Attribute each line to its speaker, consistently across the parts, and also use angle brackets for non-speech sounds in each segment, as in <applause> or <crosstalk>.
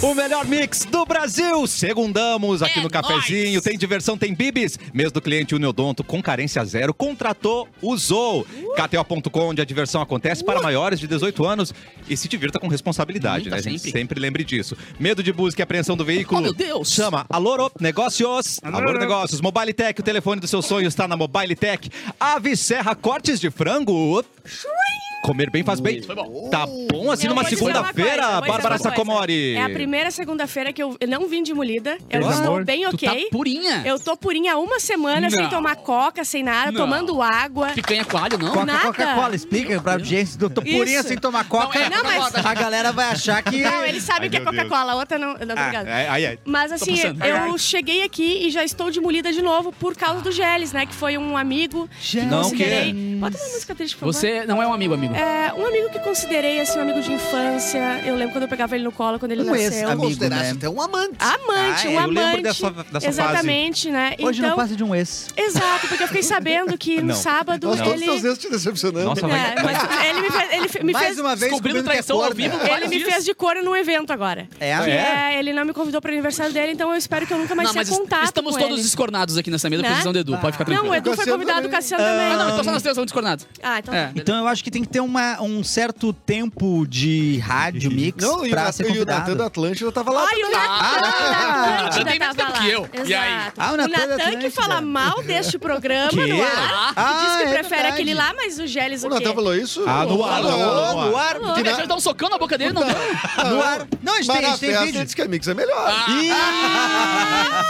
Speaker 1: O melhor mix do Brasil. Segundamos aqui
Speaker 2: É
Speaker 1: no cafezinho.
Speaker 2: nóis.
Speaker 1: Tem diversão, tem bibis. Mês do cliente Uniodonto com carência zero. Contratou, usou.
Speaker 3: Uh.
Speaker 1: KTO.com, onde a diversão acontece para maiores de 18 anos. E se divirta com responsabilidade,
Speaker 3: Hum,
Speaker 2: Muita
Speaker 3: tá
Speaker 1: né? A gente
Speaker 2: sempre.
Speaker 1: sempre lembre disso. Medo de busca e apreensão do veículo.
Speaker 2: Oh, meu Deus.
Speaker 1: Chama Aloro Negócios.
Speaker 4: Alô.
Speaker 1: Aloro Negócios. Mobile Tech, o telefone dos seus sonhos está na Mobile Tech. Ave Serra Cortes de Frango. Comer bem faz bem. Tá bom assim
Speaker 3: Eu
Speaker 1: numa
Speaker 3: vou dizer uma coisa,
Speaker 1: segunda-feira,
Speaker 3: eu vou dizer
Speaker 1: Bárbara
Speaker 3: uma coisa.
Speaker 1: Sacomori.
Speaker 3: É a primeira segunda-feira que eu não vim de molida. Eu
Speaker 4: Pelo
Speaker 3: estou
Speaker 4: amor.
Speaker 3: bem
Speaker 2: Tu
Speaker 3: ok.
Speaker 2: tá purinha.
Speaker 3: Eu tô purinha há uma semana, sem
Speaker 2: Não.
Speaker 3: tomar coca, sem nada,
Speaker 2: Não.
Speaker 3: tomando água.
Speaker 2: Picanha coalho, não?
Speaker 3: Nada.
Speaker 5: Coca, Coca-Cola, explica pra gente. Tô purinha
Speaker 3: Isso.
Speaker 5: sem tomar Coca.
Speaker 2: Não, é,
Speaker 3: Não, mas-
Speaker 5: A galera vai achar que...
Speaker 3: Não, eles sabem
Speaker 1: Ai,
Speaker 3: que é
Speaker 1: meu Deus.
Speaker 3: Coca-Cola, a outra não. Não, tô
Speaker 1: Ah,
Speaker 3: brincando.
Speaker 1: é, aí, aí.
Speaker 3: Mas assim,
Speaker 2: passando.
Speaker 3: eu cheguei aqui e já estou de molida de novo por causa do Geles, né? Que foi um amigo que
Speaker 5: Geles.
Speaker 3: considerei. Bota uma música triste, por favor.
Speaker 2: Você não é um amigo, amigo.
Speaker 3: É, um amigo que considerei, assim, um amigo de infância. Eu lembro quando eu pegava ele no colo, quando ele
Speaker 5: Um
Speaker 3: nasceu.
Speaker 5: ex-amigo.
Speaker 4: Considerasse
Speaker 5: né?
Speaker 4: até um amante.
Speaker 3: Amante,
Speaker 1: Ah,
Speaker 3: um
Speaker 1: eu
Speaker 3: amante.
Speaker 1: lembro dessa- dessa fase.
Speaker 3: Exatamente, né?
Speaker 5: Hoje
Speaker 3: então,
Speaker 5: não passa de um ex.
Speaker 3: Exato, porque eu fiquei sabendo que no
Speaker 1: Não.
Speaker 3: sábado
Speaker 4: Nós todos
Speaker 3: ele.
Speaker 4: os vezes te decepcionando.
Speaker 1: Nossa, vai-
Speaker 3: É, mas ele me fez. Ele fe- me
Speaker 5: Mais
Speaker 3: fez...
Speaker 5: uma vez,
Speaker 2: Descobrindo
Speaker 5: descobrindo que é
Speaker 2: traição ao
Speaker 5: corno.
Speaker 2: vivo.
Speaker 3: Ele me
Speaker 2: Diz.
Speaker 3: fez de corno num evento agora.
Speaker 5: É?
Speaker 3: Que
Speaker 1: É?
Speaker 3: é, ele não me convidou para aniversário dele, então eu espero que eu nunca mais
Speaker 2: não,
Speaker 3: tenha
Speaker 2: mas est-
Speaker 3: contato.
Speaker 2: estamos
Speaker 3: com
Speaker 2: todos
Speaker 3: ele.
Speaker 2: descornados aqui nessa mesa,
Speaker 3: Né?
Speaker 2: precisão do Edu. Pode ficar tranquilo.
Speaker 3: Não, o Edu foi
Speaker 4: Cassiano
Speaker 3: convidado, o
Speaker 4: também.
Speaker 3: Cassiano
Speaker 2: Ah, não,
Speaker 3: também.
Speaker 2: então só nós três somos descornados.
Speaker 3: Ah, então.
Speaker 2: É.
Speaker 3: tá.
Speaker 5: Então eu acho que tem que ter uma- um certo tempo de
Speaker 1: Uhum.
Speaker 5: rádio mix
Speaker 4: Não, e, o
Speaker 5: pra
Speaker 4: Natan-
Speaker 5: ser
Speaker 4: e o Natan da
Speaker 5: convidado.
Speaker 4: Atlântida tava lá.
Speaker 3: Ai, o Natan
Speaker 5: Ah,
Speaker 3: da
Speaker 2: Natan tem
Speaker 3: Atlântida
Speaker 2: mais
Speaker 3: tava
Speaker 2: tempo
Speaker 3: lá.
Speaker 2: que eu. E aí?
Speaker 3: Exato.
Speaker 5: Ah, o
Speaker 3: o
Speaker 5: Natan da
Speaker 3: Natan que
Speaker 5: Atlântida.
Speaker 3: fala mal deste programa
Speaker 5: Que?
Speaker 3: no ar. Que
Speaker 5: Ah,
Speaker 3: diz que
Speaker 5: é
Speaker 3: prefere
Speaker 5: verdade.
Speaker 3: aquele lá, mas o Gélis
Speaker 4: o
Speaker 3: o quê?
Speaker 4: Natan falou isso?
Speaker 1: Ah, no ar,
Speaker 4: Falou.
Speaker 1: não, não, não.
Speaker 5: ar.
Speaker 2: Que deixa eu dar um socão na boca dele,
Speaker 5: <laughs>
Speaker 2: não deu?
Speaker 5: No ar. Não, a gente
Speaker 4: Mas
Speaker 5: tem, a
Speaker 4: na
Speaker 5: gente tem
Speaker 4: festa
Speaker 5: vídeo.
Speaker 4: diz que a Mix é melhor.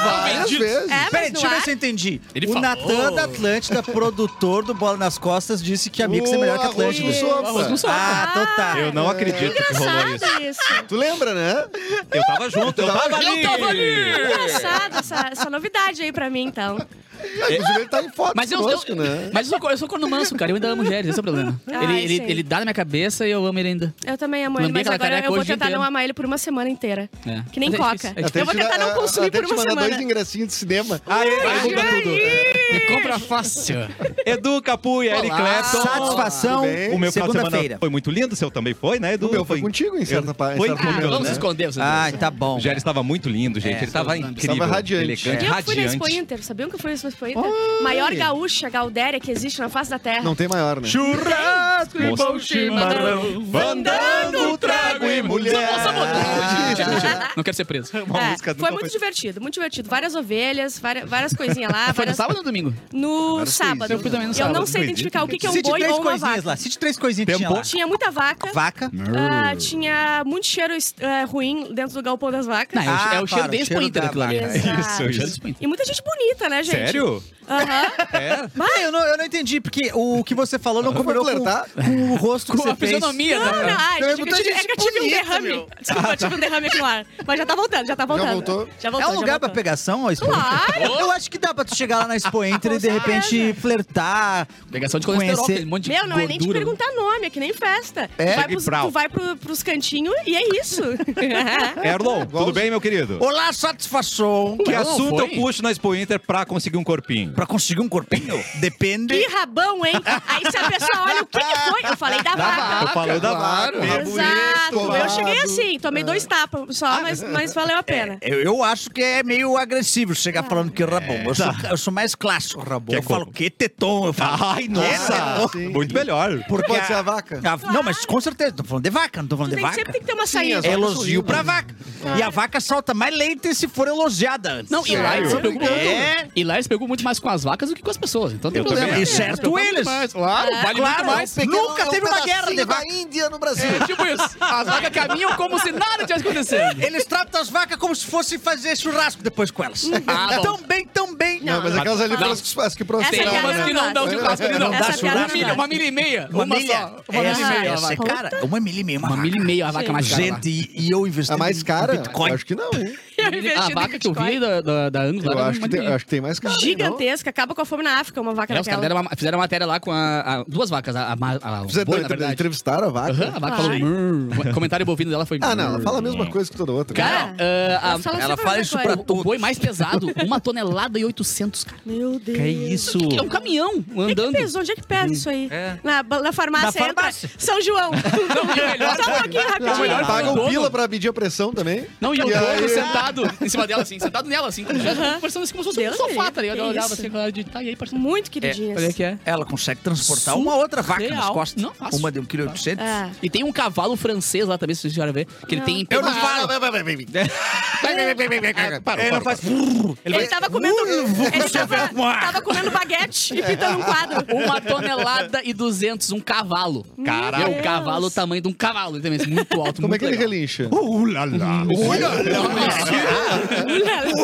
Speaker 4: Várias
Speaker 2: vendidos.
Speaker 4: vezes.
Speaker 3: É,
Speaker 5: Peraí,
Speaker 3: Ah, mas
Speaker 5: deixa
Speaker 3: no
Speaker 5: eu ver
Speaker 3: ar.
Speaker 5: se eu entendi.
Speaker 2: Ele
Speaker 5: o
Speaker 2: falou.
Speaker 5: Natan da Atlântida, produtor do Bola nas Costas, disse que a Mix é melhor que a
Speaker 4: O arroz
Speaker 5: Atlântida.
Speaker 4: com sopa.
Speaker 2: Arroz com sopa.
Speaker 5: Ah, então tá.
Speaker 1: Eu não acredito que rolou isso.
Speaker 3: Engraçado isso.
Speaker 4: Tu lembra, né?
Speaker 1: Eu tava junto, eu tava ali.
Speaker 3: Engraçado essa, essa novidade aí pra mim, então.
Speaker 5: É.
Speaker 4: Inclusive, ele tá em foto
Speaker 2: Mas eu,
Speaker 4: conosco,
Speaker 2: eu,
Speaker 4: né?
Speaker 2: mas eu sou, cor- eu sou corno manso, cara. Eu ainda amo o Gélis, esse é o problema.
Speaker 3: Ah,
Speaker 2: ele,
Speaker 3: eu
Speaker 2: ele,
Speaker 3: sei.
Speaker 2: ele dá na minha cabeça e eu amo ele ainda.
Speaker 3: Eu também amo ele,
Speaker 2: Mandei
Speaker 3: mas
Speaker 2: aquela
Speaker 3: agora
Speaker 2: careca
Speaker 3: eu vou
Speaker 2: hoje o dia
Speaker 3: tentar não
Speaker 2: inteiro.
Speaker 3: amar ele por uma semana inteira.
Speaker 2: É.
Speaker 3: Que nem
Speaker 2: Mas é
Speaker 3: coca.
Speaker 2: difícil, é difícil.
Speaker 3: eu vou tentar não consumir
Speaker 4: até
Speaker 3: por
Speaker 4: te
Speaker 3: uma
Speaker 4: mandar
Speaker 3: semana.
Speaker 4: dois ingressinhos de cinema.
Speaker 5: Ah,
Speaker 1: Aí, aí muda
Speaker 3: E
Speaker 1: tudo.
Speaker 3: aí?
Speaker 2: Me compra fácil.
Speaker 1: Edu Capu e Eric
Speaker 2: Olá.
Speaker 1: Clapton.
Speaker 5: Satisfação,
Speaker 4: Tudo bem?
Speaker 1: O meu final de semana
Speaker 5: segunda-feira.
Speaker 1: foi muito lindo, o seu também foi, né, Edu?
Speaker 4: O meu foi contigo, em certa parte.
Speaker 1: Foi
Speaker 4: em certa
Speaker 1: incrível,
Speaker 4: parte,
Speaker 2: Vamos
Speaker 4: né?
Speaker 2: esconder vocês.
Speaker 5: Ai,
Speaker 2: dois.
Speaker 5: tá bom.
Speaker 1: O Gélis estava muito lindo, gente.
Speaker 5: É,
Speaker 1: Ele tava
Speaker 2: estava
Speaker 1: incrível,
Speaker 4: radiante.
Speaker 1: elegante,
Speaker 3: E eu fui na Expo
Speaker 1: radiante.
Speaker 3: Inter, sabiam que eu fui na Expo Inter? Maior gaúcha, gaudéria que existe na face da terra.
Speaker 4: Não tem maior, né?
Speaker 5: Churrasco
Speaker 1: e bom
Speaker 2: chimarrão,
Speaker 1: fandango, trago e mulher.
Speaker 2: Sou sabotagem. Ah, Mentira,
Speaker 3: <laughs>
Speaker 2: mentira. Não quero ser
Speaker 5: <laughs>
Speaker 2: preso.
Speaker 1: Uma
Speaker 3: um É,
Speaker 1: música do-
Speaker 3: foi muito divertido, muito divertido. Várias ovelhas, várias, várias coisinhas lá.
Speaker 2: <laughs> Foi no
Speaker 3: várias-
Speaker 2: sábado ou no domingo?
Speaker 3: No
Speaker 4: Várias
Speaker 3: sábado.
Speaker 4: coisinhas. Eu fui
Speaker 2: também no
Speaker 3: Eu não
Speaker 2: sábado.
Speaker 3: sei identificar o que, que é um
Speaker 5: Cite
Speaker 3: boi
Speaker 5: três
Speaker 3: ou uma
Speaker 5: coisinhas
Speaker 3: vaca.
Speaker 5: lá. Cite três coisinhas que tinha
Speaker 1: Tempo.
Speaker 5: lá.
Speaker 3: Tinha muita vaca.
Speaker 5: Vaca.
Speaker 3: ah, tinha muito cheiro eh, ruim dentro do galpão das vacas.
Speaker 2: Não, é o-
Speaker 5: Ah,
Speaker 2: é o cheiro
Speaker 5: claro,
Speaker 2: da
Speaker 5: o
Speaker 2: Expo
Speaker 5: cheiro
Speaker 2: Inter
Speaker 5: da
Speaker 2: aquilo ali.
Speaker 3: vaca.
Speaker 1: Isso,
Speaker 2: É o
Speaker 1: isso.
Speaker 2: cheiro da Expo Inter.
Speaker 3: E muita gente bonita, né, gente?
Speaker 1: Sério?
Speaker 3: Aham.
Speaker 1: É?
Speaker 5: Ah, eu não, eu não entendi, porque o que você falou não combinou com,
Speaker 4: completar.
Speaker 5: com o rosto que
Speaker 2: Com
Speaker 5: você
Speaker 2: a
Speaker 5: fez.
Speaker 2: fisionomia, né?
Speaker 3: Não, não, ai,
Speaker 4: Tem
Speaker 3: gente, é que eu
Speaker 4: muita
Speaker 3: tive, é
Speaker 4: gente
Speaker 3: que eu tive um
Speaker 4: bonita,
Speaker 3: derrame.
Speaker 4: meu.
Speaker 3: Desculpa, eu tive um derrame aqui no ar. Mas já tá voltando, já tá voltando.
Speaker 4: voltou?
Speaker 3: Já
Speaker 5: É
Speaker 3: voltou.
Speaker 5: um
Speaker 3: já
Speaker 5: lugar pra
Speaker 3: voltou.
Speaker 5: pegação, a Expo
Speaker 3: Claro!
Speaker 5: Inter? <laughs> Eu acho que dá pra tu chegar lá na Expo Inter e de repente flertar.
Speaker 2: Pegação de colesterol,
Speaker 5: Conhecer-
Speaker 2: aquele monte de
Speaker 3: Meu, não é nem te
Speaker 2: gordura. né?
Speaker 3: perguntar nome, é que nem festa.
Speaker 5: É.
Speaker 3: tu vai,
Speaker 1: Chegue
Speaker 3: pros,
Speaker 1: prau.
Speaker 3: tu vai pro, pros cantinhos e é isso.
Speaker 1: É, Erlon, tudo bem, meu querido?
Speaker 5: Olá, satisfação! é
Speaker 1: Que
Speaker 2: Não,
Speaker 1: assunto
Speaker 2: foi.
Speaker 1: eu puxo na Expo Inter pra conseguir um corpinho?
Speaker 5: Pra conseguir um corpinho, depende.
Speaker 3: que rabão, hein? Aí se a pessoa olha o que, que foi, eu falei da vaca.
Speaker 1: Eu falei da
Speaker 4: claro.
Speaker 1: vaca.
Speaker 3: Ah, Exato. Eu
Speaker 4: escovado.
Speaker 3: cheguei assim, tomei dois tapas só, mas, mas valeu a pena.
Speaker 5: Eu, eu acho que é meio agressivo chegar
Speaker 3: Ah.
Speaker 5: falando que é rabão. eu, sou, eu sou mais clássico, rabão.
Speaker 1: Que
Speaker 5: eu
Speaker 1: é
Speaker 5: falo
Speaker 1: como?
Speaker 5: que teton. Eu falo,
Speaker 1: Ai, nossa!
Speaker 4: sim.
Speaker 1: Muito melhor.
Speaker 5: porque
Speaker 4: Pode ser a vaca?
Speaker 5: a- Não, mas com certeza, não tô falando de vaca, não tô
Speaker 3: Tu
Speaker 5: falando de
Speaker 3: tem-
Speaker 5: vaca.
Speaker 3: sempre tem que ter uma
Speaker 4: as
Speaker 5: É
Speaker 3: saída. <laughs>
Speaker 4: vacas
Speaker 5: elogio
Speaker 4: sorrindo.
Speaker 5: pra vaca. E a vaca solta mais leite se for elogiada antes.
Speaker 2: Não, e lá eles se
Speaker 4: Sério?
Speaker 2: preocupam
Speaker 5: É.
Speaker 2: muito. E lá eles se preocupam muito mais com as vacas do que com as pessoas. Então tem
Speaker 1: Eu
Speaker 2: problema.
Speaker 1: também.
Speaker 5: E
Speaker 1: Eles se
Speaker 5: certo eles.
Speaker 2: Claro, vale
Speaker 5: claro.
Speaker 2: muito mais.
Speaker 5: Nunca teve uma guerra de
Speaker 4: da
Speaker 5: vaca.
Speaker 4: Índia no Brasil.
Speaker 2: É tipo isso. As vacas caminham como se nada tivesse acontecendo.
Speaker 5: Eles tratam as vacas como se fosse fazer churrasco depois com elas.
Speaker 2: Ah, bom.
Speaker 5: tão bem, tão bem.
Speaker 3: Não,
Speaker 4: Mas aquelas ali
Speaker 2: Não.
Speaker 4: foram as que- as que
Speaker 2: Tem
Speaker 3: Essa
Speaker 4: prostraram,
Speaker 3: piada
Speaker 2: umas é que
Speaker 4: né?
Speaker 2: não dão churrasco ali, não.
Speaker 5: Não dá
Speaker 2: uma,
Speaker 5: churrasco,
Speaker 2: milha,
Speaker 5: não.
Speaker 2: uma milha e meia.
Speaker 5: Uma,
Speaker 2: Uma,
Speaker 5: milha.
Speaker 2: só. Uma milha e
Speaker 5: Essa-
Speaker 2: meia. a
Speaker 5: essa é
Speaker 2: vaca.
Speaker 5: cara, uma milha e meia. Uma,
Speaker 2: Uma milha e meia a vaca mais cara. lá.
Speaker 5: Gente, e, e eu investi
Speaker 4: A É mais
Speaker 5: em
Speaker 4: cara?
Speaker 5: Bitcoin.
Speaker 4: Acho que não, hein?
Speaker 5: Eu
Speaker 2: É Ah, A
Speaker 3: Investido em
Speaker 2: vaca que eu vi né?
Speaker 3: Bitcoin.
Speaker 2: da, da, é da Angus lá
Speaker 4: Eu
Speaker 2: era
Speaker 4: acho que,
Speaker 2: uma
Speaker 4: tem,
Speaker 2: menina.
Speaker 4: acho que tem mais cara. aí, não?
Speaker 3: Gigantesca, acaba com a fome na África, uma vaca
Speaker 2: É, os caras
Speaker 3: daquela.
Speaker 2: deram uma- fizeram uma matéria lá com a, a- duas vacas, a, a, ma- a,
Speaker 4: Vocês
Speaker 2: boi, na
Speaker 4: entre-
Speaker 2: verdade.
Speaker 4: tá entrevistaram a vaca?
Speaker 2: Aham, a vaca falou.
Speaker 3: Ai.
Speaker 2: "Murr". O comentário bovino dela foi.
Speaker 4: Ah, não, ela
Speaker 2: "Murr".
Speaker 4: fala a mesma coisa que toda outra.
Speaker 2: Cara, ah, a-
Speaker 3: Ela fala
Speaker 5: Ela
Speaker 3: sempre a
Speaker 5: fala
Speaker 3: mesma
Speaker 5: isso
Speaker 3: coisa.
Speaker 5: pra
Speaker 2: o
Speaker 5: todos.
Speaker 2: boi mais pesado, uma tonelada e 800, cara.
Speaker 3: Meu Deus.
Speaker 5: Que isso?
Speaker 2: É um caminhão
Speaker 3: Onde é que
Speaker 2: andando.
Speaker 3: pesa? Onde é que pesa isso aí?
Speaker 1: É.
Speaker 3: Na, na farmácia,
Speaker 5: Na
Speaker 3: entra.
Speaker 5: farmácia.
Speaker 2: <laughs>
Speaker 3: São João. Só um pouquinho
Speaker 4: Não,
Speaker 3: rapidinho.
Speaker 2: melhor foi o
Speaker 4: pagam
Speaker 2: dono.
Speaker 4: pila pra medir a pressão também.
Speaker 2: Não, e o tá
Speaker 4: E
Speaker 2: dono
Speaker 4: aí?
Speaker 2: sentado em cima dela, assim, sentado nela, assim, como se estivesse conversando assim, como se fosse um
Speaker 3: Deus
Speaker 2: sofá,
Speaker 3: me
Speaker 2: tá ligado?
Speaker 3: livre,
Speaker 2: Eu
Speaker 3: que
Speaker 2: olhava
Speaker 3: isso?
Speaker 2: assim, cara, de tá e aí, parece um
Speaker 3: Muito queridinhas.
Speaker 2: Olha que é.
Speaker 5: Ela consegue transportar uma outra vaca nas
Speaker 2: Surreal.
Speaker 5: costas.
Speaker 2: Não, fácil.
Speaker 5: Uma de 1,8 kg.
Speaker 3: É.
Speaker 2: E tem um cavalo francês lá também, se vocês querem ver, que ele
Speaker 3: Não.
Speaker 2: tem...
Speaker 5: Eu não falo. Ele não faz.
Speaker 3: Ele, tava comendo. ele tava, tava comendo baguete e pintando um quadro.
Speaker 2: Uma tonelada e 200, um cavalo.
Speaker 1: Caralho.
Speaker 2: É o cavalo, o tamanho de um cavalo. Ele também é muito alto,
Speaker 4: Como é
Speaker 2: muito
Speaker 4: que ele
Speaker 2: legal.
Speaker 4: relincha?
Speaker 1: Uh, lá, lá.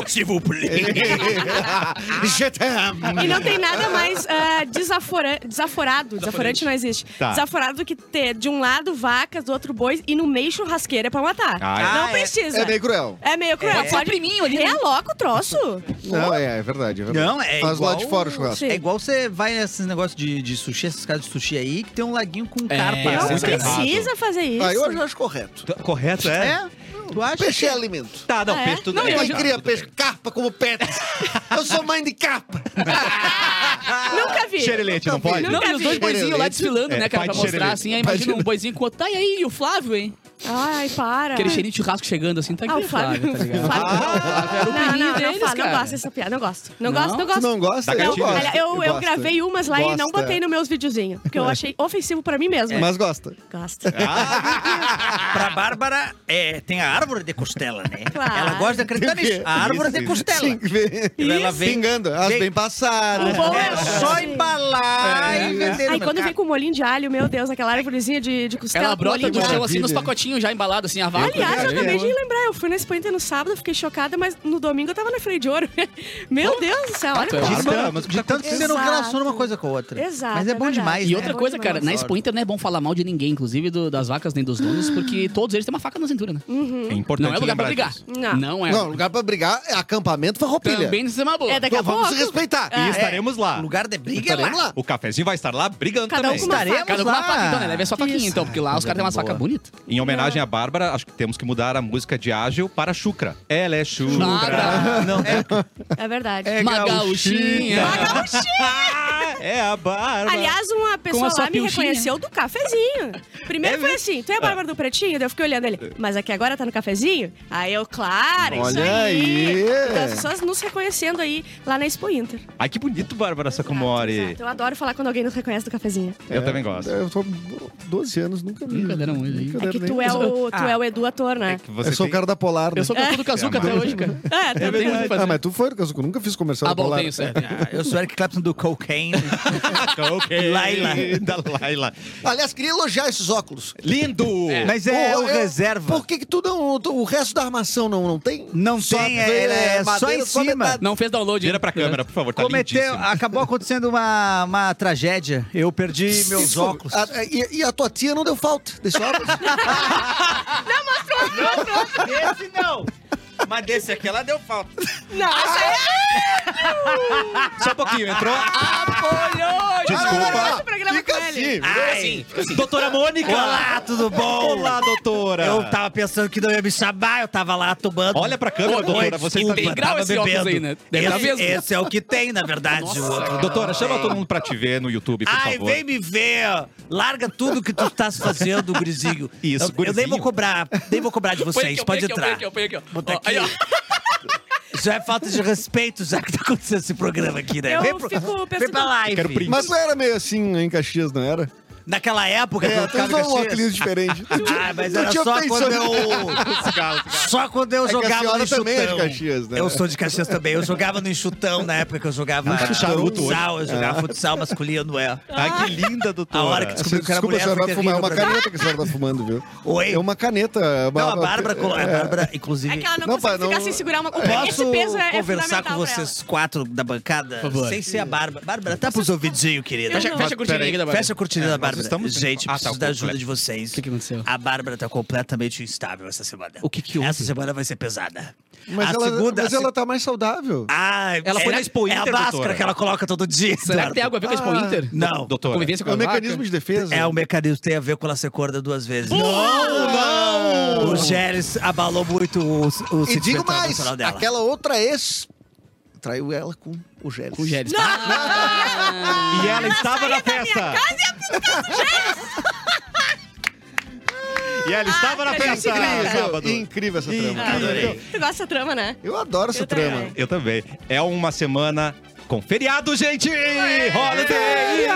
Speaker 5: S'il vous
Speaker 4: <laughs> Je t'aime.
Speaker 3: E não tem nada mais ah, desafora- desaforado. Desaforante não existe.
Speaker 1: Tá.
Speaker 3: Desaforado do que ter de um lado vacas, do outro boi e no meio churrasqueira pra matar.
Speaker 1: Ah,
Speaker 3: não
Speaker 5: é.
Speaker 3: precisa.
Speaker 4: É meio cruel.
Speaker 3: É meio cruel.
Speaker 2: Pode ser um priminho ali, né?
Speaker 3: Realoca o troço.
Speaker 4: Não, é, é verdade, é verdade.
Speaker 5: Não, é
Speaker 4: Faz lá
Speaker 5: igual-
Speaker 4: de fora o churrasco.
Speaker 3: Sim.
Speaker 5: É igual você vai a esses negócios de, de sushi, essas casas de sushi aí, que tem um laguinho com
Speaker 2: É,
Speaker 5: carpa.
Speaker 2: é
Speaker 3: Não
Speaker 5: assim,
Speaker 2: muito
Speaker 5: sabe?
Speaker 2: errado.
Speaker 3: precisa fazer isso.
Speaker 4: Ah, eu já acho correto.
Speaker 1: Correto, é?
Speaker 5: É? Tu acha?
Speaker 4: Peixe é alimento.
Speaker 1: Tá, não,
Speaker 3: Ah, é?
Speaker 1: peixe tudo
Speaker 2: Não,
Speaker 1: bem.
Speaker 2: eu
Speaker 1: Tá,
Speaker 4: Quem
Speaker 2: já-
Speaker 1: tudo
Speaker 4: cria
Speaker 1: bem.
Speaker 4: peixe, carpa como pet. Eu sou mãe de carpa. um
Speaker 3: Nunca vi.
Speaker 1: Xerelete, não pode?
Speaker 2: Não, e os dois
Speaker 4: Nunca vi.
Speaker 2: boizinhos lá desfilando,
Speaker 1: É,
Speaker 2: né, cara,
Speaker 1: pai
Speaker 2: pra
Speaker 1: de
Speaker 2: mostrar,
Speaker 1: xerelê.
Speaker 2: assim. Aí
Speaker 4: É Pai de
Speaker 2: imagina um
Speaker 4: xerelê.
Speaker 2: boizinho com outro. Tá, e aí, e o Flávio, hein?
Speaker 3: Ai, para.
Speaker 2: Aquele cheirinho de churrasco chegando, assim. Tá aqui
Speaker 3: É. Ah,
Speaker 2: o
Speaker 3: o Flávio.
Speaker 2: Flávio, tá ligado?
Speaker 3: Flávio.
Speaker 2: o priminho
Speaker 3: Não, não, não
Speaker 2: deles,
Speaker 3: fala. Não
Speaker 2: cara.
Speaker 3: gosto dessa piada. Não gosto. Não
Speaker 2: Não?
Speaker 3: gosto, não
Speaker 4: Tu
Speaker 3: gosto.
Speaker 4: não gosta?
Speaker 1: Dá
Speaker 4: Eu
Speaker 1: gatilho.
Speaker 4: gosto.
Speaker 3: Olha, eu, eu
Speaker 4: gosto.
Speaker 3: gravei umas lá e não
Speaker 4: Gosta. É.
Speaker 3: botei nos meus videozinhos. Porque eu achei ofensivo pra mim mesmo.
Speaker 4: Mas gosta.
Speaker 3: Gosto.
Speaker 5: Pra Bárbara, é, tem a árvore de costela, né?
Speaker 3: Claro.
Speaker 5: Ela gosta de acreditar
Speaker 4: Tem o quê?
Speaker 5: nisso. A árvore
Speaker 1: Isso,
Speaker 5: de
Speaker 1: isso.
Speaker 5: costela.
Speaker 4: Sim, vê.
Speaker 5: Ela vem.
Speaker 4: Pingando, as
Speaker 5: vem-
Speaker 4: bem passadas.
Speaker 3: bom
Speaker 5: É só
Speaker 3: Sim.
Speaker 5: embalar e vender.
Speaker 3: Aí
Speaker 5: no
Speaker 3: quando
Speaker 5: mercado.
Speaker 3: vem com molinho de alho, meu Deus, aquela árvorezinha de, de costela.
Speaker 2: Ela
Speaker 3: com
Speaker 2: brota
Speaker 3: molinho
Speaker 2: do
Speaker 3: de
Speaker 2: chão,
Speaker 3: alho.
Speaker 2: assim, nos
Speaker 4: Maravilha.
Speaker 2: pacotinhos já embalado, assim, a vaca.
Speaker 3: Aliás, eu
Speaker 2: né?
Speaker 3: acabei de lembrar, eu fui na Expo Inter no sábado, fiquei chocada, mas no domingo eu tava na Freio de Ouro. <laughs> Meu Deus do céu, olha
Speaker 2: Tá,
Speaker 3: pra
Speaker 2: claro.
Speaker 3: isso.
Speaker 1: Bárbara, mas o que
Speaker 5: De
Speaker 1: tá
Speaker 5: tanto que você não
Speaker 3: Exato.
Speaker 5: relaciona uma coisa com a outra.
Speaker 3: Exato,
Speaker 5: Mas é
Speaker 3: é
Speaker 5: bom
Speaker 3: verdade.
Speaker 5: demais.
Speaker 2: E
Speaker 5: né?
Speaker 2: outra
Speaker 3: bom
Speaker 2: coisa,
Speaker 3: demais.
Speaker 2: cara, na Expo Inter não é bom falar mal de ninguém, inclusive do- das vacas nem dos donos, porque todos eles têm uma faca na cintura, né?
Speaker 1: É importante
Speaker 2: Não é lugar pra
Speaker 1: lembrar
Speaker 2: brigar.
Speaker 1: disso.
Speaker 3: Não.
Speaker 2: Não é.
Speaker 4: Não, lugar pra brigar é acampamento farroupilha.
Speaker 2: Também isso é uma boa.
Speaker 3: É, daqui a
Speaker 4: Então vamos se
Speaker 3: pouco.
Speaker 4: respeitar.
Speaker 1: E estaremos lá.
Speaker 5: Lugar de briga é
Speaker 4: Estaremos
Speaker 5: lá.
Speaker 4: lá.
Speaker 1: O cafezinho vai estar lá brigando
Speaker 3: Cada um
Speaker 1: também.
Speaker 3: com uma
Speaker 5: Estaremos
Speaker 3: faca.
Speaker 2: Cada um com uma
Speaker 5: lá.
Speaker 2: faca, então, né? Leve a sua faquinha, então, porque lá os caras têm umas
Speaker 5: boa.
Speaker 2: facas bonitas.
Speaker 1: Em homenagem à Bárbara, acho que temos que mudar a música de Ágil para Chucra. Ela é Chucra.
Speaker 2: Nada.
Speaker 1: Não.
Speaker 3: É verdade.
Speaker 5: É
Speaker 2: Uma
Speaker 5: gauchinha.
Speaker 1: <laughs>
Speaker 2: gauchinha.
Speaker 1: É a Bárbara.
Speaker 3: Aliás, uma pessoa
Speaker 2: a sua
Speaker 3: lá me
Speaker 2: piuchinha.
Speaker 3: reconheceu do cafezinho. Primeiro foi assim, tu é a Bárbara do Pretinho? Daí eu fiquei olhando ele, mas aqui agora tá no cafezinho? Aí eu, claro, é isso
Speaker 4: Olha
Speaker 3: aí.
Speaker 4: aí.
Speaker 3: Então, as pessoas nos reconhecendo aí lá na Expo Inter. Ah,
Speaker 1: Ai, que bonito, Bárbara
Speaker 3: Exato,
Speaker 1: Sacomori.
Speaker 3: exato. Eu adoro falar quando alguém nos reconhece do cafezinho.
Speaker 1: Eu também gosto.
Speaker 4: Eu tô 12 anos, nunca vi.
Speaker 2: Nunca deram um olho aí.
Speaker 4: Nunca
Speaker 3: É que
Speaker 4: deram
Speaker 3: tu
Speaker 4: nem-
Speaker 3: é o, tu
Speaker 5: Ah.
Speaker 3: é o Edu ator, né?
Speaker 1: Que você
Speaker 4: Eu sou o
Speaker 1: tem-
Speaker 4: cara da Polar, né?
Speaker 2: Eu sou cocô do Cazuca até
Speaker 1: amado.
Speaker 2: hoje, cara.
Speaker 3: É,
Speaker 2: Eu tenho
Speaker 3: também.
Speaker 2: muito
Speaker 4: Ah,
Speaker 2: fazer.
Speaker 4: mas tu foi do Cazuco, nunca fiz comercial
Speaker 2: Ah,
Speaker 4: da
Speaker 2: bom,
Speaker 4: Polar.
Speaker 2: tem isso. é.
Speaker 5: Ah, Eu sou Eric Clapton do Cocaine.
Speaker 1: <laughs> Ok.
Speaker 5: Laila.
Speaker 1: Da Laila.
Speaker 4: Aliás, queria elogiar esses óculos.
Speaker 1: Lindo!
Speaker 5: Mas é
Speaker 4: Ô,
Speaker 5: o
Speaker 4: eu-
Speaker 5: reserva.
Speaker 4: Por que, que tu não. tu- o resto da armação não, não tem?
Speaker 5: Não
Speaker 4: Só
Speaker 5: tem, é,
Speaker 4: vê,
Speaker 5: ele é
Speaker 4: madeira,
Speaker 5: só em cima.
Speaker 4: metade.
Speaker 2: Não fez download.
Speaker 1: Vira
Speaker 2: hein?
Speaker 1: pra câmera, por favor. Tá
Speaker 5: Cometeu,
Speaker 1: lindíssimo.
Speaker 5: acabou acontecendo uma, uma tragédia. Eu perdi meus
Speaker 4: Isso. Ah,
Speaker 5: óculos.
Speaker 4: A- a- e, e a tua tia não deu falta desse óculos?
Speaker 5: Esse não. Mas desse aqui ela deu falta.
Speaker 1: Só um pouquinho, entrou.
Speaker 2: Apoiou!
Speaker 4: Não, não, não,
Speaker 1: Desculpa.
Speaker 4: não.
Speaker 3: programa
Speaker 4: Fica
Speaker 3: com ele.
Speaker 5: Ai,
Speaker 4: assim.
Speaker 1: <laughs> Doutora Mônica!
Speaker 5: olá, tudo bom?
Speaker 1: Olá, doutora!
Speaker 5: Eu tava pensando que não ia me chamar, eu tava lá tomando.
Speaker 1: Olha pra câmera,
Speaker 5: Ô,
Speaker 1: doutora, você está
Speaker 5: desculpa,
Speaker 1: bem
Speaker 2: grau
Speaker 5: tava
Speaker 2: esse óculos aí, né? Deve tá
Speaker 5: Esse,
Speaker 2: mesmo.
Speaker 5: esse é o que tem, na verdade. o outro
Speaker 1: Doutora,
Speaker 5: não
Speaker 1: chama
Speaker 5: tem.
Speaker 1: todo mundo pra te ver no YouTube, por
Speaker 5: Ai,
Speaker 1: favor.
Speaker 5: vem me ver! Larga tudo que tu estás fazendo, gurizinho.
Speaker 1: Isso,
Speaker 5: eu, Eu nem
Speaker 1: gurizinho.
Speaker 5: vou cobrar, nem vou cobrar de
Speaker 2: Põe
Speaker 5: vocês,
Speaker 2: aqui, põe
Speaker 5: pode
Speaker 2: aqui,
Speaker 5: entrar.
Speaker 2: põe aqui, põe
Speaker 5: Bota
Speaker 2: aqui. Ó, Aí, ó.
Speaker 5: aqui. Já é falta de respeito, já que tá acontecendo esse programa aqui, né?
Speaker 3: Eu
Speaker 5: vem, pro-
Speaker 3: fico
Speaker 5: vem
Speaker 3: pensando-
Speaker 5: pra live.
Speaker 1: Quero print.
Speaker 4: Mas não era meio assim em Caxias, não era?
Speaker 5: Naquela época,
Speaker 4: É,
Speaker 5: quando
Speaker 4: tu
Speaker 5: ficava assim,
Speaker 4: usava um
Speaker 5: Caxias-
Speaker 4: óculos diferente. Tu tinha-
Speaker 5: Ah, mas
Speaker 4: tu
Speaker 5: era
Speaker 4: tinha
Speaker 5: só
Speaker 4: pensado-
Speaker 5: quando
Speaker 4: <laughs>
Speaker 5: eu...
Speaker 1: Cigarro, cigarro.
Speaker 5: Só quando eu
Speaker 4: que a
Speaker 5: jogava
Speaker 4: senhora
Speaker 5: no enxutão.
Speaker 4: também é de Caxias, né?
Speaker 5: Eu sou de Caxias também. Eu jogava no enxutão na época que eu jogava
Speaker 1: Muito
Speaker 4: Ah,
Speaker 1: charuto
Speaker 5: futsal. Eu jogava futsal masculino, é.
Speaker 1: Ai, que linda, doutora.
Speaker 5: A hora que descobriu que era mulher
Speaker 4: Desculpa, a senhora
Speaker 5: foi
Speaker 4: vai fumar. É
Speaker 5: terrível
Speaker 4: uma
Speaker 5: pra mim.
Speaker 4: caneta que a senhora tá fumando, viu?
Speaker 5: Oi?
Speaker 4: É uma caneta.
Speaker 5: Não, a Bárbara... colo- A Bárbara,
Speaker 3: É
Speaker 5: inclusive...
Speaker 3: que ela não,
Speaker 4: Não,
Speaker 3: consegue
Speaker 4: pai, não-
Speaker 3: ficar sem segurar uma... Esse
Speaker 5: Posso
Speaker 3: peso é, é
Speaker 5: conversar
Speaker 3: fundamental
Speaker 5: com
Speaker 3: pra
Speaker 5: vocês quatro da bancada?
Speaker 2: favor.
Speaker 5: Sem ser a Bárbara. Bárbara, tá pros ouvidinhos, querida.
Speaker 3: Eu
Speaker 2: Fecha,
Speaker 3: não.
Speaker 2: fecha a cortina aí,
Speaker 4: É,
Speaker 5: Fecha a cortina da
Speaker 1: Bárbara, estamos-
Speaker 5: Gente,
Speaker 1: Ah, tá,
Speaker 5: preciso
Speaker 1: o
Speaker 5: da
Speaker 1: completo.
Speaker 5: ajuda de vocês.
Speaker 2: O que que aconteceu?
Speaker 5: A Bárbara tá completamente instável essa semana.
Speaker 2: O que que houve?
Speaker 5: Essa semana vai ser pesada.
Speaker 4: Mas,
Speaker 5: a
Speaker 4: ela,
Speaker 5: segunda,
Speaker 4: mas
Speaker 5: a
Speaker 4: ela tá mais saudável.
Speaker 5: Ah,
Speaker 1: Ela foi
Speaker 5: é-
Speaker 1: na Expo
Speaker 5: É a
Speaker 1: Inter,
Speaker 5: máscara
Speaker 1: doutora.
Speaker 5: que ela coloca todo dia.
Speaker 2: Será que tem
Speaker 5: Eduardo.
Speaker 2: algo a ver com a Expo Inter?
Speaker 5: Não.
Speaker 1: Doutora.
Speaker 2: Convivência com
Speaker 4: é
Speaker 2: a
Speaker 4: um
Speaker 2: vaca?
Speaker 4: mecanismo de defesa.
Speaker 5: É o mecanismo tem a ver com ela ser corda duas vezes.
Speaker 1: Não,
Speaker 5: O Gélis abalou muito o, o
Speaker 4: E digo
Speaker 5: sentimento
Speaker 4: mais,
Speaker 5: emocional dela.
Speaker 4: aquela outra ex traiu ela com o Gélis.
Speaker 2: Com o Gélis.
Speaker 1: E ela estava na festa. <laughs> E ela estava na
Speaker 3: que
Speaker 1: festa.
Speaker 3: incrível.
Speaker 1: sábado.
Speaker 4: Incrível essa trama.
Speaker 1: Incrível.
Speaker 5: Adorei.
Speaker 3: <laughs> Tu gosta dessa trama, né?
Speaker 4: Eu adoro essa
Speaker 3: Eu também.
Speaker 4: trama.
Speaker 1: Eu também. É uma semana com feriado, gente! Holiday!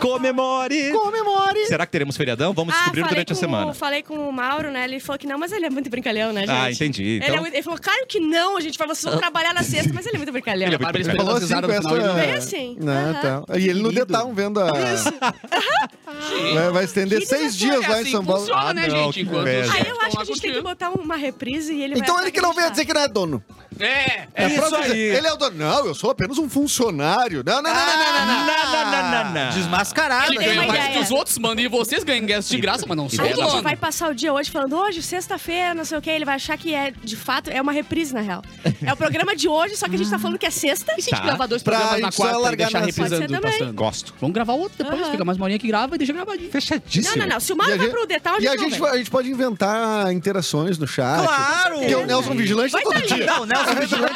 Speaker 1: Comemore!
Speaker 4: Comemore!
Speaker 1: Será que teremos feriadão? Vamos descobrir
Speaker 3: Ah, falei
Speaker 1: durante a
Speaker 3: com
Speaker 1: semana.
Speaker 3: O, falei com o Mauro, né? Ele falou que não, mas ele é muito brincalhão, né, gente?
Speaker 1: Ah, entendi.
Speaker 3: Ele,
Speaker 1: Então-
Speaker 3: é muito- ele falou, claro que não, a gente vai, vocês vão trabalhar na sexta, mas ele é muito brincalhão.
Speaker 1: Ele é muito
Speaker 2: Bárbara
Speaker 1: brincalhão.
Speaker 2: esperando
Speaker 4: Falou
Speaker 2: as risadas
Speaker 4: assim com
Speaker 2: no final.
Speaker 4: essa...
Speaker 2: ele-
Speaker 3: Bem assim.
Speaker 4: Ah,
Speaker 3: Aham.
Speaker 4: tá. E ele no
Speaker 2: Querido.
Speaker 4: detalhe vendo a... Vai, né, vai estender
Speaker 3: Que
Speaker 4: seis
Speaker 3: desafio,
Speaker 2: assim,
Speaker 4: dias lá em São Paulo.
Speaker 1: funciona, né, gente? Enquanto os
Speaker 3: Aí eu acho que a gente tem
Speaker 2: Então,
Speaker 3: que botar uma reprise e ele vai
Speaker 4: Então ele que não venha
Speaker 3: vai
Speaker 4: dizer que não é dono.
Speaker 2: É!
Speaker 4: É
Speaker 1: Isso
Speaker 4: pra você dizer,
Speaker 1: aí.
Speaker 4: Ele é o dono. Não, eu sou apenas um funcionário. Não, não, não, não, não, não. não.
Speaker 5: Ah.
Speaker 1: Nananana.
Speaker 5: Desmascarada.
Speaker 3: Ele tem uma
Speaker 5: né?
Speaker 3: ideia.
Speaker 2: mais que os outros, mano. E vocês ganham ingresso de graça, mas não é. sou
Speaker 3: Aí a
Speaker 2: o
Speaker 3: gente
Speaker 2: dono.
Speaker 3: vai passar o dia hoje falando, hoje, sexta-feira, não sei o quê. Ele vai achar que é, de fato, é uma reprise, na real. É o programa de hoje, só que a gente tá falando que é sexta.
Speaker 2: E se a gente
Speaker 1: Tá.
Speaker 2: gravar dois
Speaker 4: Pra
Speaker 2: programas na
Speaker 4: gente só
Speaker 2: quarta e
Speaker 4: largar
Speaker 2: deixar
Speaker 4: na-
Speaker 3: Pode ser
Speaker 2: reprisando,
Speaker 3: também.
Speaker 2: passando?
Speaker 1: Gosto.
Speaker 2: Vamos gravar outro depois,
Speaker 3: Aham.
Speaker 2: fica mais uma horinha que grava e deixa gravadinho.
Speaker 1: Fechadíssimo.
Speaker 3: Não, não, não. Se o Mauro
Speaker 4: E a
Speaker 3: Ah, vai
Speaker 4: gente-
Speaker 3: pro detalhe, então,
Speaker 4: E a
Speaker 3: não
Speaker 4: gente,
Speaker 3: vai.
Speaker 4: a gente pode inventar interações no chat.
Speaker 5: Claro!
Speaker 4: Porque o Nelson Vigilante tá
Speaker 3: Vai tá
Speaker 4: todo
Speaker 3: ali.
Speaker 4: dia.
Speaker 5: Não, o Nelson Vigilante.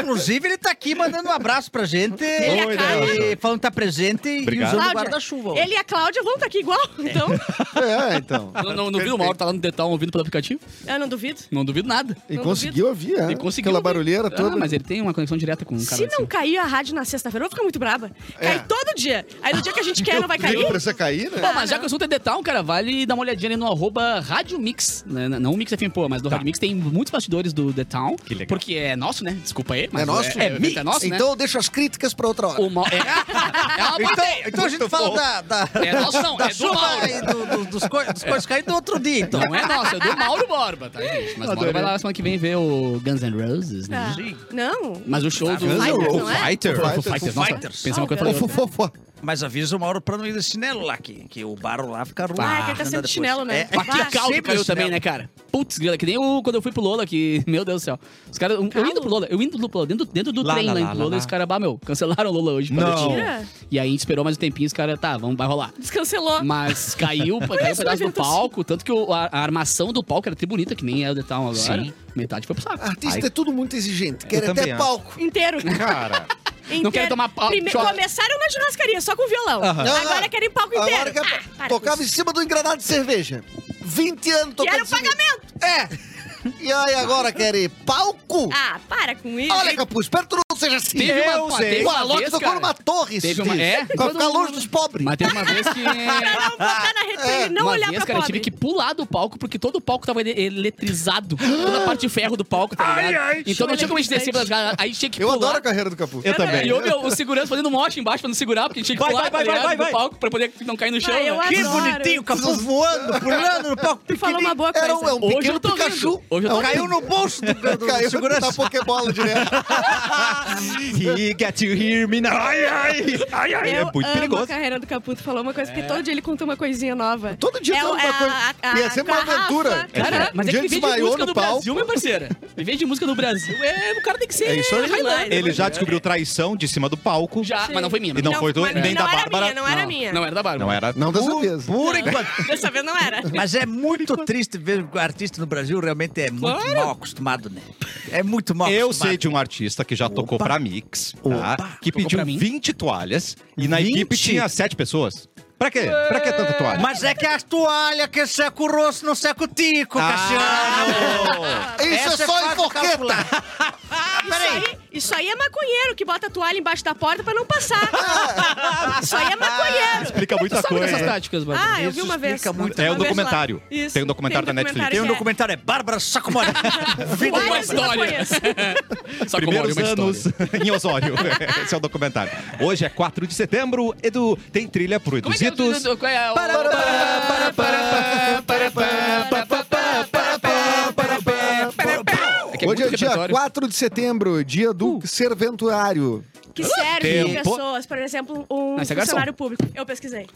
Speaker 5: Inclusive, ele tá aqui mandando um abraço pra gente.
Speaker 3: Ele é caro.
Speaker 5: E falando que tá presente
Speaker 1: Obrigado.
Speaker 5: e usando o
Speaker 3: Cláudia,
Speaker 5: guarda-chuva.
Speaker 3: Ele e a Cláudia vão estar aqui igual, então. <laughs>
Speaker 4: É, então.
Speaker 2: Não, não, não viu o Mauro, tá lá no detalhe ouvindo pelo aplicativo?
Speaker 3: Eu não duvido.
Speaker 2: Não duvido nada.
Speaker 4: E
Speaker 3: Não
Speaker 4: conseguiu ouvir, é.
Speaker 2: Ele conseguiu.
Speaker 4: Aquela
Speaker 2: ouvir.
Speaker 4: barulheira toda.
Speaker 2: Ah, mas ele tem uma conexão direta com o cara.
Speaker 3: Se não cair a rádio na sexta-feira, eu vou ficar muito braba. Cai
Speaker 4: É.
Speaker 3: todo dia. Aí no dia que a gente quer, não vai cair.
Speaker 4: Não precisa cair, né?
Speaker 2: Bom, mas já que o assunto é detalhe, cara, vale dar uma olhadinha ali no arroba Rádio Mix. né? Não o Mix FM, pô, mas do Rádio Mix tem muitos bastidores do The Town.
Speaker 1: Que legal.
Speaker 2: Porque é nosso, né? Desculpa aí, mas
Speaker 4: É nosso?
Speaker 2: É, é, é nosso,
Speaker 4: então eu deixo as críticas pra outra
Speaker 2: né?
Speaker 4: hora.
Speaker 2: O Mau- é, <laughs> é uma boa
Speaker 5: Então,
Speaker 2: ideia.
Speaker 5: então a gente fala da,
Speaker 4: <laughs>
Speaker 5: da,
Speaker 2: É nosso não,
Speaker 5: da
Speaker 2: é do
Speaker 5: chuva
Speaker 2: Mauro.
Speaker 5: e do- do- dos co- dos coisas caindo outro dia, então.
Speaker 2: Não é nosso, é do Mauro Borba, tá, gente? Mas o Mauro vai lá semana que vem ver o Guns N' Roses, né?
Speaker 3: Ah, Não.
Speaker 2: Mas o show do...
Speaker 3: Guns N' Roses,
Speaker 1: Foo
Speaker 3: não é?
Speaker 1: Fighter.
Speaker 2: Foo
Speaker 4: Foo
Speaker 2: Fighters, nossa,
Speaker 5: Fighters.
Speaker 2: pensei uma coisa
Speaker 3: Ah,
Speaker 2: pra
Speaker 4: Ô,
Speaker 3: o
Speaker 2: outra.
Speaker 3: Guns
Speaker 4: fofofó.
Speaker 5: Mas avisa o Mauro pra não ir de chinelo lá, que, que o barro lá fica ruim.
Speaker 3: Ah, que ele tá sempre de chinelo, né?
Speaker 5: É,
Speaker 3: Mas
Speaker 2: Aqui
Speaker 5: aqui
Speaker 3: Ah,
Speaker 2: a
Speaker 5: é
Speaker 2: caldo
Speaker 5: sempre
Speaker 2: caiu
Speaker 5: de
Speaker 2: também,
Speaker 5: chinelo.
Speaker 2: né, cara? Putz, grila, que nem o, quando eu fui pro Lola, que, meu Deus do céu. Os caras, eu indo pro Lola, eu indo pro Lola, dentro, do- dentro do
Speaker 1: Lá,
Speaker 2: trem
Speaker 1: lá,
Speaker 2: lá,
Speaker 1: lá,
Speaker 2: indo pro Lola,
Speaker 1: lá.
Speaker 2: os caras, bah, meu, cancelaram o Lola hoje. pra
Speaker 1: Não.
Speaker 2: noite.
Speaker 3: Mentira.
Speaker 2: E aí a gente esperou mais um tempinho, os caras, tá, vamos, vai rolar.
Speaker 3: Descancelou.
Speaker 2: Mas
Speaker 3: <laughs>
Speaker 2: caiu, caiu um
Speaker 3: isso,
Speaker 2: pedaço do
Speaker 3: evento
Speaker 2: palco, tanto que o- a, a armação do palco era até bonita, que nem é o detalhe agora.
Speaker 1: Sim.
Speaker 2: Metade foi pro saco.
Speaker 4: Artista é
Speaker 2: Aí-
Speaker 4: tudo muito exigente. Quer
Speaker 1: também
Speaker 4: até
Speaker 1: acho.
Speaker 4: palco.
Speaker 3: Inteiro.
Speaker 4: <laughs>
Speaker 1: Cara,
Speaker 3: Inteiro.
Speaker 2: Não quero tomar pau-
Speaker 3: Prime...
Speaker 2: choque.
Speaker 3: Começaram na churrascaria, só com violão.
Speaker 4: Não,
Speaker 3: Agora
Speaker 4: não.
Speaker 3: querem palco
Speaker 4: Agora
Speaker 3: inteiro.
Speaker 4: que
Speaker 3: Ah, para
Speaker 4: tocava
Speaker 3: com
Speaker 4: em
Speaker 3: isso.
Speaker 4: cima do engranado de cerveja. 20 anos tocando.
Speaker 3: Quero pagamento.
Speaker 4: É. E aí agora querem palco?
Speaker 3: Ah, para com isso.
Speaker 4: Olha, Capuz, espero que tu não seja assim.
Speaker 2: Teve uma-
Speaker 4: Eu
Speaker 2: pô,
Speaker 4: sei.
Speaker 2: teve
Speaker 4: O
Speaker 2: uma
Speaker 4: Alok
Speaker 2: vez,
Speaker 4: tocou
Speaker 2: cara.
Speaker 4: numa torre. esses
Speaker 2: Teve uma-
Speaker 4: dias,
Speaker 2: é,
Speaker 4: Pra
Speaker 2: todo
Speaker 4: ficar longe
Speaker 2: mundo-
Speaker 4: dos pobres.
Speaker 2: Mas teve uma vez que.
Speaker 3: <laughs> Pra não botar na rede, pra ele não
Speaker 2: uma
Speaker 3: olhar
Speaker 2: vez,
Speaker 3: pra
Speaker 2: cara, eu tive
Speaker 3: pobre.
Speaker 2: que pular do palco porque todo o palco tava ele- eletrizado. toda a parte de ferro do palco, tá ligado? então não tinha como a gente descer pelas galera. Aí tinha que
Speaker 4: Eu
Speaker 2: pular.
Speaker 4: adoro a carreira do Capuz.
Speaker 1: eu
Speaker 4: <laughs>
Speaker 1: também.
Speaker 2: E eu, meu, o segurança fazendo moche embaixo pra não segurar, porque tinha que
Speaker 1: Vai,
Speaker 2: pular
Speaker 1: vai, vai,
Speaker 2: tá ligado,
Speaker 1: vai, vai,
Speaker 2: do
Speaker 1: vai.
Speaker 2: palco pra poder não cair no chão.
Speaker 3: Ah, eu
Speaker 2: né?
Speaker 5: Que
Speaker 3: Adoro.
Speaker 5: bonitinho, o capuz voando, pulando no palco.
Speaker 3: Tu falou uma boa coisa.
Speaker 4: Era um, é um
Speaker 2: Hoje
Speaker 4: pequeno
Speaker 2: eu tô
Speaker 4: Pikachu. É um
Speaker 2: rindo. Hoje eu tô
Speaker 5: Caiu no bolso do, do, do
Speaker 4: Caiu tá um
Speaker 5: segurança.
Speaker 4: na Pokébola direto.
Speaker 2: <laughs>
Speaker 1: He got to hear me now. Ai, ai, ai, ai.
Speaker 3: Eu
Speaker 1: é muito
Speaker 3: amo a
Speaker 1: perigoso.
Speaker 3: carreira do Caputo. Falou uma coisa, porque todo dia ele conta uma coisinha nova.
Speaker 4: Todo dia
Speaker 3: é,
Speaker 4: tem
Speaker 3: o-
Speaker 4: alguma
Speaker 3: é
Speaker 4: coisa.
Speaker 3: a- a-
Speaker 4: E é sempre uma
Speaker 3: garrafa.
Speaker 4: aventura.
Speaker 2: Cara, mas
Speaker 4: Um
Speaker 2: é que
Speaker 4: dia
Speaker 2: em vez de
Speaker 4: desmaiou
Speaker 2: música
Speaker 4: no
Speaker 2: no
Speaker 4: palco.
Speaker 2: Brasil, minha parceira. Em vez de música no Brasil, é, o cara tem que ser.
Speaker 4: É isso aí.
Speaker 2: highlight.
Speaker 1: Ele já descobriu traição de cima do palco.
Speaker 2: Já, mas não foi minha.
Speaker 1: E não foi do-
Speaker 3: mas
Speaker 1: nem
Speaker 3: não
Speaker 1: da
Speaker 3: era
Speaker 1: Bárbara.
Speaker 3: Minha, não, era minha.
Speaker 2: Não é. era da Bárbara.
Speaker 1: Não era.
Speaker 4: Não dá
Speaker 5: Por-
Speaker 4: certeza.
Speaker 5: Por enquanto.
Speaker 3: <laughs> Dessa vez não era.
Speaker 5: Mas é muito triste ver o artista no Brasil realmente é muito
Speaker 2: Claro.
Speaker 5: mal acostumado, né? É muito mal
Speaker 1: Eu
Speaker 5: acostumado.
Speaker 1: sei de um artista que já tocou
Speaker 5: Opa.
Speaker 1: pra Mix, tá?
Speaker 5: Opa.
Speaker 1: que
Speaker 2: Tocou
Speaker 1: pediu
Speaker 2: pra mim?
Speaker 1: 20 toalhas e na
Speaker 5: 20?
Speaker 1: equipe tinha 7 pessoas. Pra quê? Pra que tanta toalha?
Speaker 5: Mas é que a toalha que seca o rosto não seca o tico, Cassiano.
Speaker 1: Ah,
Speaker 4: Isso
Speaker 5: Essa
Speaker 4: é só
Speaker 5: fácil
Speaker 4: em forqueta.
Speaker 5: calcular.
Speaker 3: Isso aí, isso aí é maconheiro que bota a toalha embaixo da porta pra não passar. isso aí é maconheiro.
Speaker 1: Explica muita
Speaker 2: Sabe dessas
Speaker 4: né?
Speaker 1: coisa.
Speaker 2: táticas, Bárbara?
Speaker 3: Ah, eu vi
Speaker 5: Isso
Speaker 3: uma vez.
Speaker 5: explica muito.
Speaker 1: É
Speaker 3: Uma
Speaker 1: o
Speaker 3: vez lá.
Speaker 1: documentário.
Speaker 3: Isso,
Speaker 1: Tem um documentário da Netflix.
Speaker 5: Tem um
Speaker 3: que é
Speaker 5: documentário, é Bárbara Sacomori. Vida
Speaker 3: Várias
Speaker 5: e Bárbara.
Speaker 3: maconhas.
Speaker 2: <laughs> Só como
Speaker 1: Primeiros
Speaker 2: Tá uma
Speaker 1: anos
Speaker 2: história.
Speaker 1: <laughs> em Osório. Esse é o documentário. Hoje é 4 de setembro. Edu, tem trilha pro
Speaker 2: Como é que é o-
Speaker 1: Eduzitos.
Speaker 2: qual é o- É que tem
Speaker 4: Hoje é
Speaker 2: muito
Speaker 4: dia
Speaker 2: repertório.
Speaker 4: 4 de setembro, dia do serventuário.
Speaker 3: Que serve
Speaker 1: Tempo.
Speaker 3: pessoas, por exemplo, um
Speaker 2: Não, isso é garçom.
Speaker 3: funcionário público. Eu pesquisei.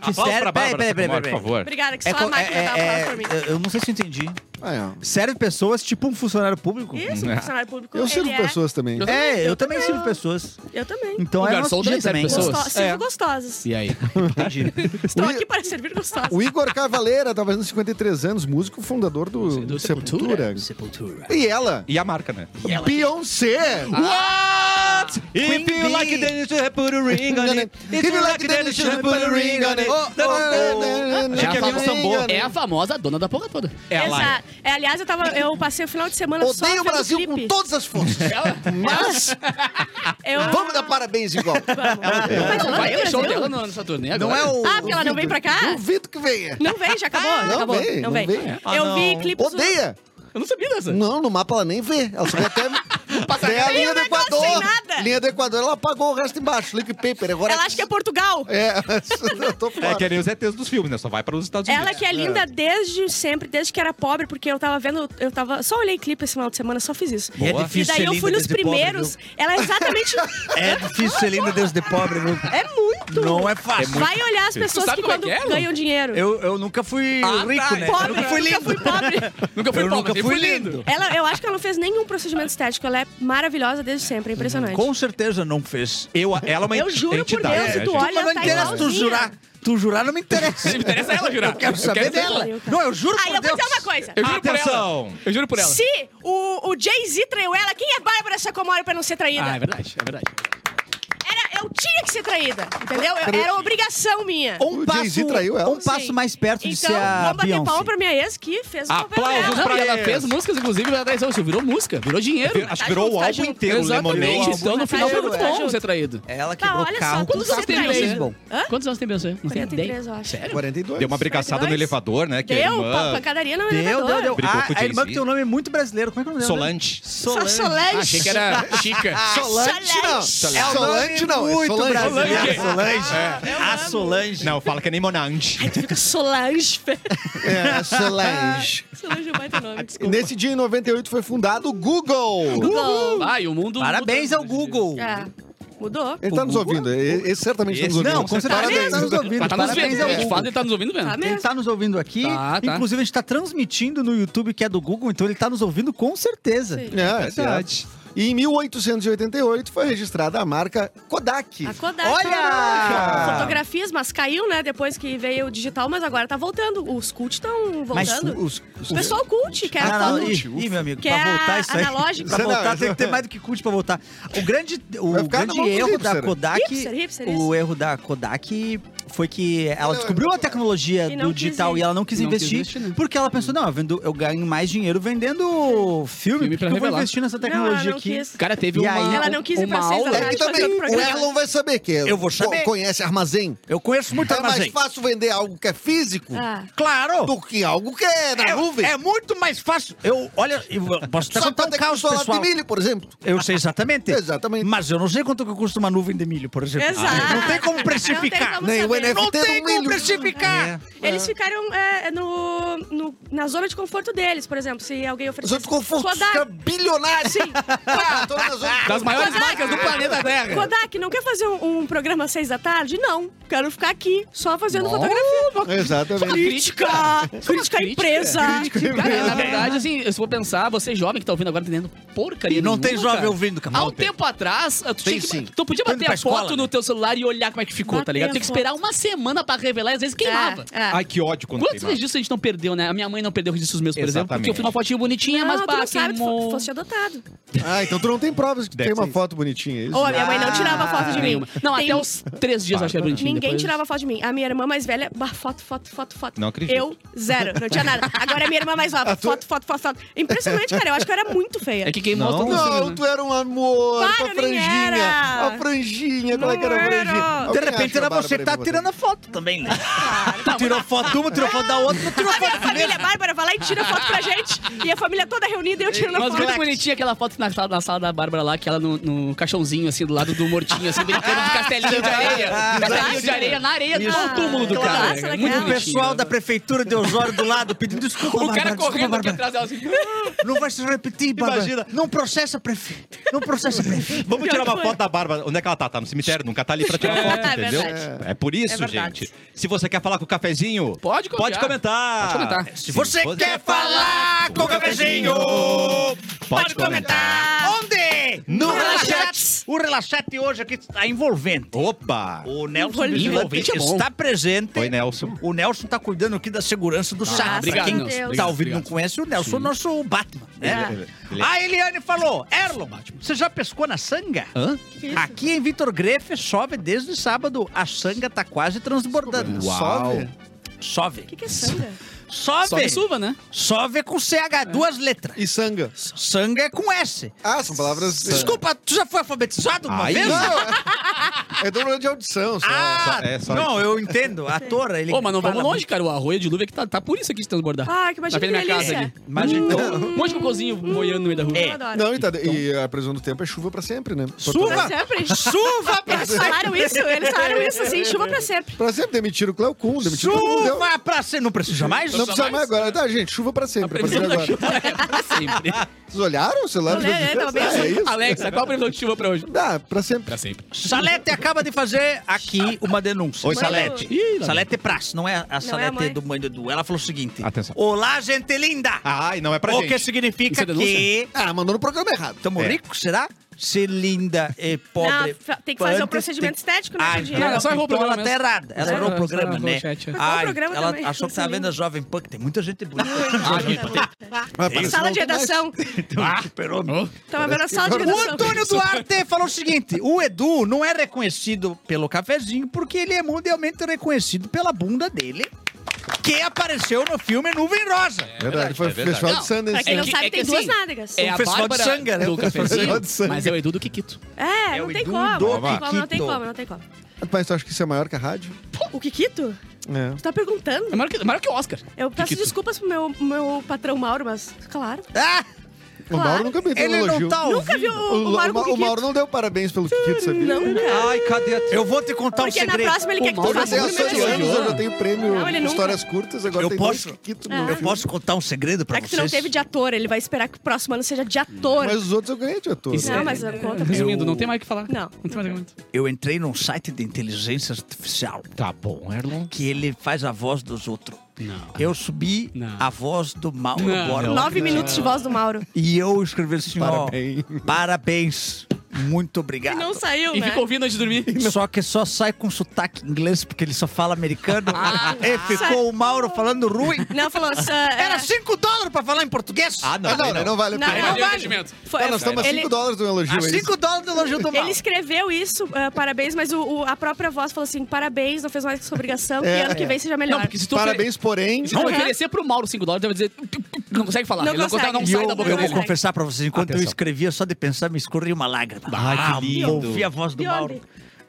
Speaker 1: Aplausos pra Bárbara
Speaker 5: Peraí, peraí,
Speaker 1: Sacomori,
Speaker 5: peraí,
Speaker 1: por favor.
Speaker 3: Obrigada, que
Speaker 5: É
Speaker 3: só
Speaker 5: co-
Speaker 3: a máquina
Speaker 5: é-
Speaker 3: tava
Speaker 5: é-
Speaker 3: falando pra mim.
Speaker 5: eu- Eu não sei se eu entendi.
Speaker 4: Ah,
Speaker 5: Serve pessoas tipo um funcionário público?
Speaker 3: Isso, um funcionário público.
Speaker 4: é. Eu sirvo
Speaker 3: ele
Speaker 4: pessoas também.
Speaker 2: Eu-
Speaker 5: É, eu também sirvo pessoas.
Speaker 3: É... Eu também.
Speaker 5: Então
Speaker 2: O
Speaker 5: é
Speaker 2: garçom
Speaker 5: nosso
Speaker 2: também
Speaker 5: dia
Speaker 2: serve
Speaker 5: também.
Speaker 2: pessoas.
Speaker 3: Gosto... Sirvo gostosas.
Speaker 2: E aí?
Speaker 5: Entendi.
Speaker 3: Estou
Speaker 4: O I-
Speaker 3: aqui para servir gostosas.
Speaker 4: O Igor Cavaleira tá fazendo 53 anos, músico fundador do, do Sepultura.
Speaker 2: Sepultura.
Speaker 4: E ela,
Speaker 1: E a marca, né?
Speaker 4: Beyoncé.
Speaker 1: What? If
Speaker 5: Queen
Speaker 1: you like
Speaker 5: Bee.
Speaker 1: it, then you should put a ring on it. <laughs> If you like it, then you should put a ring on it.
Speaker 5: Oh, oh,
Speaker 2: É
Speaker 1: Já
Speaker 2: a,
Speaker 1: que havia um
Speaker 2: famosa,
Speaker 1: tambor.
Speaker 2: é a famosa dona da porra toda.
Speaker 1: Ela.
Speaker 3: Exato. É, aliás, eu, tava, eu passei o final de semana só
Speaker 4: Odeio o
Speaker 3: vendo
Speaker 4: Brasil
Speaker 3: clipe.
Speaker 4: com todas as forças. Mas
Speaker 3: Eu...
Speaker 4: vamos dar parabéns igual.
Speaker 3: Mas ela
Speaker 2: Vai
Speaker 3: veio
Speaker 2: ao
Speaker 3: pro
Speaker 2: um show
Speaker 3: Brasil?
Speaker 2: dela no Saturno, né?
Speaker 5: Não é o.
Speaker 3: Ah, porque ela não vem pra cá?
Speaker 4: Duvido que venha.
Speaker 3: Não vem, já acabou?
Speaker 4: não
Speaker 3: acabou.
Speaker 4: vem, não vem.
Speaker 1: Ah,
Speaker 3: eu
Speaker 1: não.
Speaker 3: vi clipes... do-
Speaker 4: Odeia.
Speaker 2: Eu não sabia
Speaker 5: né?
Speaker 2: dessa.
Speaker 4: Não, no mapa ela nem vê. Ela só até
Speaker 2: Passa
Speaker 4: vê
Speaker 2: aí.
Speaker 4: a
Speaker 3: Tem
Speaker 4: linha
Speaker 3: um
Speaker 4: do
Speaker 3: negócio
Speaker 4: Equador.
Speaker 3: sem nada.
Speaker 4: Linha do Equador, ela apagou o resto embaixo. Link paper. Agora
Speaker 3: Ela acha que é Portugal.
Speaker 4: É, eu tô fora.
Speaker 1: É que nem os ETs dos filmes, né? Só vai para os Estados Unidos.
Speaker 3: Ela que é linda desde sempre, desde que era pobre, porque eu tava vendo, eu tava. Só olhei clipe esse final de semana, só fiz isso.
Speaker 5: E é
Speaker 1: Boa.
Speaker 3: E
Speaker 5: difícil
Speaker 3: daí
Speaker 5: ser
Speaker 3: eu
Speaker 5: linda
Speaker 3: fui nos
Speaker 5: desde pobre,
Speaker 3: primeiros. ela é exatamente.
Speaker 5: É difícil ser linda, Deus de pobre. viu?
Speaker 3: É muito.
Speaker 5: Não é fácil.
Speaker 3: Vai olhar as pessoas
Speaker 2: sabe
Speaker 3: que
Speaker 2: como é que
Speaker 3: quando
Speaker 2: é, Lu?
Speaker 3: ganham dinheiro.
Speaker 5: Eu, eu nunca fui
Speaker 2: Ah,
Speaker 5: rico,
Speaker 2: tá.
Speaker 5: né?
Speaker 3: pobre,
Speaker 5: Eu nunca fui
Speaker 3: eu
Speaker 5: lindo.
Speaker 3: fui pobre.
Speaker 2: Nunca fui
Speaker 5: Eu
Speaker 2: pobre,
Speaker 5: nunca
Speaker 2: sempre
Speaker 5: fui
Speaker 2: fui lindo.
Speaker 3: Ela, eu acho que ela não fez nenhum procedimento estético. Ela é maravilhosa desde sempre, é impressionante.
Speaker 5: Com certeza não fez.
Speaker 1: Eu, ela é uma
Speaker 3: Eu
Speaker 1: enti-
Speaker 3: juro por
Speaker 1: entidade.
Speaker 3: Deus,
Speaker 1: né,
Speaker 3: se tu
Speaker 1: gente?
Speaker 3: olha-
Speaker 5: Mas não
Speaker 3: tá
Speaker 5: interessa tu
Speaker 3: igualzinha.
Speaker 5: jurar. Tu jurar não me interessa.
Speaker 2: <laughs> Se me interessa ela, jurar.
Speaker 5: <laughs> Eu quero saber dela.
Speaker 3: saber, cara.
Speaker 5: Não, eu juro
Speaker 3: Aí
Speaker 5: por
Speaker 3: eu vou
Speaker 5: Deus.
Speaker 3: dizer uma coisa.
Speaker 2: Eu juro por
Speaker 1: Atenção.
Speaker 2: ela. Eu juro por ela.
Speaker 3: Se o, o Jay-Z traiu ela, quem é Bárbara Sacomori pra não ser traída?
Speaker 2: Ah, é verdade, é verdade.
Speaker 3: Era, eu tinha que ser traída, entendeu? Eu- era obrigação minha.
Speaker 5: Um
Speaker 4: O Jay-Z
Speaker 5: passo,
Speaker 4: traiu ela?
Speaker 5: um passo
Speaker 3: Sim.
Speaker 5: mais perto de
Speaker 3: Então,
Speaker 5: ser a
Speaker 3: vamos bater palma
Speaker 5: Beyoncé.
Speaker 3: pra minha ex que fez o papel
Speaker 1: Aplausos
Speaker 3: dela.
Speaker 2: Não,
Speaker 1: pra
Speaker 2: e ela
Speaker 1: eles.
Speaker 2: fez músicas, inclusive, na traição. Isso virou música, virou dinheiro.
Speaker 1: Acho que virou o
Speaker 3: Tá
Speaker 1: álbum
Speaker 3: junto.
Speaker 1: inteiro, né,
Speaker 2: Exatamente.
Speaker 1: Lemonade.
Speaker 2: Então, no final, foi muito
Speaker 3: Tá
Speaker 2: bom
Speaker 3: junto.
Speaker 2: ser traído.
Speaker 5: Ela
Speaker 3: Tá,
Speaker 5: quebrou o
Speaker 3: olha só,
Speaker 5: carro.
Speaker 3: tudo
Speaker 2: Quantos anos
Speaker 3: ser
Speaker 2: tem Beyoncé?
Speaker 3: traída. né? Hã?
Speaker 2: Quantos anos tem Beyoncé? Não tem
Speaker 3: 43,
Speaker 2: ideia.
Speaker 3: eu acho.
Speaker 2: Sério?
Speaker 4: 42.
Speaker 1: Deu uma brigaçada no
Speaker 3: 42.
Speaker 1: elevador, né? Que a
Speaker 3: Deu,
Speaker 1: irmã-
Speaker 3: pa- pancadaria não é
Speaker 5: Deu, deu, deu.
Speaker 1: Brigou
Speaker 5: Ah,
Speaker 1: com o
Speaker 5: a irmã
Speaker 1: Jay-Z.
Speaker 5: que tem um nome muito brasileiro. Como é que é o nome dela?
Speaker 1: Solange.
Speaker 3: Só Solange.
Speaker 2: Ah, Achei que era Chica.
Speaker 4: Solante não.
Speaker 1: Solange.
Speaker 4: É o Solante não. É
Speaker 5: Muito
Speaker 4: Solange.
Speaker 5: brasileiro.
Speaker 1: Solange.
Speaker 5: Solange. A Solange.
Speaker 1: É. Não, fala que é Nemonange.
Speaker 3: Fica Solange. <laughs> velho.
Speaker 4: É, Solange.
Speaker 3: Solange é um baita nome.
Speaker 4: <laughs> Nesse dia, em 98, foi fundado o Google.
Speaker 3: Google.
Speaker 2: Ah, e o mundo.
Speaker 5: Parabéns
Speaker 2: muda-
Speaker 5: ao Google.
Speaker 3: É, mudou.
Speaker 4: Ele tá nos ouvindo. Ele ele certamente tá nos ouvindo.
Speaker 5: Não, com certeza ele tá nos ouvindo.
Speaker 2: Mas tá nos
Speaker 5: Parabéns
Speaker 2: vendo,
Speaker 5: ao
Speaker 2: né? de fato
Speaker 5: Google.
Speaker 2: ele tá nos ouvindo mesmo.
Speaker 3: Tá
Speaker 5: Ele
Speaker 3: mesmo.
Speaker 5: tá nos ouvindo aqui.
Speaker 2: Tá, tá.
Speaker 5: Inclusive, a gente tá transmitindo no YouTube, que é do Google, então ele tá nos ouvindo com certeza.
Speaker 3: Sim.
Speaker 4: É, certo.
Speaker 1: Verdade.
Speaker 4: E em 1888 foi registrada a marca Kodak.
Speaker 3: A Kodak.
Speaker 5: Olha!
Speaker 3: Fotografias, mas caiu, né? Depois que veio o digital, mas agora tá voltando. Os cult estão
Speaker 5: Mas
Speaker 3: voltando.
Speaker 5: os- os-
Speaker 3: o pessoal cult quer
Speaker 5: Ah, não,
Speaker 3: foto.
Speaker 5: ih, ih, meu amigo,
Speaker 3: Que
Speaker 5: pra
Speaker 3: é
Speaker 5: voltar isso aí.
Speaker 3: analógico.
Speaker 5: Pra
Speaker 4: Não,
Speaker 5: voltar,
Speaker 4: isso-
Speaker 5: tem que ter mais do que curte pra voltar. O grande,
Speaker 4: Vai
Speaker 5: o
Speaker 4: ficar na
Speaker 5: grande
Speaker 4: mão dos
Speaker 5: erro da
Speaker 4: hipster.
Speaker 5: Kodak.
Speaker 3: Hipster, hipster,
Speaker 5: o erro da Kodak foi que ela
Speaker 4: Olha,
Speaker 5: descobriu a tecnologia
Speaker 3: E não
Speaker 5: do
Speaker 3: quis
Speaker 5: digital
Speaker 3: ir.
Speaker 5: e ela não quis
Speaker 2: Não quis
Speaker 5: investir.
Speaker 2: investir, né?
Speaker 5: Porque ela pensou, não, eu, vendo, eu ganho mais dinheiro vendendo filme,
Speaker 2: Filme
Speaker 5: por que
Speaker 2: pra
Speaker 5: eu vou
Speaker 2: revelar.
Speaker 5: investir nessa
Speaker 3: Não, ela
Speaker 5: tecnologia
Speaker 3: não
Speaker 5: aqui.
Speaker 3: quis.
Speaker 2: Cara, teve
Speaker 5: E
Speaker 2: uma.
Speaker 5: aí-
Speaker 3: Ela não quis ir
Speaker 2: uma
Speaker 3: pra seis da
Speaker 2: aula.
Speaker 3: tarde.
Speaker 4: É que também
Speaker 3: Fazer o
Speaker 4: o
Speaker 3: programa.
Speaker 4: Erlon vai saber que é-
Speaker 5: Eu vou saber.
Speaker 4: co- conhece armazém.
Speaker 5: Eu conheço muito
Speaker 4: É mais
Speaker 5: armazém.
Speaker 4: fácil vender algo que é físico
Speaker 3: Ah.
Speaker 5: Claro!
Speaker 4: do que algo que é na nuvem.
Speaker 5: É, é muito mais fácil. Eu, olha, eu posso até
Speaker 4: Só
Speaker 5: contar
Speaker 4: pra
Speaker 5: um
Speaker 4: ter que
Speaker 5: caos,
Speaker 4: solar de
Speaker 5: pessoal.
Speaker 4: milho, por exemplo.
Speaker 5: Eu sei exatamente.
Speaker 4: Exatamente.
Speaker 5: Mas eu não sei quanto é que custa uma nuvem de milho, por exemplo.
Speaker 3: Exato.
Speaker 5: Não tem como
Speaker 3: Não tem
Speaker 5: precificar.
Speaker 3: como
Speaker 4: Nem o
Speaker 3: saber.
Speaker 4: NFT.
Speaker 5: Não
Speaker 4: Tem
Speaker 5: tem
Speaker 4: um
Speaker 5: como
Speaker 4: milho.
Speaker 5: precificar.
Speaker 3: Eles ficaram é, no, no- na zona de conforto deles, por exemplo. Se alguém
Speaker 4: Os
Speaker 3: oferecesse...
Speaker 4: outros confortos
Speaker 3: Kodak.
Speaker 4: fica bilionário. <laughs> Sim.
Speaker 2: Das maiores marcas do planeta Terra.
Speaker 3: Kodak, não quer fazer um, um programa às seis da tarde? Não. Quero ficar aqui, só fazendo fotografia.
Speaker 4: Exatamente.
Speaker 2: Crítica!
Speaker 3: Crítica à empresa.
Speaker 2: Cara, na verdade, assim, se for pensar, você jovem que tá ouvindo agora, não tá entendendo porcaria
Speaker 5: E não
Speaker 2: nenhuma,
Speaker 5: tem jovem
Speaker 2: cara.
Speaker 5: ouvindo, Camargo.
Speaker 2: Há um tempo atrás, tu, tinha que-
Speaker 5: sim.
Speaker 2: tu podia
Speaker 5: Tô indo
Speaker 2: bater
Speaker 5: pra
Speaker 2: a foto
Speaker 5: escola,
Speaker 2: no
Speaker 5: né?
Speaker 2: teu celular e olhar como é que ficou, tá
Speaker 3: Bater
Speaker 2: ligado?
Speaker 3: a
Speaker 2: Tem que
Speaker 3: foto.
Speaker 2: esperar uma semana pra revelar e às vezes queimava.
Speaker 3: É, é.
Speaker 1: Ai, que ódio quando
Speaker 2: Quantos
Speaker 1: queimava.
Speaker 2: registros a gente não perdeu, né? A minha mãe não perdeu registros meus, por exemplo, porque eu
Speaker 1: Exatamente.
Speaker 2: fiz uma fotinha bonitinha, mas
Speaker 3: Não, tu
Speaker 2: pá,
Speaker 3: não sabe, tu fo-
Speaker 2: queimou.
Speaker 3: fosse adotado.
Speaker 4: Ah, então tu não tem provas que
Speaker 1: Deve
Speaker 4: tem uma
Speaker 1: ser.
Speaker 4: foto bonitinha. é Isso?
Speaker 3: Ou a minha mãe
Speaker 2: Ah,
Speaker 3: não tirava foto de mim.
Speaker 2: Nenhuma. Não,
Speaker 3: Tem-
Speaker 2: até os três dias eu achei bonitinho.
Speaker 3: Ninguém
Speaker 2: depois-
Speaker 3: tirava foto de mim. A minha irmã mais velha, bah, foto, foto, foto, foto.
Speaker 1: Não acredito.
Speaker 3: Eu, zero. Não tinha nada. Agora é minha irmã
Speaker 2: <laughs>
Speaker 3: mais nova. Foto, foto, foto, foto. Impressionante, cara. Eu acho que eu era muito feia.
Speaker 2: É que queimou
Speaker 1: Não.
Speaker 2: todo mundo.
Speaker 4: Não,
Speaker 2: né?
Speaker 4: tu era um amor,
Speaker 3: Para,
Speaker 4: tua
Speaker 3: eu nem
Speaker 4: franjinha.
Speaker 3: era.
Speaker 4: A franjinha, como é que
Speaker 3: Não
Speaker 4: era a
Speaker 3: era.
Speaker 4: franjinha?
Speaker 5: De
Speaker 4: Alguém
Speaker 5: repente
Speaker 4: acha
Speaker 5: era
Speaker 4: a Bárbara
Speaker 5: você que tá
Speaker 4: aí pra
Speaker 5: tirando a foto também, né? Tu tirou foto de uma, tirou foto da outra, tirou
Speaker 3: Tá
Speaker 5: foto
Speaker 3: vendo a
Speaker 5: da
Speaker 3: família Bárbara? Vai lá e tira foto pra gente. E a família toda reunida e eu tirando a
Speaker 2: Mas muito
Speaker 3: foto.
Speaker 2: bonitinha aquela foto na sala, na sala da Bárbara lá, que ela no, no caixãozinho, assim, do
Speaker 5: <laughs> Ah,
Speaker 2: lado do mortinho, assim, brincando de castelinho de areia. Castelinho de areia na areia, no túmulo do
Speaker 3: Claro,
Speaker 2: cara.
Speaker 3: essa legal.
Speaker 2: muito
Speaker 5: O pessoal
Speaker 2: bonitinho.
Speaker 5: da prefeitura de Osório do lado pedindo desculpa.
Speaker 2: O
Speaker 5: Bárbara,
Speaker 2: cara
Speaker 5: desculpa,
Speaker 2: correndo aqui
Speaker 5: Bárbara.
Speaker 2: atrás dela assim.
Speaker 5: Não vai se repetir, Bárbara.
Speaker 1: Imagina.
Speaker 5: Não processa prefeito. Não processa prefeito.
Speaker 1: Vamos tirar uma
Speaker 3: Pior que foi.
Speaker 1: foto da Bárbara. Onde é que ela tá? Tá no cemitério, nunca tá ali pra tirar
Speaker 2: É,
Speaker 1: foto,
Speaker 3: é
Speaker 1: entendeu?
Speaker 3: verdade.
Speaker 1: É, por isso,
Speaker 3: É verdade.
Speaker 1: gente. Se você quer falar com o cafezinho,
Speaker 2: Pode comentar.
Speaker 1: pode comentar.
Speaker 2: Pode comentar.
Speaker 1: Se
Speaker 5: Você quer falar com o cafezinho?
Speaker 1: Pode
Speaker 5: comentar. Onde?
Speaker 1: No
Speaker 5: Relaxete. O Relaxete hoje aqui está envolvente.
Speaker 1: Opa!
Speaker 5: O Nelson
Speaker 3: Envolvente.
Speaker 5: Vigilante
Speaker 2: Envolvente é bom.
Speaker 5: está presente.
Speaker 1: Oi, Nelson.
Speaker 5: O Nelson tá cuidando aqui da segurança do chá.
Speaker 3: obrigado,
Speaker 5: Quem
Speaker 3: Nelson.
Speaker 5: tá
Speaker 2: Obrigado,
Speaker 5: ouvindo
Speaker 2: obrigado.
Speaker 5: não conhece o Nelson, o nosso Batman. né?
Speaker 1: Ele- ele- ele-
Speaker 5: A Eliane falou: Erlon, você já pescou na sanga?
Speaker 1: Hã?
Speaker 5: Aqui em Vitor Grefe chove desde sábado. A sanga tá quase transbordando.
Speaker 1: Uau.
Speaker 5: Chove.
Speaker 3: O que, que é sanga?
Speaker 5: Chove.
Speaker 2: Sobe suva, né?
Speaker 5: Chove com CH, duas letras.
Speaker 4: E sanga.
Speaker 5: Sanga é com S.
Speaker 4: Ah, são palavras...
Speaker 5: Desculpa, tu já foi alfabetizado uma
Speaker 1: Ai.
Speaker 5: vez?
Speaker 4: Não, é, é dobro de audição. Só.
Speaker 5: Ah,
Speaker 1: Só- é, só-
Speaker 5: não, eu entendo. A Tora, ele.
Speaker 2: Ô, mas não vamos
Speaker 5: fala-
Speaker 2: longe, cara. O arroio de luva é que tá, tá por isso aqui de transbordar.
Speaker 3: Ah, que imagina
Speaker 2: Tá vendo
Speaker 3: que
Speaker 2: minha casa
Speaker 3: delícia.
Speaker 2: aqui.
Speaker 5: Mas então.
Speaker 2: Um monte de cocôzinho boiando no meio da rua.
Speaker 5: É.
Speaker 3: Eu adoro.
Speaker 4: Não, e, tá, e a previsão do tempo é chuva pra sempre, né? Porto Alegre-
Speaker 5: Chuva!
Speaker 3: Pra sempre.
Speaker 2: <laughs>
Speaker 5: Chuva
Speaker 3: <laughs>
Speaker 5: pra
Speaker 3: Eles
Speaker 5: sempre!
Speaker 3: falaram isso, eles falaram isso, assim, chuva pra sempre.
Speaker 4: Pra sempre, demitiram o Cleo Kuhn, demitiram todo mundo.
Speaker 5: Chuva pra sempre! Não precisa mais?
Speaker 4: Não precisa mais agora. Tá, gente, chuva pra
Speaker 2: A
Speaker 4: sempre. A partir
Speaker 2: previsão
Speaker 4: de
Speaker 2: da
Speaker 4: agora.
Speaker 2: chuva é pra
Speaker 5: <laughs>
Speaker 2: sempre.
Speaker 4: Vocês olharam o celular?
Speaker 3: Eu olhei,
Speaker 4: de vocês?
Speaker 3: tava bem
Speaker 4: Ah, é
Speaker 3: assim. é.
Speaker 4: isso?
Speaker 2: Alexa, qual a previsão de chuva pra hoje?
Speaker 4: Dá, pra sempre.
Speaker 2: Pra sempre.
Speaker 5: Salete acaba de fazer aqui uma denúncia.
Speaker 1: Oi,
Speaker 5: Salete.
Speaker 2: Mano. Ih, lá
Speaker 5: Salete Pras, não é a
Speaker 3: é a
Speaker 5: Salete
Speaker 3: mãe.
Speaker 5: do mãe do Edu. Ela falou o seguinte:
Speaker 1: Atenção.
Speaker 5: Olá, gente linda!
Speaker 1: Ai, não é pra
Speaker 5: o
Speaker 1: gente.
Speaker 5: que significa
Speaker 2: Isso é denúncia?
Speaker 5: que.
Speaker 4: Ah, mandou no programa errado.
Speaker 5: Tamo
Speaker 1: É.
Speaker 5: ricos, será? Ser linda e pobre.
Speaker 3: Não, fa- tem que fazer
Speaker 5: Antes
Speaker 3: um procedimento estético, né,
Speaker 5: Ah,
Speaker 3: Jandinho?
Speaker 2: Não, ela só errou o
Speaker 5: então
Speaker 2: programa
Speaker 5: Ela tá
Speaker 2: mesmo.
Speaker 5: errada. Ela
Speaker 2: É,
Speaker 5: errou o
Speaker 2: ela
Speaker 5: programa,
Speaker 2: errou
Speaker 5: né?
Speaker 2: o chat, é.
Speaker 3: qual o
Speaker 5: Ai,
Speaker 3: programa
Speaker 5: ela
Speaker 3: também?
Speaker 5: achou que tava vendo a Jovem Punk. Tem muita Ah, gente bonita.
Speaker 4: Mas parece
Speaker 3: Sala
Speaker 4: que
Speaker 3: de
Speaker 4: não tem mais.
Speaker 3: redação.
Speaker 5: ah, perdão.
Speaker 3: Tava vendo a sala de
Speaker 5: O
Speaker 3: redação.
Speaker 5: Antônio Duarte falou o seguinte: o Edu não é reconhecido pelo cafezinho porque ele é mundialmente reconhecido pela bunda dele, que apareceu no filme Nuvem Rosa.
Speaker 4: É Verdade, foi o
Speaker 1: verdade.
Speaker 4: Festival
Speaker 2: Não,
Speaker 4: de Sundance.
Speaker 3: Pra quem
Speaker 2: É
Speaker 3: não
Speaker 2: que-
Speaker 3: sabe,
Speaker 2: é que
Speaker 3: tem duas
Speaker 2: assim,
Speaker 3: nádegas.
Speaker 2: É
Speaker 3: É,
Speaker 2: a
Speaker 5: festival de
Speaker 2: Bárbara
Speaker 5: sanga, né?
Speaker 2: do cafezinho,
Speaker 4: Festival de sanga.
Speaker 2: mas é o Edu do Kikito.
Speaker 5: é
Speaker 3: não
Speaker 5: o
Speaker 3: tem
Speaker 5: Edu
Speaker 3: como.
Speaker 5: do
Speaker 3: Não tem como, não tem
Speaker 5: Kikito.
Speaker 3: como, não tem como.
Speaker 4: Mas tu acha que isso é maior que a rádio?
Speaker 3: O Kikito?
Speaker 4: É.
Speaker 3: Tu tá perguntando?
Speaker 2: É maior que, maior que o Oscar.
Speaker 3: Eu peço
Speaker 2: Kikito.
Speaker 3: desculpas pro meu, meu patrão Mauro, mas claro.
Speaker 5: Ah,
Speaker 4: O
Speaker 3: Claro.
Speaker 4: Mauro nunca me deu um
Speaker 5: ele não
Speaker 4: elogio.
Speaker 5: tá ouvindo.
Speaker 3: Nunca viu
Speaker 4: O,
Speaker 3: o, o Mauro
Speaker 4: Ma-
Speaker 3: com
Speaker 4: o
Speaker 3: o Kikito?
Speaker 4: Mauro não deu parabéns pelo Kikito, sabia?
Speaker 3: Não, cara.
Speaker 1: Ai, cadê a...
Speaker 5: Eu vou te contar
Speaker 3: Porque
Speaker 5: um
Speaker 3: na
Speaker 5: segredo.
Speaker 3: próxima ele quer que tu
Speaker 4: Eu já
Speaker 3: faça
Speaker 4: tenho
Speaker 3: um
Speaker 4: ações
Speaker 3: número
Speaker 4: elogios, eu
Speaker 3: elogio.
Speaker 4: já tenho prêmio
Speaker 3: Não, ele nunca.
Speaker 4: Histórias Curtas, agora
Speaker 5: Eu
Speaker 4: tem
Speaker 5: posso-
Speaker 4: dois Kikito no
Speaker 5: Eu
Speaker 4: meu
Speaker 5: posso contar um segredo pra
Speaker 3: É que tu não
Speaker 5: vocês?
Speaker 3: teve de ator, ele vai esperar que o próximo ano seja de ator.
Speaker 4: Mas os outros eu ganhei de ator.
Speaker 2: Isso
Speaker 3: Não,
Speaker 2: é-
Speaker 3: mas eu conto.
Speaker 2: Resumindo, não tem mais o que falar.
Speaker 3: Não.
Speaker 2: Não tem mais o que comentar.
Speaker 5: Eu entrei num site de inteligência artificial
Speaker 1: Tá bom, Erlon.
Speaker 5: que ele faz a voz dos outros.
Speaker 2: Não.
Speaker 5: Eu subi
Speaker 2: Não.
Speaker 5: a voz do Mauro
Speaker 2: Não.
Speaker 5: Borba.
Speaker 3: Nove minutos de voz do Mauro.
Speaker 5: E eu escrevi assim, ó,
Speaker 4: Parabéns.
Speaker 5: parabéns, muito obrigado.
Speaker 3: E não saiu,
Speaker 2: E
Speaker 3: né?
Speaker 2: fica ouvindo antes de dormir.
Speaker 5: Só que só sai com sotaque inglês porque ele só fala americano. e ficou o Mauro falando ruim.
Speaker 3: Não, falou... "Sir,
Speaker 5: Era
Speaker 3: Ah, é,
Speaker 5: 5 dólares pra falar em português.
Speaker 1: Ah, não.
Speaker 4: Ah, não,
Speaker 1: aí
Speaker 4: não, não vale a
Speaker 3: Não,
Speaker 4: pena.
Speaker 3: não
Speaker 2: Cadê o
Speaker 3: vale.
Speaker 2: investimento?
Speaker 3: foi-
Speaker 4: Tá, nós estamos a
Speaker 3: ele- Ah,
Speaker 4: 5 dólares do elogio é
Speaker 5: A
Speaker 4: aí.
Speaker 5: 5 dólares do elogio do Mauro.
Speaker 3: Ele escreveu isso, ah, parabéns, mas o, o- a própria voz falou assim: parabéns, não fez mais que sua obrigação,
Speaker 4: É.
Speaker 3: e ano que vem seja melhor.
Speaker 2: Não, porque se tu ofere-
Speaker 4: Parabéns, porém.
Speaker 2: se tu
Speaker 3: Uhum.
Speaker 2: oferecer pro Mauro 5 dólares, ele vai dizer. Não consegue falar.
Speaker 3: Não
Speaker 2: ele não
Speaker 3: consegue.
Speaker 2: consegue, não
Speaker 3: E
Speaker 5: E
Speaker 2: sai
Speaker 5: eu,
Speaker 2: da boca
Speaker 5: eu
Speaker 2: dele.
Speaker 5: vou confessar pra vocês, enquanto eu
Speaker 1: Atenção.
Speaker 5: escrevia, só de pensar, me escorria uma lágrima.
Speaker 1: Ai, que
Speaker 5: Ah,
Speaker 1: lindo.
Speaker 5: Ouvi a voz do
Speaker 3: De onde?
Speaker 5: Mauro.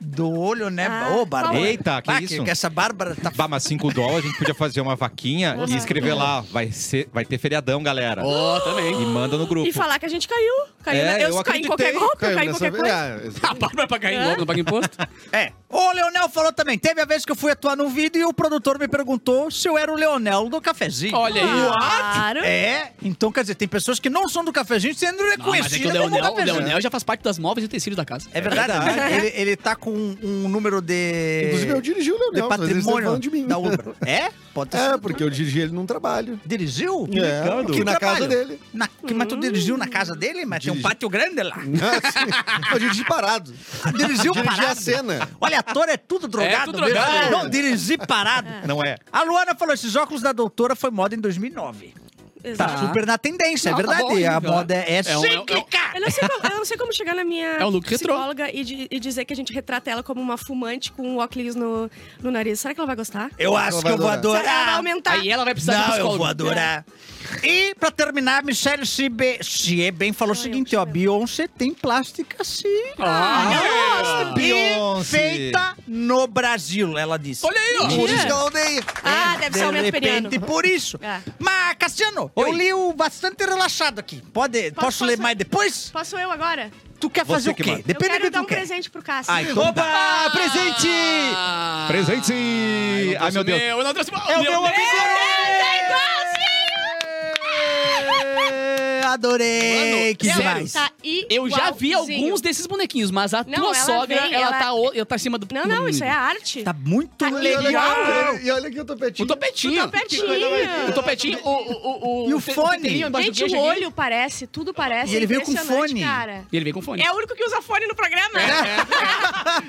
Speaker 5: Do olho, né?
Speaker 3: Ah,
Speaker 5: Ô,
Speaker 3: qual
Speaker 5: Bárbara.
Speaker 3: é?
Speaker 1: Eita, que
Speaker 5: Ah,
Speaker 1: isso?
Speaker 5: Que essa Bárbara tá...
Speaker 1: Bah, mas 5 dólares a gente podia fazer uma vaquinha e escrever lá. Vai, ser, vai ter feriadão, galera.
Speaker 2: Ó, também.
Speaker 1: E manda no grupo.
Speaker 3: E falar que a gente caiu. caiu
Speaker 1: É,
Speaker 3: né? eu,
Speaker 1: eu
Speaker 3: caí em qualquer
Speaker 1: acreditei.
Speaker 3: golpe, eu
Speaker 4: Caiu
Speaker 3: caí em
Speaker 4: nessa
Speaker 3: qualquer
Speaker 4: vez.
Speaker 3: coisa.
Speaker 4: Ah,
Speaker 2: A Bárbara pra cair logo, não paga
Speaker 3: <laughs>
Speaker 2: imposto.
Speaker 5: É. O Leonel falou também. Teve a vez que eu fui atuar num vídeo e o produtor me perguntou se eu era o Leonel do cafezinho.
Speaker 2: Olha aí.
Speaker 3: Claro.
Speaker 2: tá.
Speaker 5: É, então quer dizer, tem pessoas que não são do cafezinho sendo
Speaker 2: Não, mas é que o
Speaker 5: reconhecidas como
Speaker 2: Leonel, o
Speaker 5: cafezinho.
Speaker 2: Leonel já faz parte das móveis e utensílios da casa.
Speaker 5: É verdade, Ele, ele tá com um, um número de.
Speaker 4: Inclusive, eu dirigi o
Speaker 5: de
Speaker 4: Leonel, mas eles estão
Speaker 5: patrimônio
Speaker 4: tá falando de mim.
Speaker 5: da Uber. É? Pode ter
Speaker 4: É,
Speaker 5: sido.
Speaker 4: porque eu dirigi ele num trabalho. <laughs>
Speaker 5: Dirigiu?
Speaker 4: É, fui na casa dele.
Speaker 5: Na- que- mas tu dirigiu na casa dele? Mas tem um
Speaker 4: Dirigi.
Speaker 5: pátio grande lá.
Speaker 4: Assim, eu dirigi parado.
Speaker 5: Dirigiu
Speaker 4: Dirigi
Speaker 5: parado.
Speaker 4: a cena.
Speaker 5: Olha, ator é tudo drogado.
Speaker 2: tudo
Speaker 5: mesmo.
Speaker 2: drogado.
Speaker 5: Não, dirigi parado.
Speaker 1: Não é.
Speaker 5: A Luana falou, esses óculos da doutora foi moda em 2009. Tá,
Speaker 3: Exato.
Speaker 5: super na tendência, é
Speaker 2: Não, tá
Speaker 5: verdade.
Speaker 2: bom,
Speaker 5: a
Speaker 2: cara.
Speaker 5: moda é,
Speaker 2: É um- é um-
Speaker 5: cíclica.
Speaker 3: Eu não, sei como, eu não sei como chegar na minha
Speaker 2: É um look retrô.
Speaker 3: psicóloga e, di- e dizer que a gente retrata ela como uma fumante com um óculos no, no nariz. Será que ela vai gostar?
Speaker 5: Eu acho
Speaker 4: Ela
Speaker 5: que
Speaker 4: vai
Speaker 5: eu vou
Speaker 3: Será
Speaker 5: adorar.
Speaker 3: que ela vai aumentar?
Speaker 2: Aí ela vai precisar de
Speaker 5: Não, eu
Speaker 2: psicólogo.
Speaker 5: vou adorar. E pra terminar, Michelle Sibe, bem falou o seguinte, ó, Beyoncé tem plástica sim.
Speaker 3: tá.
Speaker 2: Ah,
Speaker 1: Ah,
Speaker 5: E
Speaker 1: Beyoncé.
Speaker 5: é. feita no Brasil, ela disse.
Speaker 2: Olha aí, ó.
Speaker 4: Por isso que ela odeia.
Speaker 3: Ah, deve
Speaker 5: É, De
Speaker 3: ser aumento
Speaker 5: repente,
Speaker 3: peniano.
Speaker 5: por isso.
Speaker 3: É.
Speaker 5: Mas, Cassiano, eu
Speaker 1: Oi.
Speaker 5: li o bastante relaxado aqui. Pode, posso,
Speaker 3: Posso-
Speaker 5: ler
Speaker 3: posso-
Speaker 5: mais depois?
Speaker 3: Posso eu agora?
Speaker 5: Tu quer
Speaker 1: Você
Speaker 5: fazer o
Speaker 1: que
Speaker 5: quê?
Speaker 1: manda.
Speaker 3: Eu
Speaker 5: Depende
Speaker 3: quero
Speaker 5: do que
Speaker 3: dar um
Speaker 5: tu quer.
Speaker 3: presente pro Cássio.
Speaker 1: Ah, então
Speaker 5: Opa!
Speaker 1: dá.
Speaker 5: Presente!
Speaker 2: Ah,
Speaker 1: Presente!
Speaker 2: eu
Speaker 1: Ai,
Speaker 2: não
Speaker 1: meu
Speaker 2: trouxe
Speaker 1: Deus.
Speaker 2: meu, eu não trouxe
Speaker 5: É o meu
Speaker 2: Deus.
Speaker 5: amigo!
Speaker 3: é
Speaker 5: Êêê! Adorei!
Speaker 2: Mano,
Speaker 5: que
Speaker 2: sério,
Speaker 5: demais!
Speaker 3: Tá igualzinho.
Speaker 2: Eu já vi alguns desses bonequinhos, mas a
Speaker 3: Não,
Speaker 2: tua
Speaker 3: ela
Speaker 2: sogra,
Speaker 3: vem,
Speaker 2: ela,
Speaker 3: ela-
Speaker 2: tá, o- ela tá em cima do...
Speaker 3: Não, não, isso é arte.
Speaker 5: Tá muito
Speaker 3: Tá
Speaker 4: E
Speaker 5: legal! né?
Speaker 4: olha,
Speaker 3: Legal!
Speaker 4: aqui, e olha aqui o topetinho.
Speaker 2: O topetinho.
Speaker 3: O topetinho.
Speaker 2: O topetinho, o... o, o
Speaker 5: E o
Speaker 2: te-
Speaker 5: fone?
Speaker 2: telinho embaixo do
Speaker 3: Gente, o
Speaker 2: queixo aqui.
Speaker 3: olho parece, tudo parece.
Speaker 5: E ele
Speaker 3: é
Speaker 5: veio com
Speaker 3: impressionante,
Speaker 5: fone.
Speaker 3: Cara.
Speaker 2: E ele veio com fone.
Speaker 3: É o único que usa fone no programa.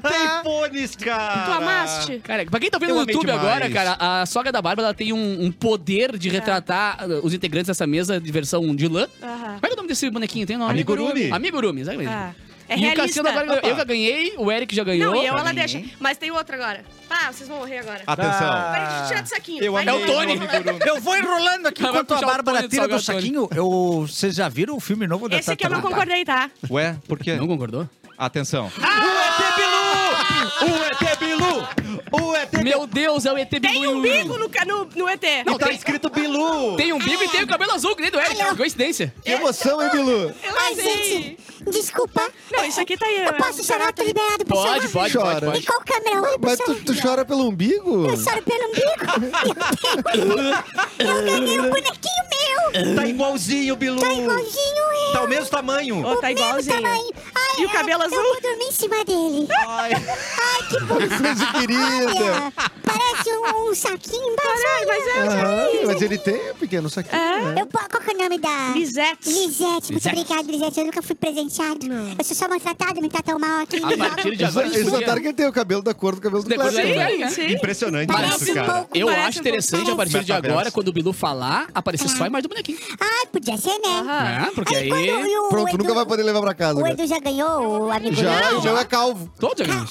Speaker 1: Tem fones, cara!
Speaker 3: Tu amaste?
Speaker 2: Cara, pra quem tá vendo
Speaker 1: Eu
Speaker 2: no
Speaker 1: amei
Speaker 2: YouTube
Speaker 1: demais.
Speaker 2: agora, cara, a sogra da Bárbara ela tem um, um poder
Speaker 3: É.
Speaker 2: de retratar uh, os integrantes dessa mesa de versão de lã.
Speaker 3: Aham.
Speaker 2: Qual é o nome desse bonequinho? Tem nome?
Speaker 1: Amigurumi.
Speaker 2: Amigurumi, sabe mesmo?
Speaker 3: Ah, É
Speaker 2: e o
Speaker 3: realista.
Speaker 2: Cassiano agora ganhou. eu já ganhei, o Eric já ganhou.
Speaker 3: Não, e eu, ela
Speaker 5: Também.
Speaker 3: deixa. Mas tem outro agora. Ah, vocês vão morrer agora.
Speaker 1: Atenção.
Speaker 5: Ah.
Speaker 3: Peraí, deixa eu tirar do saquinho.
Speaker 1: Eu
Speaker 3: Vai,
Speaker 1: amei
Speaker 2: É o Tony.
Speaker 1: amigurumi.
Speaker 5: Eu vou enrolando aqui
Speaker 2: Ela vai
Speaker 5: enquanto a
Speaker 2: puxar o
Speaker 5: Bárbara
Speaker 2: Tony do
Speaker 5: tira do
Speaker 2: Salgado
Speaker 5: saquinho. Eu, vocês já viram o filme novo da
Speaker 3: Esse aqui eu não
Speaker 5: Tata?
Speaker 3: concordei, tá?
Speaker 1: Ué, por quê?
Speaker 2: Não concordou?
Speaker 1: Atenção. O ET Bilu! O ET Bilu! O ET Bilu!
Speaker 2: Meu Deus, é o ET Bilu.
Speaker 3: Tem um bico no, ca- no, no ET.
Speaker 1: E tá escrito Bilu!
Speaker 2: Tem um bico e tem o cabelo azul, que nem do Eric. Coincidência.
Speaker 4: Que emoção, hein, Bilu?
Speaker 3: Eu
Speaker 6: Ai,
Speaker 3: sei.
Speaker 6: gente, desculpa.
Speaker 3: Não, isso aqui tá aí.
Speaker 6: Eu posso chorar? Tô liberado pra
Speaker 2: Pode,
Speaker 6: chorar?
Speaker 2: pode, pode,
Speaker 4: Chora.
Speaker 6: Em
Speaker 2: pode.
Speaker 6: qual câmera? eu
Speaker 4: Mas
Speaker 6: vou
Speaker 4: tu, tu
Speaker 6: chorar?
Speaker 4: chora pelo umbigo? <laughs>
Speaker 6: Eu choro pelo umbigo. Eu ganhei um bonequinho meu.
Speaker 1: Tá igualzinho, Bilu!
Speaker 6: Tá igualzinho eu.
Speaker 1: Tá o mesmo tamanho!
Speaker 3: Ô, tá
Speaker 6: mesmo
Speaker 3: igualzinho.
Speaker 6: tamanho. Ai,
Speaker 3: E o cabelo
Speaker 6: eu-
Speaker 3: azul?
Speaker 6: Eu vou dormir em cima dele.
Speaker 5: Ah,
Speaker 1: Ai,
Speaker 6: Ai, que bom.
Speaker 4: Coisa querida.
Speaker 6: Olha, parece um, um saquinho embaixo. Olha,
Speaker 3: é
Speaker 6: mas
Speaker 3: um
Speaker 4: Aham, mas ele tem um pequeno saquinho. né?
Speaker 6: Eu, qual que é o nome da...
Speaker 3: Lisette.
Speaker 6: Lisete, muito obrigado, Lisete. Eu nunca fui presenteado. Eu sou só maltratado, me tratam mal aqui.
Speaker 2: A partir de
Speaker 4: Eles
Speaker 2: agora,
Speaker 4: eles
Speaker 2: isso podia-
Speaker 4: notaram que ele tem o cabelo da cor do cabelo do
Speaker 2: Depois
Speaker 4: Kleber.
Speaker 2: ele-
Speaker 4: né?
Speaker 2: Sim,
Speaker 3: sim.
Speaker 1: impressionante
Speaker 6: Parece
Speaker 1: isso,
Speaker 6: um
Speaker 1: cara.
Speaker 6: pouco.
Speaker 2: Eu
Speaker 3: Parece
Speaker 2: acho
Speaker 3: um
Speaker 2: interessante, a
Speaker 3: pouco.
Speaker 2: partir de
Speaker 1: Metaverso.
Speaker 2: agora, quando o Bilu falar, aparecer só a imagem do bonequinho.
Speaker 6: Ai, podia ser, né?
Speaker 3: Ah.
Speaker 2: Né? Porque aí...
Speaker 6: quando- e o
Speaker 4: Pronto,
Speaker 6: Edu-
Speaker 4: nunca vai poder levar pra casa.
Speaker 6: O
Speaker 4: cara.
Speaker 6: Edu já ganhou o amigo
Speaker 4: Já,
Speaker 6: Não.
Speaker 4: já é calvo.
Speaker 2: Todos ganham.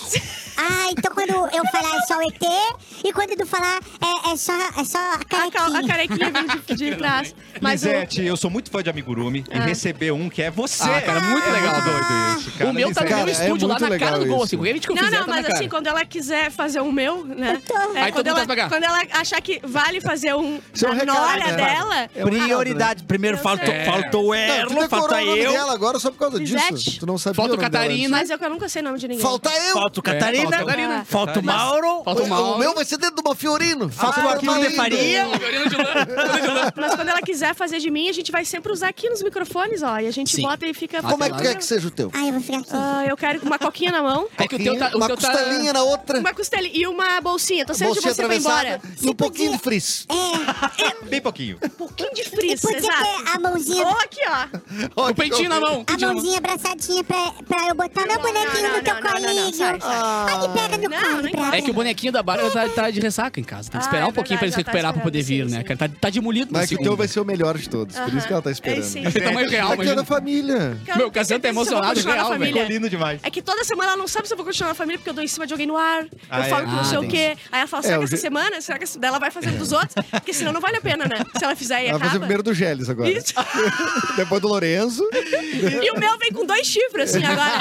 Speaker 6: Ah, então quando eu falar é só o ET e quando o Edu falar é, é só, é só a
Speaker 3: A, cal-
Speaker 6: carequinha.
Speaker 3: a carequinha vem de, de trás. Mas o,
Speaker 1: Lisete, eu sou muito fã de amigurumi e receber um que é você.
Speaker 2: Ah, cara, muito
Speaker 1: é
Speaker 2: legal.
Speaker 1: Muito doido isso, cara.
Speaker 2: o meu tá no
Speaker 1: Lisete.
Speaker 2: meu
Speaker 4: Cara, é
Speaker 2: estúdio, lá
Speaker 4: muito
Speaker 2: na cara
Speaker 4: legal
Speaker 2: do gol,
Speaker 4: isso.
Speaker 2: assim. Qualquer vídeo que eu
Speaker 3: Não,
Speaker 2: fizer,
Speaker 3: não,
Speaker 2: tá
Speaker 3: mas
Speaker 2: na cara.
Speaker 3: assim, quando ela quiser fazer o meu, né?
Speaker 6: Então.
Speaker 3: É,
Speaker 2: Aí todo
Speaker 3: quando,
Speaker 2: mundo
Speaker 3: ela,
Speaker 2: vai pagar.
Speaker 3: quando ela achar que vale fazer um
Speaker 4: Isso é um
Speaker 3: na
Speaker 4: recado,
Speaker 3: nora
Speaker 4: né?
Speaker 3: dela,
Speaker 4: É um
Speaker 5: Prioridade. Primeiro
Speaker 3: Eu
Speaker 5: faltou,
Speaker 3: sei.
Speaker 5: faltou o
Speaker 4: Não, tu
Speaker 5: Erlo,
Speaker 4: decorou o
Speaker 5: falta
Speaker 4: nome
Speaker 5: eu,
Speaker 4: dela agora só por causa
Speaker 3: Lisete.
Speaker 4: disso. Tu não sabia
Speaker 2: Falta
Speaker 4: o nome dela
Speaker 2: Catarina.
Speaker 3: mas eu, que eu nunca sei o nome de
Speaker 4: antes.
Speaker 3: ninguém.
Speaker 4: Falta
Speaker 1: É,
Speaker 4: eu.
Speaker 5: falta o Catarina,
Speaker 2: falta
Speaker 5: falta
Speaker 2: o Catarina.
Speaker 5: o Mauro,
Speaker 2: Falta o Mauro.
Speaker 4: O meu vai ser dentro do uma Fiorino.
Speaker 5: falta o
Speaker 4: Ah,
Speaker 5: Arthur
Speaker 4: lindo.
Speaker 5: de Faria.
Speaker 3: <laughs> Mas quando ela quiser fazer de mim, a gente vai sempre usar aqui nos microfones, ó. E a gente
Speaker 2: Sim.
Speaker 3: bota e fica.
Speaker 4: Como é que tu quer que seja o teu?
Speaker 6: Ai, eu vou ficar aqui.
Speaker 3: Ah, eu quero uma coquinha na mão,
Speaker 2: É que o teu tá... O
Speaker 4: Uma
Speaker 2: teu tá...
Speaker 4: costelinha na outra,
Speaker 3: uma costela e uma bolsinha. Tô certo de
Speaker 4: bolsinha
Speaker 3: você vai embora.
Speaker 4: atravessada e um pouquinho de frizz.
Speaker 6: É,
Speaker 1: Bem pouquinho.
Speaker 3: Um pouquinho de
Speaker 6: e
Speaker 3: frizz,
Speaker 6: podia
Speaker 4: é
Speaker 6: ter
Speaker 3: exato.
Speaker 6: a mãozinha,
Speaker 3: Ou aqui, ó.
Speaker 2: O peitinho na mão.
Speaker 6: a mãozinha abraçadinha pra, pra eu botar meu
Speaker 3: Não, não,
Speaker 6: bonequinho
Speaker 3: não,
Speaker 6: no teu
Speaker 3: não, não, não, não,
Speaker 6: colinho.
Speaker 3: sai, sai.
Speaker 6: Ai, me pega no
Speaker 3: Não,
Speaker 6: colo,
Speaker 3: não
Speaker 6: brother.
Speaker 2: É que o bonequinho da Bárbara tá, tá de ressaca em casa. Tem que
Speaker 3: Ah,
Speaker 2: esperar
Speaker 3: é
Speaker 2: um pouquinho pra ele se
Speaker 3: verdade, já tá
Speaker 2: recuperar pra poder vir,
Speaker 3: esperando, sim,
Speaker 2: né, cara? Tá, tá demolido no
Speaker 4: Mas que o teu
Speaker 2: segundo.
Speaker 4: vai ser o melhor de todos. Por isso que ela tá
Speaker 3: É,
Speaker 4: esperando.
Speaker 3: sim.
Speaker 2: Esse tamanho real,
Speaker 4: Aqui é da
Speaker 2: imagina.
Speaker 4: família.
Speaker 2: Meu,
Speaker 3: Cara, não
Speaker 2: o Cassiano tá
Speaker 3: tenho certeza se eu vou
Speaker 2: emocionado
Speaker 3: continuar na
Speaker 2: real,
Speaker 3: família.
Speaker 1: Ficou lindo demais.
Speaker 3: É que toda semana ela não sabe se eu vou continuar na família, porque eu dou em cima de alguém no ar.
Speaker 1: Ah,
Speaker 3: eu
Speaker 1: é?
Speaker 3: falo que não
Speaker 2: Ah,
Speaker 3: sei o
Speaker 2: tem
Speaker 3: quê. Aí ela fala, será
Speaker 4: É,
Speaker 3: que
Speaker 4: o
Speaker 3: essa
Speaker 4: je-
Speaker 3: semana? Será que essa... Daí ela vai fazendo dos outros? Porque senão não vale a pena, né? Se ela fizer e
Speaker 4: Ela vai fazer
Speaker 3: acaba.
Speaker 4: primeiro do Geles agora.
Speaker 3: <laughs> Isso.
Speaker 4: <laughs> Depois do Lorenzo.
Speaker 3: E o meu vem com dois chifres, assim, agora.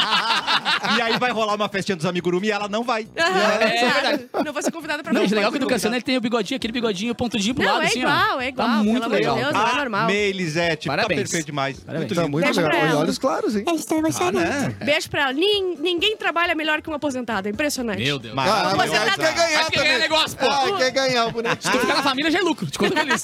Speaker 1: E aí vai rolar uma festinha dos amigurumi e ela não vai.
Speaker 3: Aham,
Speaker 2: É, é
Speaker 3: exato. Não vou ser convidada pra
Speaker 2: Não,
Speaker 3: fazer
Speaker 2: o legal é que o do
Speaker 3: coisa.
Speaker 2: Cassiano ele tem o bigodinho, aquele bigodinho pontudinho pro
Speaker 3: Não,
Speaker 2: lado,
Speaker 3: é
Speaker 2: assim, ó.
Speaker 3: igual, é
Speaker 2: Tá
Speaker 3: igual,
Speaker 2: muito
Speaker 3: pelo amor de
Speaker 2: legal.
Speaker 3: Deus.
Speaker 2: Ah,
Speaker 3: Não é normal.
Speaker 1: Amei, Lisete.
Speaker 2: Parabéns.
Speaker 1: Tá perfeito demais.
Speaker 2: Parabéns.
Speaker 4: Tá muito
Speaker 3: Beijo pra
Speaker 4: legal. Olha,
Speaker 3: ela.
Speaker 4: olha os claros, hein?
Speaker 6: Eu estou emocionada.
Speaker 3: Beijo pra ela. Nin- ninguém trabalha melhor que um aposentado. É impressionante.
Speaker 2: Meu Deus.
Speaker 4: Ah, mas
Speaker 1: Maravilhosa.
Speaker 4: ela quer ganhar
Speaker 2: Mas quem ganha
Speaker 4: também.
Speaker 2: negócio, pô.
Speaker 4: Ah, quer ganhar o bonequinho.
Speaker 2: Se tu ficar na família já é lucro, te conto feliz.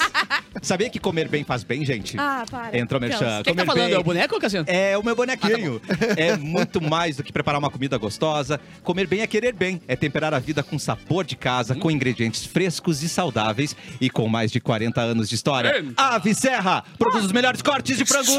Speaker 1: Sabia que comer bem faz bem, gente?
Speaker 3: Ah, para.
Speaker 1: Entra o merchan.
Speaker 3: Cansa.
Speaker 2: Quem que
Speaker 1: Comer
Speaker 2: tá falando?
Speaker 1: bem
Speaker 2: É o boneco ou Cassiano?
Speaker 1: É o meu bonequinho. É muito mais do que preparar uma comida gostosa. Comer bem é querer bem. É temperar a vida com sabor de casa, com ingredientes frescos e saudáveis. E com mais de 40 anos de história,
Speaker 2: Eita!
Speaker 1: a Ave Serra produz os melhores cortes de frango.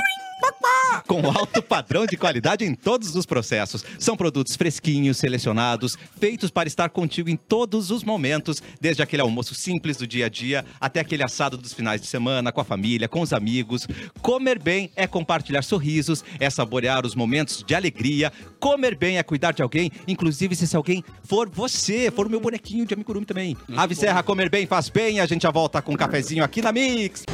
Speaker 1: Com alto padrão de qualidade em todos os processos. São produtos fresquinhos, selecionados, feitos para estar contigo em todos os momentos, desde aquele almoço simples do dia a dia até aquele assado dos finais de semana, com a família, com os amigos. Comer bem é compartilhar sorrisos, é saborear os momentos de alegria. Comer bem é cuidar de alguém, inclusive se esse alguém for você, for o meu bonequinho de amigurumi também. Ave Serra, comer bem faz bem. A gente já volta com um cafezinho aqui na Mix.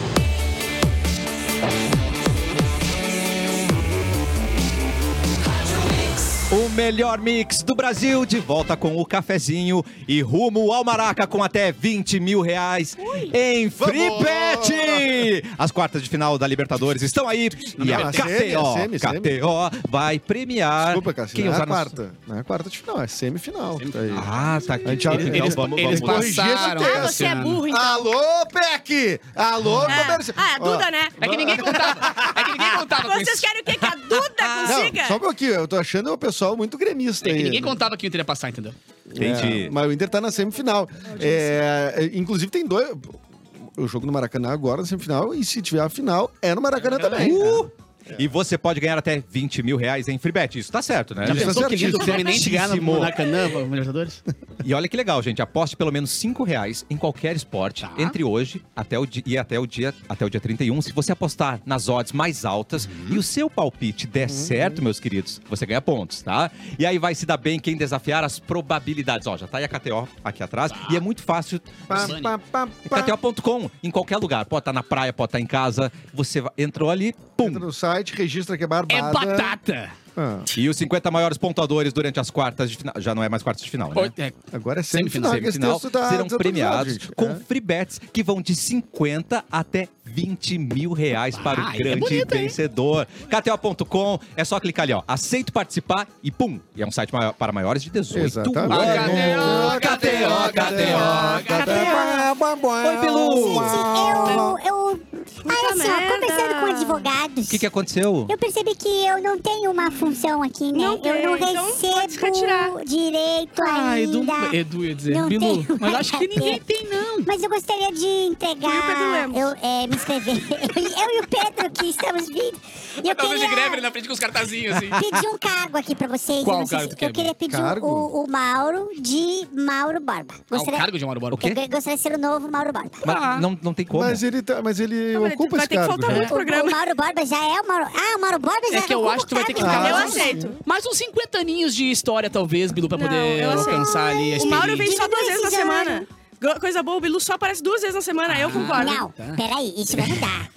Speaker 1: O melhor mix do Brasil de volta com o cafezinho e rumo ao Maraca com até 20 mil reais em Free
Speaker 7: Vamos!
Speaker 1: Bet! As quartas de final da Libertadores estão aí e
Speaker 4: não,
Speaker 1: a
Speaker 4: a semi, a semi,
Speaker 1: KTO,
Speaker 4: semi.
Speaker 1: KTO vai premiar
Speaker 4: Desculpa, Cássio.
Speaker 1: Ah. quem
Speaker 4: não é
Speaker 1: usar
Speaker 4: a
Speaker 1: nos-
Speaker 4: quarta. Não é a quarta de final, é semifinal. Tá aí.
Speaker 1: Ah, tá aqui.
Speaker 4: A gente já-
Speaker 1: Então,
Speaker 2: Eles,
Speaker 1: vamos-
Speaker 2: eles
Speaker 1: vamos-
Speaker 2: passaram.
Speaker 3: Ah, você é
Speaker 2: Cassiano.
Speaker 3: burro, então.
Speaker 7: Alô, PEC! Alô,
Speaker 3: Ah,
Speaker 7: comercial!
Speaker 3: Ah, a Duda, né?
Speaker 2: É que ninguém contava. É que ninguém contava com
Speaker 3: Vocês
Speaker 2: isso. Ah.
Speaker 3: querem o quê? Que a
Speaker 2: <laughs>
Speaker 3: Duda
Speaker 4: Não,
Speaker 3: consiga?
Speaker 4: só um pouquinho. Eu tô achando o pessoal muito gremista
Speaker 2: É que
Speaker 4: aí.
Speaker 2: ninguém contava que o Inter ia passar, entendeu?
Speaker 1: Entendi.
Speaker 4: É, mas o Inter tá na semifinal. É, é, inclusive tem dois. O jogo no Maracanã agora, na semifinal, e se tiver a final, é no Maracanã também.
Speaker 1: Uh! E você pode ganhar até 20 mil reais em Free Bet. Isso tá certo, né?
Speaker 2: Já
Speaker 4: Isso é
Speaker 2: pensou que
Speaker 4: certíssimo.
Speaker 2: lindo o Fluminense ganhar no
Speaker 1: Certíssimo.
Speaker 2: Maracanã, o Libertadores?
Speaker 1: E olha que legal, gente. Aposte pelo menos 5 reais em qualquer esporte
Speaker 2: Tá.
Speaker 1: entre hoje até o di- e até o, dia, até o dia 31. Se você apostar nas odds mais altas e o seu palpite der certo, meus queridos, você ganha pontos, tá? E aí vai se dar bem quem desafiar as probabilidades. Ó, já tá aí a KTO aqui atrás. E é muito fácil.
Speaker 4: Pá, pá, pá,
Speaker 1: tá
Speaker 4: pá.
Speaker 1: KTO.com, em qualquer lugar. Pode estar na praia, pode estar em casa. Você va- entrou ali, pum,
Speaker 4: Entra no site, registra que é barbada.
Speaker 2: É batata!
Speaker 4: Ah,
Speaker 1: E os 50 maiores pontuadores durante as quartas de final. Já não é mais quartas de final, né?
Speaker 2: É,
Speaker 4: agora é
Speaker 1: Semifinal,
Speaker 4: semifinal. que esse
Speaker 1: semifinal
Speaker 4: texto tá
Speaker 1: serão
Speaker 4: desatualizado,
Speaker 1: premiados
Speaker 4: gente.
Speaker 1: com
Speaker 4: É.
Speaker 1: free bets que vão de 50 até 20 mil reais para
Speaker 2: Ah,
Speaker 1: o
Speaker 2: é
Speaker 1: grande
Speaker 2: bonito, hein?
Speaker 1: vencedor. KTO.com, é só clicar ali, ó. Aceito participar e pum! E é um site maior- para maiores de 18
Speaker 4: É, Exatamente. né?
Speaker 1: anos.
Speaker 2: KTO, KTO,
Speaker 1: Oi, Bilu!
Speaker 6: Gente, eu. eu... Olha
Speaker 3: Puta
Speaker 6: só,
Speaker 3: merda.
Speaker 6: conversando com um advogados.
Speaker 1: O que, que aconteceu?
Speaker 6: Eu percebi que eu não tenho uma função aqui, né?
Speaker 3: Não
Speaker 6: eu não
Speaker 3: tem, então pode
Speaker 6: recebo
Speaker 3: retirar.
Speaker 6: direito
Speaker 2: Ah, Edu,
Speaker 6: ainda.
Speaker 2: Edu ia dizer.
Speaker 6: Não
Speaker 2: Bilu,
Speaker 6: tenho.
Speaker 2: mas acho que ninguém tem, não.
Speaker 6: Mas eu gostaria
Speaker 3: Eu
Speaker 6: de
Speaker 3: e o Pedro
Speaker 6: entregar.
Speaker 3: Lemos.
Speaker 6: Eu, é, me inscrever. <laughs> eu e o Pedro que estamos vindo. E eu
Speaker 2: Talvez de greve
Speaker 6: queria
Speaker 2: ali na frente com os cartazinhos, assim.
Speaker 6: pedir um cargo aqui pra vocês.
Speaker 2: Qual
Speaker 6: eu, não sei
Speaker 2: cargo
Speaker 6: se-
Speaker 2: tu quer,
Speaker 6: eu queria pedir
Speaker 4: Cargo?
Speaker 6: o, o Mauro de Mauro Borba.
Speaker 2: Ah, o
Speaker 6: Gostaria,
Speaker 2: cargo de Mauro Borba.
Speaker 1: O quê?
Speaker 6: eu gostaria de ser o novo Mauro Borba.
Speaker 1: Mas não, não tem como.
Speaker 4: Mas ele, tá, mas ele
Speaker 3: Não, mas
Speaker 4: ocupa
Speaker 3: vai
Speaker 4: esse
Speaker 3: ter que
Speaker 4: cargo.
Speaker 3: faltar
Speaker 4: já.
Speaker 3: muito. programa.
Speaker 6: O, o Mauro Borba já é o Mauro. Ah, o Mauro Borba já
Speaker 2: É que eu
Speaker 6: ocupa
Speaker 2: acho que tu
Speaker 6: o
Speaker 2: vai ter que
Speaker 6: cargo
Speaker 2: ficar
Speaker 6: do
Speaker 2: mais
Speaker 3: Eu
Speaker 6: Mauro
Speaker 2: uns-
Speaker 6: Borba.
Speaker 3: aceito.
Speaker 2: Mais uns 50 aninhos de história, talvez, Bilu, pra
Speaker 3: Não,
Speaker 2: poder
Speaker 3: eu aceito.
Speaker 2: alcançar ali a
Speaker 3: O Mauro vem
Speaker 2: experiência.
Speaker 3: só duas vezes na semana. Go- Coisa boa, o Bilu só aparece duas vezes na semana, eu concordo.
Speaker 6: Não,
Speaker 1: Tá.
Speaker 6: peraí, isso vai mudar.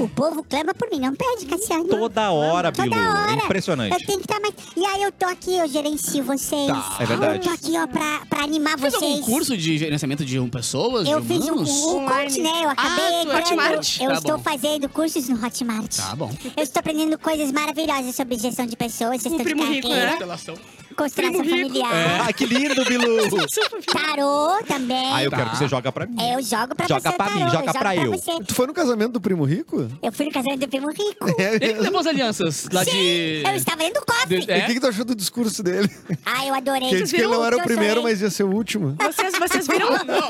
Speaker 6: o povo clama por mim, não pede, Cassiano.
Speaker 1: Toda hora,
Speaker 6: Toda
Speaker 1: Bilu. É
Speaker 6: hora.
Speaker 1: impressionante.
Speaker 6: Eu tenho que estar mais. E aí eu tô aqui, eu gerencio vocês.
Speaker 1: Tá, é verdade.
Speaker 6: Eu tô aqui, ó, pra, pra animar
Speaker 2: Fez
Speaker 6: vocês.
Speaker 2: algum curso de gerenciamento de um pessoas,
Speaker 6: Eu
Speaker 2: de
Speaker 6: fiz um,
Speaker 2: humanos?
Speaker 6: um coach, né? Eu acabei
Speaker 2: tu é
Speaker 6: entrando.
Speaker 2: Hotmart.
Speaker 6: Eu
Speaker 2: Tá
Speaker 6: estou
Speaker 2: bom.
Speaker 6: fazendo cursos no Hotmart.
Speaker 2: Tá bom.
Speaker 6: Eu estou aprendendo coisas maravilhosas sobre gestão de
Speaker 2: Um
Speaker 6: pessoas, gestão de
Speaker 3: primo rico,
Speaker 6: carreira,
Speaker 2: Constelação.
Speaker 6: constelação
Speaker 3: Primo rico.
Speaker 6: familiar,
Speaker 1: Ah, que lindo, Bilu!
Speaker 3: <laughs>
Speaker 6: tarô também.
Speaker 1: Ah, É. eu
Speaker 6: É, eu...
Speaker 1: quero que você joga pra mim.
Speaker 6: jogo pra
Speaker 1: Joga
Speaker 6: você o
Speaker 1: pra mim,
Speaker 6: tarô,
Speaker 1: joga
Speaker 6: eu jogo
Speaker 1: pra eu.
Speaker 6: Você.
Speaker 4: Tu foi no casamento do primo rico?
Speaker 6: Eu fui no casamento do primo rico.
Speaker 2: Ele que levou as alianças lá de...
Speaker 6: Eu estava dentro do
Speaker 2: de-
Speaker 6: cofre.
Speaker 4: E o que, que tu achou do discurso dele?
Speaker 6: Ah, eu adorei.
Speaker 4: Que ele disse que ele não era o
Speaker 6: Eu
Speaker 4: primeiro,
Speaker 6: chorei.
Speaker 4: mas ia ser o último.
Speaker 3: Vocês, vocês viram,
Speaker 6: Eu não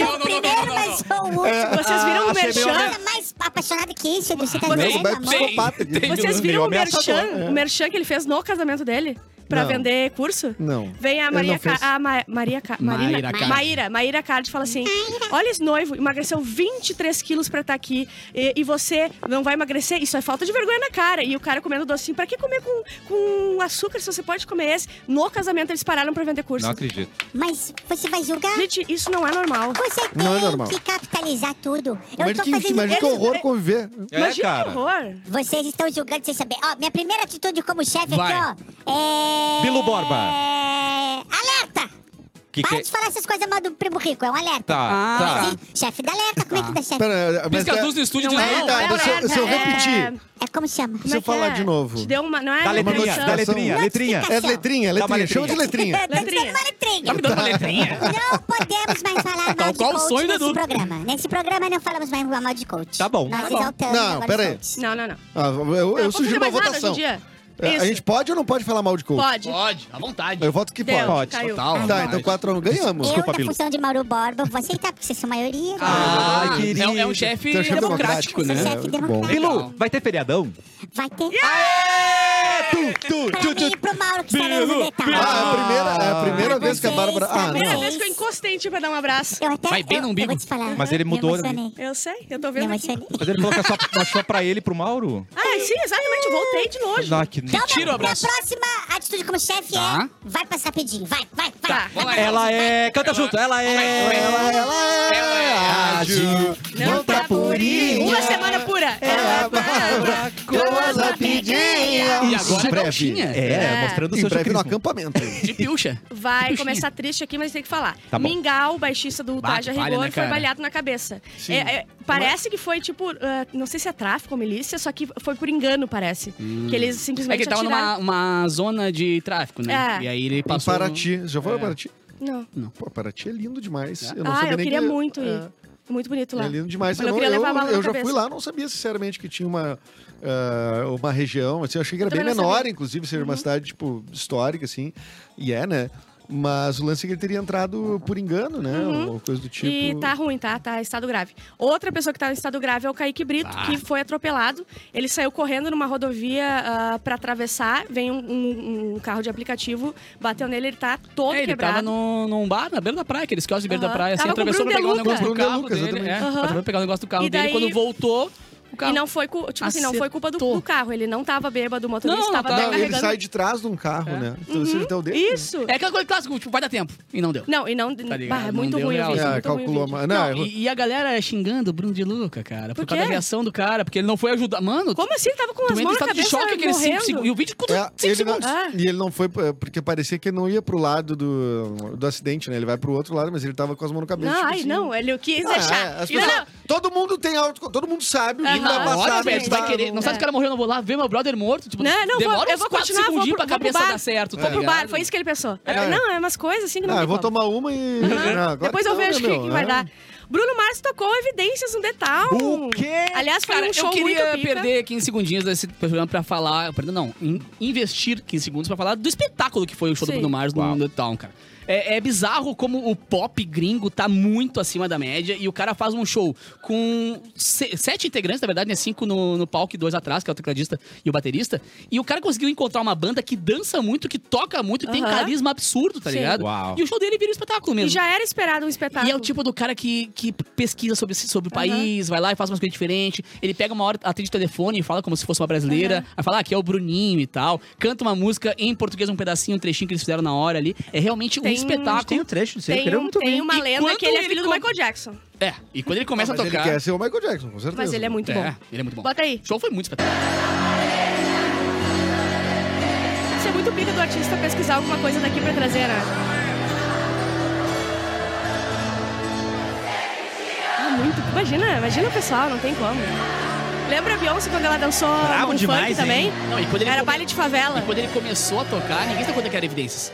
Speaker 2: Ah, Não, não,
Speaker 6: o
Speaker 2: não, não,
Speaker 6: primeiro,
Speaker 2: não,
Speaker 6: mas sou o último.
Speaker 4: É,
Speaker 3: vocês
Speaker 4: Ah,
Speaker 3: viram o merchan?
Speaker 6: Coisa mais apaixonada que isso, Edu. Você tá
Speaker 3: Bem,
Speaker 6: doido,
Speaker 4: bem,
Speaker 6: amor?
Speaker 4: bem. Psicopata.
Speaker 2: Tem- tem-
Speaker 3: Vocês
Speaker 1: Meio
Speaker 3: viram o
Speaker 1: ameaçador,
Speaker 3: merchan, o merchan que ele fez no casamento dele? Pra
Speaker 4: né? Não.
Speaker 3: vender curso?
Speaker 4: Não.
Speaker 3: Vem a
Speaker 4: Ele
Speaker 3: Maria
Speaker 4: não fez.
Speaker 3: Ca... a Ma- Maria Ca...
Speaker 2: Maíra
Speaker 3: Marina...
Speaker 2: Cardi.
Speaker 3: Maíra, Maíra Cardi fala assim: Olha esse noivo, emagreceu 23 quilos pra estar aqui. E, e você não vai emagrecer? Isso é falta de vergonha na cara. E o cara comendo docinho, pra que comer com, com açúcar se você pode comer esse? No casamento eles pararam pra vender curso.
Speaker 1: Não acredito.
Speaker 6: Mas você vai julgar?
Speaker 3: Gente, isso não é normal.
Speaker 6: Você tem
Speaker 4: Não é normal.
Speaker 6: que capitalizar tudo. Eu
Speaker 4: Imagina
Speaker 6: tô
Speaker 4: que,
Speaker 6: fazendo...
Speaker 4: imagina que
Speaker 6: eles-
Speaker 4: horror conviver.
Speaker 1: É,
Speaker 3: Imagina
Speaker 1: cara.
Speaker 3: que horror.
Speaker 6: Vocês estão julgando sem saber. Ó, minha primeira atitude como chefe
Speaker 2: Vai.
Speaker 6: aqui, ó, é...
Speaker 1: Bilu Borba.
Speaker 6: É... Alerta!
Speaker 1: Que
Speaker 6: Para
Speaker 2: é?
Speaker 1: que...
Speaker 6: de falar essas coisas mal do primo rico, é um alerta.
Speaker 1: Tá,
Speaker 2: Ah,
Speaker 1: tá.
Speaker 6: Sim, chefe da alerta, como é que dá
Speaker 4: Tá.
Speaker 6: chefe?
Speaker 4: Pera, mas
Speaker 2: Pisca as
Speaker 4: é-
Speaker 2: luzes do estúdio
Speaker 3: Não
Speaker 2: diz
Speaker 3: é,
Speaker 2: não.
Speaker 3: não
Speaker 4: Tá,
Speaker 3: é
Speaker 4: mas se eu- se eu
Speaker 3: alerta, é-
Speaker 4: repetir,
Speaker 6: É como chama?
Speaker 3: Como
Speaker 4: eu
Speaker 3: é que
Speaker 4: falar
Speaker 3: é?
Speaker 4: de novo.
Speaker 3: Te deu uma. Não é
Speaker 1: Dá letrinha,
Speaker 3: letra-
Speaker 1: dá letrinha,
Speaker 6: Notificação.
Speaker 1: letrinha.
Speaker 4: É letrinha,
Speaker 1: Dá uma
Speaker 4: letrinha. Chama de
Speaker 6: <laughs>
Speaker 1: letrinha.
Speaker 4: letrinha.
Speaker 6: Eu tô dizendo uma letrinha.
Speaker 2: Tá me dando uma letrinha?
Speaker 6: Não podemos mais falar mal
Speaker 2: Tal
Speaker 6: de
Speaker 2: qual o
Speaker 6: coach
Speaker 2: sonho do
Speaker 6: nesse
Speaker 2: Edu.
Speaker 6: programa. Nesse programa não falamos mais mal de coach.
Speaker 1: Tá bom.
Speaker 6: Nós
Speaker 1: Tá bom.
Speaker 6: exaltamos
Speaker 4: Não,
Speaker 6: agora
Speaker 4: pera
Speaker 6: os
Speaker 4: aí.
Speaker 6: coaches.
Speaker 3: Não, não, não.
Speaker 4: Ah, eu eu
Speaker 3: Não,
Speaker 4: sugiro
Speaker 3: pode fazer
Speaker 4: uma
Speaker 3: mais nada
Speaker 4: votação.
Speaker 3: hoje em dia?
Speaker 4: É,
Speaker 3: Isso.
Speaker 4: A gente pode ou não pode falar mal de coach?
Speaker 3: Pode.
Speaker 2: Pode, à vontade.
Speaker 4: Eu voto que
Speaker 3: Deu,
Speaker 4: pode.
Speaker 1: Pode.
Speaker 3: Caiu.
Speaker 2: Total.
Speaker 4: Tá, então 4x1 ganhamos.
Speaker 6: eu,
Speaker 1: Desculpa,
Speaker 6: na
Speaker 1: Bilu.
Speaker 6: função de Mauro Borba, vou aceitar, porque vocês são maioria.
Speaker 1: Ah,
Speaker 2: Ah,
Speaker 1: querido.
Speaker 2: é, é um chefe
Speaker 4: Teu chefe
Speaker 2: democrático,
Speaker 4: democrático,
Speaker 2: né?
Speaker 6: Seu chefe
Speaker 4: muito bom.
Speaker 6: democrático.
Speaker 1: Bilu, vai ter feriadão?
Speaker 6: Vai ter
Speaker 1: É! Tu, tu,
Speaker 6: pra
Speaker 1: tu,
Speaker 6: mim e
Speaker 1: tu.
Speaker 6: pro Mauro que estaremos
Speaker 1: Bilu,
Speaker 6: no detalhe.
Speaker 4: Ah, é a primeira, é a primeira
Speaker 6: Ah,
Speaker 4: vez que a Bárbara.
Speaker 6: vocês,
Speaker 4: Ah,
Speaker 3: Primeira
Speaker 4: não.
Speaker 3: vez que eu encostei em ti pra dar um abraço.
Speaker 6: Eu até,
Speaker 2: Vai bem
Speaker 6: eu,
Speaker 2: no
Speaker 6: eu
Speaker 2: umbigo.
Speaker 6: vou te falar.
Speaker 1: Mas ele mudou,
Speaker 6: Me emocionei.
Speaker 3: Eu sei, eu tô
Speaker 6: Me
Speaker 3: vendo aqui.
Speaker 6: emocionei.
Speaker 1: Mas ele falou que é só, mas só pra ele e pro Mauro?
Speaker 3: Ah, sim, exatamente, eu voltei de nojo.
Speaker 1: Ah, que...
Speaker 6: Então,
Speaker 2: Tira o
Speaker 6: minha, minha
Speaker 2: abraço.
Speaker 6: próxima atitude como chefe
Speaker 2: Tá.
Speaker 6: é... Vai passar pedindo. Vai, vai, vai.
Speaker 3: Tá.
Speaker 2: Vamos lá, então.
Speaker 1: Ela é... Canta junto. Ela é...
Speaker 2: Ela é ágil,
Speaker 1: Não tá
Speaker 3: Uma semana por Abóbora! É abóbora!
Speaker 7: Com as rapidinhas.
Speaker 2: E agora é
Speaker 4: Em breve.
Speaker 2: Galtinha.
Speaker 1: É,
Speaker 3: É.
Speaker 1: mostrando o
Speaker 4: Em
Speaker 1: seu
Speaker 4: breve no
Speaker 1: chacrismo.
Speaker 4: acampamento.
Speaker 2: De pilcha.
Speaker 3: Vai
Speaker 2: Puxinha.
Speaker 3: começar triste aqui, mas tem que falar.
Speaker 1: Tá bom.
Speaker 3: Mingau, baixista do
Speaker 2: Bate
Speaker 3: Taja
Speaker 2: palha,
Speaker 3: Rigor,
Speaker 2: né,
Speaker 3: foi
Speaker 2: cara?
Speaker 3: baleado na cabeça. É, é, parece que foi tipo, ah, não sei se é tráfico ou milícia, só que foi por engano, parece.
Speaker 4: Hum.
Speaker 3: Que eles
Speaker 2: É que
Speaker 3: simplesmente
Speaker 2: ele tava
Speaker 3: atiraram.
Speaker 2: numa uma zona de tráfico, né?
Speaker 3: É.
Speaker 2: E aí ele
Speaker 4: Em
Speaker 2: passou...
Speaker 4: Paraty. Já foi
Speaker 2: É.
Speaker 4: a Paraty?
Speaker 3: Não.
Speaker 4: Pô, Paraty é lindo demais. Eu não
Speaker 3: Ah,
Speaker 4: sabia
Speaker 3: eu
Speaker 4: nem
Speaker 3: queria
Speaker 4: que-
Speaker 3: muito
Speaker 4: É.
Speaker 3: ir. É muito bonito lá.
Speaker 4: É lindo demais.
Speaker 3: Mas eu
Speaker 4: eu não-
Speaker 3: queria levar a bala
Speaker 4: eu,
Speaker 3: na
Speaker 4: eu já
Speaker 3: cabeça.
Speaker 4: fui lá, não sabia sinceramente que tinha uma, ah, uma região. Assim, eu achei que era
Speaker 3: Também
Speaker 4: bem
Speaker 3: não
Speaker 4: menor,
Speaker 3: sabia. Uhum.
Speaker 4: inclusive, ser uma cidade tipo, histórica, assim. E é, né? Mas o lance é que ele teria entrado por engano, né? Ou coisa do tipo.
Speaker 3: Uhum. E tá ruim, tá? Tá em estado grave. Outra pessoa que tá em estado grave é o Kaique Brito, que foi atropelado. Ele saiu correndo numa rodovia ah, pra atravessar. Vem um, um- um carro de aplicativo, bateu nele, ele tá todo
Speaker 2: É, ele
Speaker 3: quebrado.
Speaker 2: tava no, num bar, na beira da praia, aqueles quiosques de beira da
Speaker 3: Aham.
Speaker 2: praia, assim,
Speaker 3: Tava com o
Speaker 2: atravessou pra
Speaker 3: Bruno
Speaker 2: pegar o
Speaker 3: De Luca.
Speaker 2: negócio do
Speaker 4: Bruno De
Speaker 2: carro
Speaker 4: Luca,
Speaker 2: dele.
Speaker 4: exatamente.
Speaker 2: É,
Speaker 3: Aham.
Speaker 2: atravessou pra pegar o negócio do carro
Speaker 3: E
Speaker 2: dele.
Speaker 3: daí-
Speaker 2: Quando voltou, o carro...
Speaker 3: E não foi, cu- tipo assim, não foi culpa do,
Speaker 2: Acertou.
Speaker 3: do carro. Ele não tava bêbado, o motorista
Speaker 2: Não,
Speaker 3: estava
Speaker 2: tá.
Speaker 3: tava
Speaker 4: Não,
Speaker 3: até
Speaker 4: ele
Speaker 3: carregando. É. Uhum.
Speaker 4: sai de trás de um carro, né? Então se ele até o dele.
Speaker 3: Isso!
Speaker 2: É aquela coisa clássica, tipo, vai dar tempo. E não deu.
Speaker 3: Não, e não.
Speaker 2: ligado?
Speaker 3: bah, é
Speaker 2: Não
Speaker 3: muito
Speaker 2: deu
Speaker 3: ruim
Speaker 2: real,
Speaker 3: o vídeo.
Speaker 2: assim.
Speaker 4: Ah,
Speaker 3: muito ruim o
Speaker 4: calculou.
Speaker 3: vídeo.
Speaker 4: a- Não, errou.
Speaker 2: E, e a galera xingando o Bruno de Luca, cara, por,
Speaker 3: Por
Speaker 2: causa da
Speaker 3: quê?
Speaker 2: reação do cara, porque ele não foi ajudar. Mano,
Speaker 3: Como assim? Ele Tava com
Speaker 2: tu
Speaker 3: as
Speaker 2: entra em
Speaker 3: mãos na
Speaker 2: estado de
Speaker 3: cabeça
Speaker 2: choque aqueles 5
Speaker 3: morrendo.
Speaker 2: segundos. E o vídeo com
Speaker 4: É,
Speaker 2: 5
Speaker 4: ele não,
Speaker 2: segundos.
Speaker 3: Ah.
Speaker 4: E ele não foi, eh, porque parecia que ele não ia pro lado do, do acidente, né? Ele vai pro outro lado, mas ele tava com as mãos no cabeça.
Speaker 3: Não,
Speaker 4: tipo
Speaker 3: ai,
Speaker 4: assim.
Speaker 3: não. Ele quis
Speaker 4: Ah,
Speaker 3: deixar.
Speaker 4: é, as
Speaker 3: Não,
Speaker 4: pessoas-
Speaker 3: não.
Speaker 4: Todo mundo tem auto, todo mundo sabe o que
Speaker 3: Aham.
Speaker 4: vai
Speaker 2: Na hora,
Speaker 4: passar.
Speaker 2: velho, tu
Speaker 4: tá?
Speaker 2: vai querer. Não sabe se o cara morreu, eu não vou lá ver meu brother morto. Tipo,
Speaker 3: É. Não, não,
Speaker 2: demora
Speaker 3: vou- eu
Speaker 2: uns
Speaker 3: vou
Speaker 2: 4
Speaker 3: continuar, vou
Speaker 2: segundinhos pra
Speaker 3: pro- vou pro
Speaker 2: cabeça
Speaker 3: bar.
Speaker 2: dar certo. tá
Speaker 3: Vou pro
Speaker 2: ligado?
Speaker 3: bar, foi isso que ele pensou.
Speaker 4: É.
Speaker 3: Não, é umas coisas assim que não,
Speaker 4: Não,
Speaker 3: tem
Speaker 4: Ah, eu vou
Speaker 3: como.
Speaker 4: tomar uma e. Não, agora
Speaker 3: Depois eu
Speaker 4: tá, né,
Speaker 3: vejo o que,
Speaker 4: meu?
Speaker 3: que vai
Speaker 4: É.
Speaker 3: dar. Bruno Mars tocou evidências no The Town.
Speaker 1: O quê?
Speaker 3: Aliás, foi
Speaker 2: Cara,
Speaker 3: um show
Speaker 2: eu queria
Speaker 3: muito pica.
Speaker 2: perder 15 segundinhos desse programa pra falar. Perdão, não. in- investir 15 segundos pra falar do espetáculo que foi o show do
Speaker 3: Sim.
Speaker 2: Bruno Mars no The Town, cara. É, é bizarro como o pop gringo tá muito acima da média e o cara faz um show com se- sete integrantes, na verdade, né? Cinco no, no palco e dois atrás, que é o tecladista e o baterista. E o cara conseguiu encontrar uma banda que dança muito, que toca muito, que tem
Speaker 3: Aham.
Speaker 2: carisma absurdo, tá
Speaker 3: Sim.
Speaker 2: ligado?
Speaker 1: Uau.
Speaker 2: E o show dele vira um espetáculo mesmo.
Speaker 3: E já era esperado um espetáculo.
Speaker 2: E é o tipo do cara que, que pesquisa sobre, esse- sobre o
Speaker 3: Aham.
Speaker 2: país, vai lá e faz umas coisas diferentes. Ele pega uma hora, atende o telefone e fala como se fosse uma brasileira. Aí fala, ah, aqui é o Bruninho e tal. Canta uma música em português, um pedacinho, um trechinho que eles fizeram na hora ali. É realmente um
Speaker 3: Tem-
Speaker 2: espetáculo.
Speaker 5: Tem um trecho disso aí, eu
Speaker 3: tem,
Speaker 5: queria
Speaker 3: um-
Speaker 5: muito ver.
Speaker 3: tem uma
Speaker 2: E
Speaker 3: lenda
Speaker 2: quando
Speaker 3: que ele é
Speaker 2: ele
Speaker 3: filho do
Speaker 2: com-
Speaker 3: Michael Jackson.
Speaker 2: É, e quando ele começa
Speaker 4: Ah, Mas
Speaker 2: a
Speaker 4: ele
Speaker 2: tocar...
Speaker 4: quer ser o Michael Jackson, com certeza.
Speaker 3: Mas ele é muito
Speaker 2: É,
Speaker 3: bom.
Speaker 2: ele é muito bom.
Speaker 3: Bota aí.
Speaker 2: O show foi muito espetáculo.
Speaker 3: Isso é muito pica do artista pesquisar alguma coisa daqui pra trazer, né? Ah, muito. Imagina, imagina o pessoal, não tem como. Lembra a Beyoncé quando ela dançou
Speaker 5: Bravo
Speaker 3: um funk
Speaker 5: demais,
Speaker 3: também?
Speaker 5: hein?
Speaker 2: Não, e quando ele
Speaker 3: Era
Speaker 2: come-
Speaker 3: baile de favela.
Speaker 2: E quando ele começou a tocar, ninguém sabia quando que era evidências.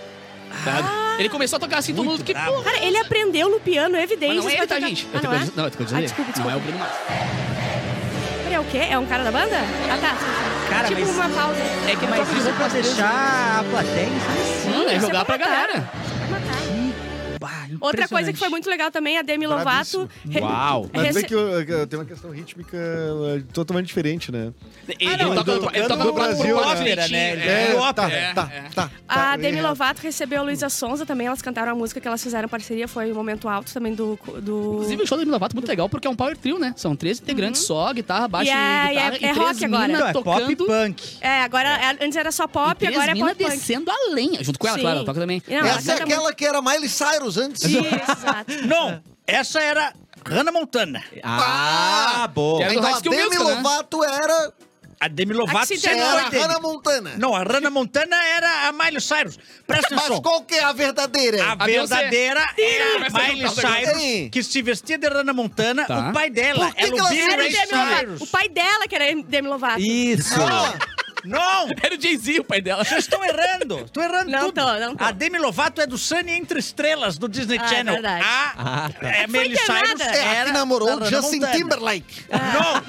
Speaker 2: sabe?
Speaker 3: Ah.
Speaker 2: Ele começou a tocar assim, todo mundo... Que
Speaker 5: brabo.
Speaker 2: porra!
Speaker 3: Cara, ele aprendeu no piano,
Speaker 2: Mas
Speaker 3: evidências.
Speaker 2: não é
Speaker 3: pra
Speaker 2: ele, tá,
Speaker 3: tocar-
Speaker 2: gente?
Speaker 3: Ah, não é?
Speaker 2: eu tô não, eu tô dizendo
Speaker 3: Ah,
Speaker 2: ele.
Speaker 3: desculpa,
Speaker 2: Não é
Speaker 3: desculpa.
Speaker 2: o Bruno Mars.
Speaker 3: Ele é o quê? É um cara da banda? Ah, tá.
Speaker 5: Cara,
Speaker 3: tipo
Speaker 5: mas-
Speaker 3: uma pausa.
Speaker 2: É que
Speaker 5: Mas
Speaker 2: troca de
Speaker 5: isso
Speaker 2: roupa
Speaker 5: pra
Speaker 2: às vezes-
Speaker 5: deixar a plateia em cima.
Speaker 2: Não, é
Speaker 3: Isso
Speaker 2: jogar pra
Speaker 3: matar.
Speaker 2: galera.
Speaker 3: Isso é pra matar.
Speaker 5: Bah,
Speaker 3: Outra coisa que foi muito legal também, a Demi Lovato. re-
Speaker 1: Uau.
Speaker 4: Mas
Speaker 3: rece-
Speaker 4: vê que eu, eu tenho uma questão rítmica eh, totalmente diferente, né?
Speaker 2: Ele,
Speaker 5: Ah, não,
Speaker 2: toca,
Speaker 4: do-
Speaker 2: ele
Speaker 4: do
Speaker 2: toca
Speaker 4: Brasil,
Speaker 2: uma
Speaker 4: né?
Speaker 2: ópera, né? Ele
Speaker 5: É,
Speaker 2: toca-
Speaker 4: tá,
Speaker 2: é,
Speaker 4: tá,
Speaker 2: é.
Speaker 4: tá, tá,
Speaker 3: A Demi
Speaker 4: é.
Speaker 3: Lovato recebeu a Luísa Sonza também, elas cantaram a música que elas fizeram parceria, foi um momento alto também do. do... Uhum.
Speaker 2: Inclusive, o show da Demi Lovato é muito legal porque é um power trio, né? São três integrantes só, guitarra, baixo
Speaker 3: E é-
Speaker 2: e guitarra.
Speaker 3: é- é
Speaker 2: e três
Speaker 3: rock agora.
Speaker 2: mina
Speaker 5: Não, é pop
Speaker 2: tocando.
Speaker 5: e punk.
Speaker 3: É, agora é, antes era só
Speaker 2: e
Speaker 3: pop,
Speaker 2: três
Speaker 3: agora é
Speaker 2: mina
Speaker 3: pop punk.
Speaker 2: descendo é a lenha. Junto com ela,
Speaker 3: Sim.
Speaker 2: claro, ela toca também.
Speaker 3: E não, ela
Speaker 7: Essa é
Speaker 3: canta muito.
Speaker 7: aquela que era Miley Cyrus antes.
Speaker 3: Isso, exato.
Speaker 5: Não, essa era Hannah Montana.
Speaker 1: Ah, boa.
Speaker 2: Era do
Speaker 7: Então
Speaker 2: High
Speaker 7: a
Speaker 2: School
Speaker 7: Demi
Speaker 2: Musical, né?
Speaker 7: Lovato era,
Speaker 5: A Demi
Speaker 3: A
Speaker 5: Lovato
Speaker 3: que se
Speaker 5: sempre
Speaker 7: era
Speaker 5: foi
Speaker 7: a
Speaker 5: dele.
Speaker 7: Hannah Montana.
Speaker 5: Não, a Hannah Montana era a Miley Cyrus. Presta
Speaker 7: Mas
Speaker 5: atenção.
Speaker 7: qual que é a verdadeira?
Speaker 5: A
Speaker 2: Beyoncé.
Speaker 5: verdadeira era a
Speaker 2: Começa a
Speaker 5: Miley
Speaker 2: juntar o negócio.
Speaker 5: Cyrus, que se vestia de Hannah Montana.
Speaker 2: Tá.
Speaker 5: O pai dela
Speaker 7: Por que
Speaker 5: era
Speaker 7: que
Speaker 5: o
Speaker 7: ela é
Speaker 5: Billy
Speaker 7: era
Speaker 3: Era
Speaker 5: Ray
Speaker 3: Demi Lovato. O
Speaker 5: Cyrus.
Speaker 3: pai dela que era Demi Lovato.
Speaker 1: Isso.
Speaker 7: Ah,
Speaker 5: Não!
Speaker 2: Era o Jay-Z, o pai dela.
Speaker 5: Vocês estão errando! Estão errando tudo.
Speaker 3: Não tô, não tô.
Speaker 5: A Demi Lovato é do Sunny Entre Estrelas, do Disney
Speaker 3: Ah, é
Speaker 5: Channel.
Speaker 3: verdade.
Speaker 5: A,
Speaker 1: Ah, tá.
Speaker 5: é, Miley
Speaker 3: internada.
Speaker 5: Cyrus
Speaker 7: é a
Speaker 5: era
Speaker 7: que
Speaker 5: da
Speaker 7: namorou o
Speaker 5: Hannah
Speaker 7: Justin
Speaker 5: Montana.
Speaker 7: Timberlake.
Speaker 5: Não,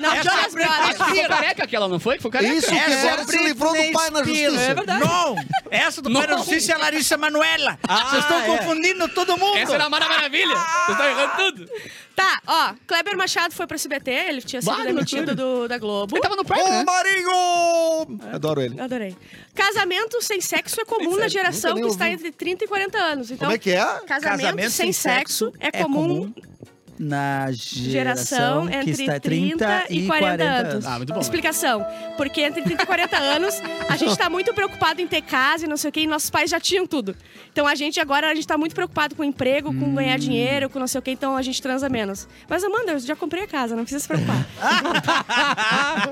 Speaker 3: Não,
Speaker 5: essa é
Speaker 3: Jonas
Speaker 5: a
Speaker 3: Brothers.
Speaker 2: Ela foi
Speaker 5: Britney Spears.
Speaker 2: careca aquela, não foi? Foi careca.
Speaker 7: Isso que
Speaker 5: Essa
Speaker 7: agora
Speaker 5: é
Speaker 7: se livrou do
Speaker 5: Britney
Speaker 7: pai na
Speaker 5: Spears.
Speaker 7: justiça.
Speaker 5: Não! Essa do pai na
Speaker 2: É Não. Ah, é.
Speaker 5: justiça é a Larissa Manuela. Vocês estão confundindo todo mundo.
Speaker 2: Essa era a Mara Maravilha. Vocês estão errando tudo.
Speaker 3: Tá, ó, Kleber Machado foi pro SBT, ele tinha sido
Speaker 2: Bah, que
Speaker 3: demitido
Speaker 2: loucura.
Speaker 3: do- da Globo.
Speaker 2: Ele tava no Prime, né?
Speaker 7: Ô, Marinho!
Speaker 4: Adoro ele.
Speaker 3: Adorei. Casamento sem sexo é comum na geração
Speaker 4: nem
Speaker 3: que está
Speaker 4: ouvi.
Speaker 7: é Ah,
Speaker 3: entre 30 e 40 anos. Então,
Speaker 4: Como é que é?
Speaker 3: Casamento, sem, sexo é comum.
Speaker 5: na
Speaker 3: geração
Speaker 5: geração, que
Speaker 3: entre
Speaker 5: está
Speaker 3: 30,
Speaker 5: 30
Speaker 3: e 40 anos.
Speaker 2: Ah, muito bom.
Speaker 3: Explicação. Porque entre 30 e 40 anos, a gente tá muito preocupado em ter casa e não sei o quê, e nossos pais já tinham tudo. Então a gente agora, a gente tá muito preocupado com emprego, com ganhar dinheiro, com não sei o quê, então a gente transa menos. Mas Amanda, eu já comprei a casa, não precisa se preocupar.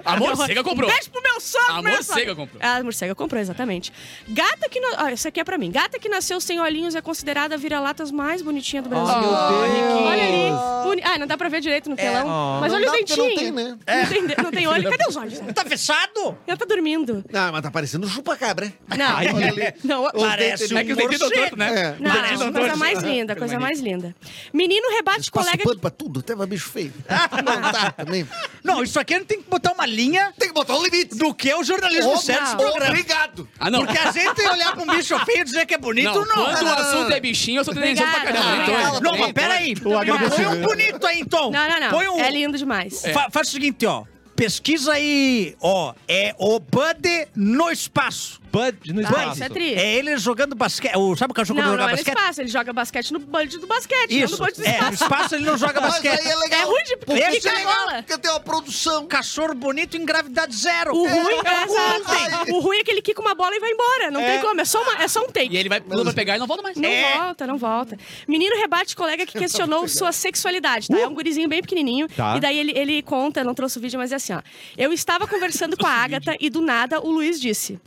Speaker 2: A morcega comprou.
Speaker 3: Beijo pro meu sogro,
Speaker 2: A
Speaker 3: meu
Speaker 2: morcega
Speaker 3: sogro.
Speaker 2: comprou.
Speaker 3: A morcega comprou, exatamente. Gata que... na- Olha, isso aqui é pra mim. Gata que nasceu sem olhinhos é considerada a vira-latas mais bonitinha do Brasil.
Speaker 7: Ah,
Speaker 3: Olha ali. Boni... Ah, não dá pra ver direito no telão. mas
Speaker 7: É. Ah, Não
Speaker 3: olha
Speaker 7: dá
Speaker 3: o
Speaker 7: porque
Speaker 3: dentinho.
Speaker 7: Não tem, né?
Speaker 3: Não tem, de- não tem olho. Cadê os olhos?
Speaker 5: Tá fechado?
Speaker 3: Ela tá dormindo.
Speaker 7: Ah, mas tá parecendo um chupa-cabra.
Speaker 3: Não. não, um
Speaker 7: Parece
Speaker 2: É que os dentinhos dão torto, né?
Speaker 7: É.
Speaker 3: não,
Speaker 2: Os dentinhos dão
Speaker 3: coisa
Speaker 2: torto.
Speaker 3: mais linda, coisa mais linda. Menino rebate
Speaker 7: Passa
Speaker 3: colega
Speaker 7: pano pra tudo, até pra bicho feio. Não dá também.
Speaker 3: né?
Speaker 5: Não, isso aqui a gente tem que botar uma linha
Speaker 7: Tem que botar um limite.
Speaker 5: do que é o jornalismo
Speaker 7: Opa,
Speaker 5: certo desse programa.
Speaker 7: Obrigado.
Speaker 2: Ah, não.
Speaker 5: Porque a gente olhar pra um bicho feio e dizer que é bonito,
Speaker 2: Não,
Speaker 5: não.
Speaker 2: quando
Speaker 5: Não,
Speaker 2: o assunto é bichinho, eu sou tendencioso pra
Speaker 3: Obrigada,
Speaker 2: caramba.
Speaker 3: obrigada.
Speaker 2: Então,
Speaker 5: não, mas peraí. Põe um bonito aí, então.
Speaker 3: né? Não, não,
Speaker 5: Põe
Speaker 3: não.
Speaker 5: um...
Speaker 3: É lindo demais.
Speaker 5: Fa- faz o seguinte, ó. Pesquisa aí, ó. É o Bud no espaço.
Speaker 1: Bud no
Speaker 3: Ah,
Speaker 1: espaço.
Speaker 3: isso é tri.
Speaker 5: É ele jogando basquete. O- Sabe o cachorro
Speaker 3: Não,
Speaker 5: joga
Speaker 3: não é no
Speaker 5: basquete?
Speaker 3: espaço. Ele joga basquete no bonde do basquete, não
Speaker 5: Isso.
Speaker 3: no bonde do
Speaker 5: É, no
Speaker 3: espaço.
Speaker 7: <laughs>
Speaker 5: espaço ele não joga
Speaker 7: Mas aí
Speaker 5: basquete.
Speaker 7: é legal.
Speaker 3: É ruim de
Speaker 7: porque
Speaker 3: picar
Speaker 7: isso é legal,
Speaker 3: bola.
Speaker 7: Porque tem uma produção.
Speaker 5: Um Cachorro bonito em gravidade zero.
Speaker 3: O ruim,
Speaker 5: É,
Speaker 3: exato. o ruim é que ele quica uma bola e vai embora. Não tem como, é só, uma- é só um take.
Speaker 2: E ele vai pula pra pegar e não volta mais.
Speaker 3: Não volta, não volta. Menino rebate colega que questionou sua sexualidade, tá? É um gurizinho bem pequenininho.
Speaker 1: Tá.
Speaker 3: E daí ele, ele conta, não trouxe o vídeo, mas é assim, ó. Eu estava conversando com a Agatha e do nada o Luiz disse...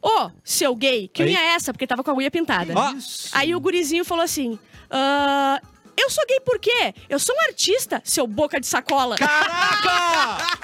Speaker 3: Ô, seu gay, que
Speaker 1: Aí.
Speaker 3: unha é essa? Porque tava com a unha pintada.
Speaker 1: Ó.
Speaker 3: Aí o gurizinho falou assim... "Ah, eu sou gay por quê? Eu sou um artista, seu boca de sacola.
Speaker 5: Caraca!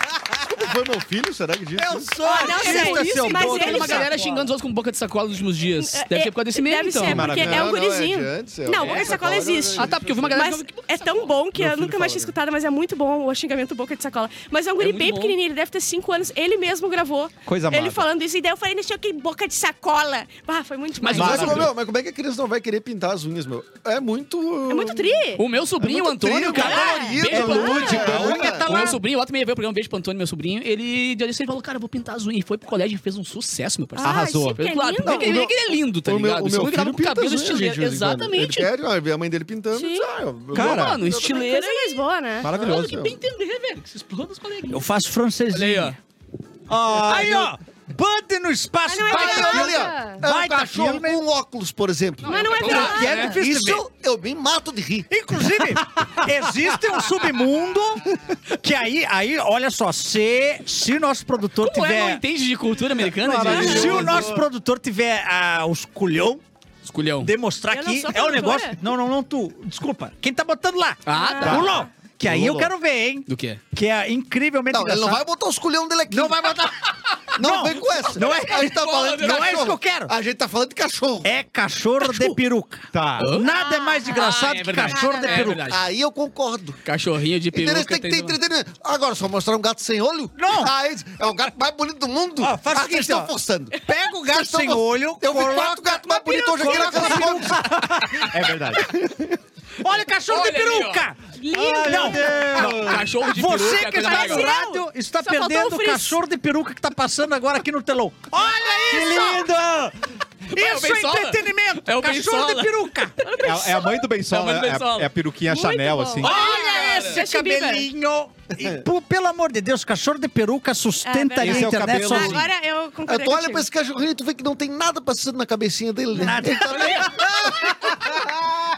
Speaker 4: Foi meu filho, será que disse?
Speaker 5: Eu sou
Speaker 3: Olha, não sei,
Speaker 5: artista,
Speaker 3: isso,
Speaker 5: seu
Speaker 3: mas
Speaker 5: boca.
Speaker 2: Tem
Speaker 3: ele É,
Speaker 2: uma galera xingando os outros com boca de sacola nos últimos dias. Deve ser por causa desse meme,
Speaker 3: Deve
Speaker 2: então.
Speaker 3: ser, porque é
Speaker 4: Maravilha.
Speaker 3: um
Speaker 4: Não,
Speaker 3: gurizinho.
Speaker 4: não adianta, é
Speaker 3: Não,
Speaker 4: um-
Speaker 3: boca de
Speaker 4: essa
Speaker 3: sacola
Speaker 4: cola não
Speaker 3: existe.
Speaker 2: Ah, tá, porque eu vi uma galera
Speaker 3: Mas
Speaker 2: que
Speaker 3: é tão bom que eu nunca mais tinha escutado, mas é muito bom o xingamento boca de sacola. Mas é um guri
Speaker 2: muito
Speaker 3: bem
Speaker 2: bom.
Speaker 3: pequenininho, ele deve ter 5 anos. Ele mesmo gravou.
Speaker 1: Coisa
Speaker 3: Ele
Speaker 1: amada.
Speaker 3: falando isso. E daí eu falei, deixa eu que boca de sacola. Ah, foi muito
Speaker 2: Mas
Speaker 3: demais.
Speaker 4: Mas,
Speaker 2: Maravilha.
Speaker 4: ô, meu, mas como é que a criança não vai querer pintar as unhas, meu? É muito.
Speaker 3: É muito tri.
Speaker 2: O meu sobrinho,
Speaker 4: muito
Speaker 2: Antônio,
Speaker 4: trio,
Speaker 2: É cara.
Speaker 4: colorido,
Speaker 2: Beijo pro
Speaker 4: lúdico,
Speaker 2: Antônio.
Speaker 4: a unha tá
Speaker 2: O
Speaker 4: lá.
Speaker 2: meu sobrinho, ontem me veio o programa, um beijo pro Antônio, meu sobrinho. Ele deu licença e falou, cara, eu vou pintar as unhas. E foi pro colégio e fez um sucesso, meu parceiro.
Speaker 3: Ah, Arrasou. isso que é
Speaker 2: Claro,
Speaker 3: lindo.
Speaker 2: porque ele,
Speaker 3: O meu-
Speaker 2: ele é lindo, tá
Speaker 4: o meu,
Speaker 2: ligado?
Speaker 4: o
Speaker 2: Esse
Speaker 4: meu
Speaker 2: homem tava
Speaker 4: filho
Speaker 2: com
Speaker 4: pinta as
Speaker 2: cabelo
Speaker 4: unhas, gente, de
Speaker 2: estileiro.
Speaker 4: vez em quando. né?
Speaker 2: Exatamente.
Speaker 4: Ele pede, ó, vê a mãe dele pintando.
Speaker 3: Sim.
Speaker 4: diz, ah, eu-
Speaker 1: Cara,
Speaker 2: Mano, estileiro.
Speaker 3: Coisa mais boa, né?
Speaker 1: Maravilhoso.
Speaker 2: Tem que entender, velho. Que se exploda os
Speaker 5: Eu
Speaker 2: coleguinhas.
Speaker 5: faço francesinho.
Speaker 2: Olha aí, ó.
Speaker 1: Ah,
Speaker 5: Aí, ó. Bud no espaço.
Speaker 3: Mas não é
Speaker 5: baita
Speaker 3: verdade.
Speaker 5: filme.
Speaker 7: Ali, ó. É um
Speaker 5: Baita
Speaker 7: cachorro
Speaker 5: filme.
Speaker 7: com óculos, por exemplo.
Speaker 3: Mas não é
Speaker 2: Claro
Speaker 3: verdade.
Speaker 5: que é difícil de ver.
Speaker 7: Isso eu me mato de rir.
Speaker 5: Inclusive, existe um submundo que aí, aí olha só, se, se o nosso produtor
Speaker 2: Como é, não
Speaker 5: tiver.
Speaker 2: entende de cultura americana, gente?
Speaker 5: se o nosso produtor tiver ah, os culhão,
Speaker 2: Esculhão.
Speaker 5: demonstrar
Speaker 3: Eu não
Speaker 5: que
Speaker 3: sou
Speaker 5: é o
Speaker 3: produtora.
Speaker 5: negócio. Não, não, não, tu. Desculpa. Quem tá botando lá?
Speaker 2: Ah, tá.
Speaker 5: O Lô. Que aí eu
Speaker 4: Lô.
Speaker 5: quero ver, hein?
Speaker 2: Do quê?
Speaker 5: Que é incrivelmente
Speaker 7: Não, ele não
Speaker 5: engraçado.
Speaker 7: vai botar os culhão dele aqui.
Speaker 5: Não vai botar.
Speaker 7: <laughs> Não,
Speaker 5: Não.
Speaker 7: vem com essa.
Speaker 5: Não é-
Speaker 7: A gente tá falando de
Speaker 5: Não é
Speaker 7: cachorro.
Speaker 5: isso que eu quero.
Speaker 7: A gente tá falando de cachorro.
Speaker 5: É cachorro de peruca.
Speaker 1: tá.
Speaker 5: Nada é mais engraçado
Speaker 2: Ah, é
Speaker 5: que
Speaker 2: verdade.
Speaker 5: cachorro de
Speaker 2: É
Speaker 5: peruca.
Speaker 2: verdade.
Speaker 7: Aí eu concordo.
Speaker 2: Cachorrinho de peruca.
Speaker 7: Interesse tem que ter
Speaker 2: tem-
Speaker 7: entretenimento. Agora, só mostrar um gato sem olho?
Speaker 5: Não.
Speaker 7: Aí, é o gato mais bonito do mundo?
Speaker 5: Ó, faz o
Speaker 7: Ah,
Speaker 5: seguinte,
Speaker 7: vocês
Speaker 5: ó.
Speaker 7: estão forçando.
Speaker 5: Pega o gato
Speaker 7: Vocês tão
Speaker 5: sem
Speaker 7: forçando.
Speaker 5: olho,
Speaker 7: Eu vi
Speaker 5: coloca
Speaker 7: quatro gatos mais bonitos hoje aqui na
Speaker 5: coloca
Speaker 7: casa
Speaker 5: na
Speaker 7: Fox.
Speaker 1: É verdade.
Speaker 5: Olha o cachorro
Speaker 2: Olha
Speaker 5: de
Speaker 2: ali,
Speaker 5: peruca!
Speaker 3: Lindo.
Speaker 5: Não,
Speaker 2: Não, cachorro de peruca.
Speaker 5: Você
Speaker 2: é
Speaker 5: que
Speaker 2: coisa
Speaker 5: está
Speaker 2: legal.
Speaker 5: no rádio está
Speaker 3: Só faltou
Speaker 5: perdendo
Speaker 3: o
Speaker 5: o
Speaker 3: frizz.
Speaker 5: cachorro de peruca que está passando agora aqui no telão.
Speaker 2: É
Speaker 5: Olha isso!
Speaker 2: o
Speaker 5: Isso é
Speaker 2: Bensola.
Speaker 5: entretenimento!
Speaker 2: É o
Speaker 5: cachorro
Speaker 2: Bensola.
Speaker 5: de peruca!
Speaker 1: É, é a mãe do
Speaker 2: É a
Speaker 1: Bensola.
Speaker 2: mãe do
Speaker 1: É,
Speaker 2: Bensola.
Speaker 1: a- é a peruquinha
Speaker 3: Muito
Speaker 1: Chanel,
Speaker 3: bom.
Speaker 1: assim.
Speaker 5: Olha
Speaker 3: cara.
Speaker 5: esse
Speaker 3: Justin Bieber.
Speaker 5: cabelinho! E, pô, pelo amor de Deus, cachorro de peruca sustenta a
Speaker 3: É verdade. Esse
Speaker 1: é o
Speaker 5: internet
Speaker 1: cabelo-
Speaker 5: sozinho.
Speaker 3: Agora eu
Speaker 7: Aí
Speaker 3: concordei
Speaker 7: tu olha
Speaker 3: contigo.
Speaker 7: pra esse cachorrinho e tu vê que não tem nada passando na cabecinha dele, né?
Speaker 5: Nada.
Speaker 7: Ele tá bem-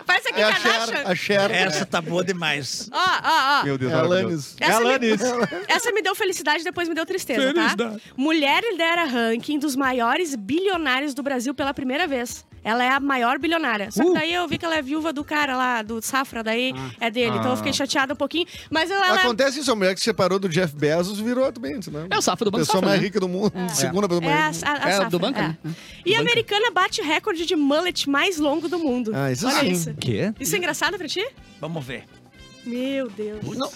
Speaker 3: Faz aqui,
Speaker 4: É a
Speaker 3: Kardashian.
Speaker 4: Cher, a Cher.
Speaker 5: Essa tá boa demais.
Speaker 3: Ó, ó, ó.
Speaker 1: Meu Deus,
Speaker 4: É
Speaker 1: maravilhoso.
Speaker 4: Alanis.
Speaker 1: É Alanis.
Speaker 3: <laughs> Essa me deu felicidade, depois me deu tristeza, tá? Mulher lidera ranking dos maiores bilionários do Brasil pela primeira vez. Ela é a maior bilionária. Só que daí eu vi que ela é viúva do cara lá, do Safra, daí é dele. Então eu fiquei chateada um pouquinho. Mas ela, ela
Speaker 4: Acontece isso, a mulher que se separou do Jeff Bezos virou também, né?
Speaker 2: É o safra do Banco
Speaker 4: Pessoa
Speaker 2: Safra,
Speaker 4: mais
Speaker 2: né?
Speaker 4: rica do mundo, segunda pessoa
Speaker 3: é a,
Speaker 4: mais rica.
Speaker 3: a, a
Speaker 2: É,
Speaker 3: Safra,
Speaker 2: do banco,
Speaker 3: é.
Speaker 2: né?
Speaker 3: E a americana bate recorde de mullet mais longo do mundo.
Speaker 4: Ah, isso
Speaker 3: Olha
Speaker 4: sim.
Speaker 3: isso.
Speaker 1: Quê?
Speaker 3: Isso é engraçado pra ti?
Speaker 5: Vamos ver.
Speaker 3: Meu Deus.
Speaker 7: Não,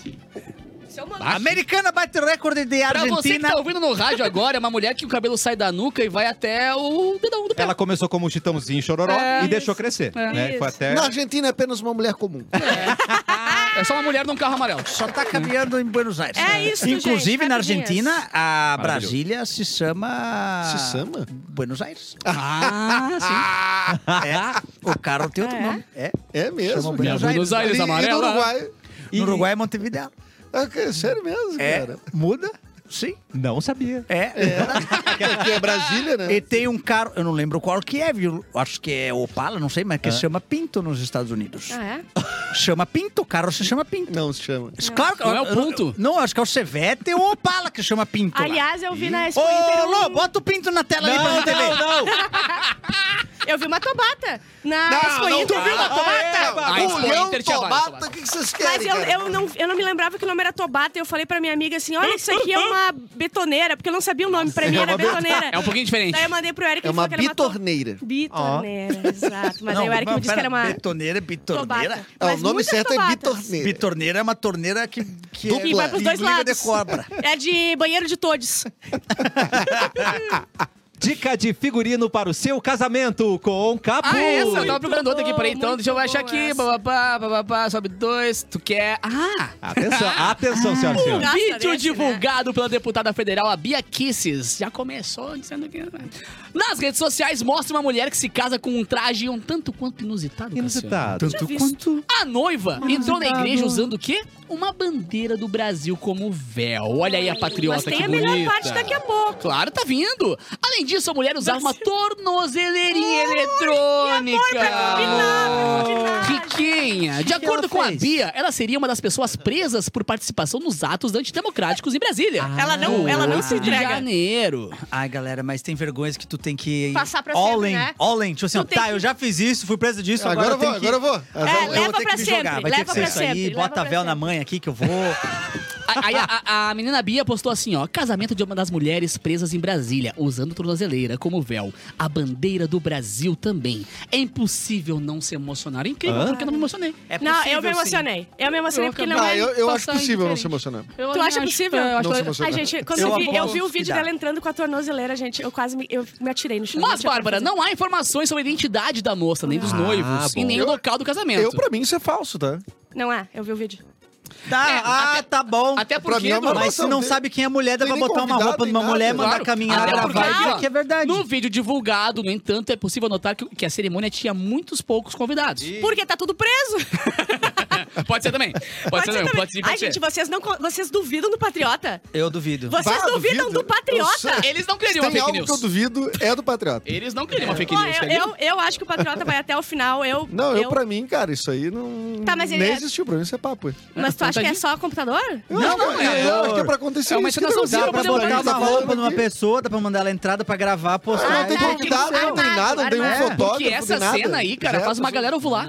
Speaker 3: Isso é uma...
Speaker 5: A americana bate recorde de
Speaker 2: Pra você que
Speaker 5: Argentina.
Speaker 2: tá ouvindo no rádio agora, é uma mulher que o cabelo sai da nuca e vai até o dedão do pé.
Speaker 1: Ela começou como um chitãozinho chororó
Speaker 2: É,
Speaker 1: e deixou crescer. né?
Speaker 3: Isso.
Speaker 1: Foi até.
Speaker 7: Na Argentina é apenas uma mulher comum.
Speaker 2: É só uma mulher num carro amarelo.
Speaker 5: Só tá caminhando em Buenos Aires.
Speaker 3: É isso, gente,
Speaker 5: Inclusive, na
Speaker 3: rapidinhas.
Speaker 5: Argentina, a
Speaker 1: Maravilhoso.
Speaker 5: Brasília se chama...
Speaker 4: Se chama?
Speaker 5: Buenos Aires.
Speaker 2: Ah,
Speaker 5: É, o carro tem outro
Speaker 3: Ah, é?
Speaker 5: nome. É.
Speaker 4: É mesmo.
Speaker 5: Chama
Speaker 4: cara.
Speaker 2: Buenos Aires
Speaker 4: E- e no
Speaker 2: amarela. né?
Speaker 4: Uruguai,
Speaker 1: E-
Speaker 5: No Uruguai é Montevideo.
Speaker 4: Ah, cara, sério mesmo,
Speaker 5: É,
Speaker 4: cara.
Speaker 5: muda. Sim.
Speaker 1: Não sabia.
Speaker 5: É.
Speaker 4: Porque é Brasília, né?
Speaker 5: E tem um carro, eu não lembro qual que é, viu? Acho que é Opala, não sei, mas que chama Pinto nos Estados Unidos.
Speaker 3: Ah, é?
Speaker 5: Chama Pinto, o carro se chama Pinto.
Speaker 4: Não se chama.
Speaker 5: Claro que
Speaker 2: Não é o Punto?
Speaker 5: Não, acho que é o Chevette ou o Opala que chama Pinto. lá.
Speaker 3: Aliás, eu vi na Expo Inter
Speaker 5: Ô,
Speaker 3: um-
Speaker 5: Lô, bota o Pinto na tela ali pra
Speaker 1: Não,
Speaker 5: gente ver.
Speaker 1: não, não!
Speaker 3: Eu vi uma tobata na Expo Inter. é.
Speaker 2: A
Speaker 1: Ah,
Speaker 2: Expo Inter tinha várias
Speaker 7: Tomata, o
Speaker 2: tomates.
Speaker 7: que que vocês
Speaker 3: Mas
Speaker 7: querem,
Speaker 3: eu,
Speaker 7: cara?
Speaker 3: eu, não, eu não me lembrava que o nome era Tobata. Eu falei pra minha amiga assim: olha, isso aqui é uma betoneira, porque eu não sabia o nome. Pra mim era betoneira.
Speaker 2: <laughs> É um pouquinho diferente.
Speaker 3: Daí eu mandei pro Eric
Speaker 7: É
Speaker 3: ele
Speaker 7: uma
Speaker 3: falou que era to-
Speaker 7: bitorneira.
Speaker 3: Bitorneira, exato. Mas
Speaker 5: Não,
Speaker 3: aí o Eric
Speaker 5: não,
Speaker 3: me disse que
Speaker 5: pera,
Speaker 3: era uma
Speaker 5: Betoneira, bitorneira.
Speaker 3: tobata.
Speaker 7: Ah, o
Speaker 3: Mas
Speaker 7: nome
Speaker 3: muitas
Speaker 7: certo é
Speaker 3: tobatas.
Speaker 7: bitorneira.
Speaker 5: Bitorneira é uma torneira que, que é
Speaker 3: Que vai pros dois
Speaker 5: liga
Speaker 3: lados.
Speaker 5: de cobra.
Speaker 3: <laughs> É de banheiro de todes.
Speaker 1: Dica de figurino para o seu casamento com Capu.
Speaker 2: Ah, essa? Eu tava procurando outra aqui,
Speaker 3: boa,
Speaker 2: peraí. Então,
Speaker 3: muito
Speaker 2: deixa eu achar
Speaker 3: boa
Speaker 2: aqui.
Speaker 3: essa.
Speaker 2: Bababá, bababá, sobe dois. Tu quer. Ah!
Speaker 1: Atenção, atenção, senhoras e
Speaker 2: Um
Speaker 1: senhores.
Speaker 3: Gasta
Speaker 2: vídeo
Speaker 3: desse, né?
Speaker 2: divulgado pela deputada federal, a Bia Kisses. Já começou dizendo que. Nas redes sociais, mostra uma mulher que se casa com um traje um tanto quanto inusitado. Cassiano.
Speaker 1: Inusitado.
Speaker 3: Já vi isso.
Speaker 5: Quanto?
Speaker 2: A noiva
Speaker 3: Ah,
Speaker 2: entrou na igreja usando o quê? Uma bandeira do Brasil como véu. Olha aí a patriota
Speaker 3: Mas tem
Speaker 2: que
Speaker 3: a
Speaker 2: bonita.
Speaker 3: melhor parte daqui a pouco.
Speaker 2: Claro, tá vindo. Além disso, a mulher usava uma tornozeleirinha
Speaker 3: que amor, pra combinar, pra
Speaker 2: eletrônica.
Speaker 3: combinar,
Speaker 2: Tiquinha, de acordo com a Bia, ela seria uma das pessoas presas por participação nos atos antidemocráticos em Brasília.
Speaker 3: Ah, Ela não- ela não se
Speaker 2: 8 de
Speaker 3: entrega.
Speaker 2: janeiro.
Speaker 5: Ai, galera, mas tem vergonhas que tu tem que...
Speaker 3: Passar pra
Speaker 5: all
Speaker 3: sempre,
Speaker 5: in,
Speaker 3: né?
Speaker 5: All in, tipo assim,
Speaker 3: Tu
Speaker 5: ó,
Speaker 3: tem
Speaker 5: tá,
Speaker 3: que-
Speaker 5: eu já fiz isso, fui presa disso, agora,
Speaker 4: Agora, eu vou,
Speaker 5: eu tenho
Speaker 4: agora eu
Speaker 5: que...
Speaker 4: vou.
Speaker 3: É,
Speaker 5: Eu vou
Speaker 3: leva
Speaker 5: ter
Speaker 3: pra
Speaker 5: que me
Speaker 3: sempre,
Speaker 5: jogar. Vai ter
Speaker 3: leva
Speaker 5: que ser
Speaker 3: pra
Speaker 5: isso aí,
Speaker 3: sempre,
Speaker 5: bota
Speaker 3: leva
Speaker 5: a
Speaker 3: pra
Speaker 5: véu na
Speaker 3: sempre.
Speaker 5: mãe aqui que eu vou.
Speaker 2: A- Aí a, a- a menina Bia postou assim, ó. Casamento de uma das mulheres presas em Brasília, usando tornozeleira como véu. A bandeira do Brasil também. É impossível não se emocionar. É Incrível,
Speaker 1: Hã?
Speaker 2: porque eu não me emocionei.
Speaker 5: É
Speaker 3: não,
Speaker 5: possível,
Speaker 3: eu me
Speaker 5: sim.
Speaker 3: emocionei. Eu me emocionei
Speaker 2: Eu
Speaker 3: porque
Speaker 2: acabei-
Speaker 3: não
Speaker 4: Ah,
Speaker 3: é.
Speaker 4: eu, eu acho
Speaker 2: passar
Speaker 4: possível não se
Speaker 2: indiferente.
Speaker 4: emocionar.
Speaker 3: Tu acha possível?
Speaker 2: Eu acho-
Speaker 4: Não se emociona.
Speaker 3: Ai, gente, quando
Speaker 5: Eu
Speaker 3: eu, vi, eu
Speaker 5: aposto
Speaker 3: vi o
Speaker 5: que
Speaker 3: vídeo
Speaker 5: dá.
Speaker 3: dela entrando com a tornozeleira, gente, eu quase me, eu me atirei no chão.
Speaker 2: Mas,
Speaker 3: Não tinha como
Speaker 2: Bárbara,
Speaker 3: fazer.
Speaker 2: não há informações sobre a identidade da moça, nem dos
Speaker 1: Ah,
Speaker 2: noivos, e
Speaker 1: bom.
Speaker 2: nem o
Speaker 4: Eu-
Speaker 2: local do casamento.
Speaker 4: Eu, pra mim, isso é falso, tá?
Speaker 3: Não é, eu vi o vídeo.
Speaker 5: Tá,
Speaker 2: É,
Speaker 5: ah,
Speaker 2: até-
Speaker 5: tá bom.
Speaker 2: Até
Speaker 4: pra
Speaker 2: porque,
Speaker 4: mim é
Speaker 2: Edu,
Speaker 4: uma
Speaker 5: Mas se
Speaker 4: Não,
Speaker 5: não
Speaker 4: tem-
Speaker 5: sabe quem é mulher, dá
Speaker 4: tem
Speaker 5: pra
Speaker 4: nem
Speaker 5: botar uma
Speaker 4: convidado,
Speaker 5: roupa de
Speaker 4: nem
Speaker 5: uma
Speaker 4: nada.
Speaker 5: mulher,
Speaker 4: Claro.
Speaker 5: mandar caminhar,
Speaker 2: Até
Speaker 5: gravar
Speaker 2: porque,
Speaker 5: e dizer
Speaker 2: ó,
Speaker 5: que é verdade.
Speaker 2: No vídeo divulgado, no entanto, é possível notar que, que a cerimônia tinha muitos poucos convidados.
Speaker 3: Porque tá tudo preso.
Speaker 2: <laughs> Pode ser também. Pode, ser também. Pode ser,
Speaker 3: Ai, gente, vocês, não, co- vocês duvidam do Patriota?
Speaker 5: Eu duvido.
Speaker 3: Vocês
Speaker 4: Bah,
Speaker 3: duvidam
Speaker 4: duvido.
Speaker 3: do Patriota?
Speaker 4: Eu
Speaker 2: Eles não
Speaker 4: Se
Speaker 2: criariam uma fake
Speaker 4: tem algo que eu
Speaker 2: news.
Speaker 4: duvido, é do Patriota.
Speaker 2: Eles não criariam uma fake
Speaker 3: Ó,
Speaker 2: news.
Speaker 3: eu,
Speaker 2: quer ver?
Speaker 3: eu, eu acho que o Patriota vai até o final. Eu,
Speaker 4: Não, eu, pra mim, cara, isso aí não.
Speaker 3: Tá, mas ele
Speaker 4: nem
Speaker 3: é-
Speaker 4: existiu, pra mim isso é papo. Eu
Speaker 3: Mas tu
Speaker 2: Então
Speaker 3: acha
Speaker 2: tá
Speaker 3: que é
Speaker 2: de-
Speaker 3: só computador?
Speaker 4: acho que-
Speaker 1: não,
Speaker 4: eu,
Speaker 1: é
Speaker 4: acho que é pra acontecer
Speaker 2: É uma
Speaker 4: isso. que tá
Speaker 2: encenaçãozinha,
Speaker 5: Dá pra
Speaker 4: acontecendo
Speaker 2: Podemos
Speaker 5: botar
Speaker 4: aqui.
Speaker 5: uma
Speaker 4: Tá falando
Speaker 5: roupa numa
Speaker 4: aqui.
Speaker 5: pessoa, dá pra mandar ela entrar, dá pra gravar,
Speaker 4: Ah,
Speaker 5: postar.
Speaker 4: não tem
Speaker 3: tá,
Speaker 4: convidado, não tem
Speaker 3: armado,
Speaker 4: nada, não tem um
Speaker 3: armado.
Speaker 4: fotógrafo.
Speaker 2: Porque essa
Speaker 4: nem nada.
Speaker 2: cena aí, cara,
Speaker 4: Já
Speaker 2: faz uma
Speaker 4: passou.
Speaker 2: galera ovular.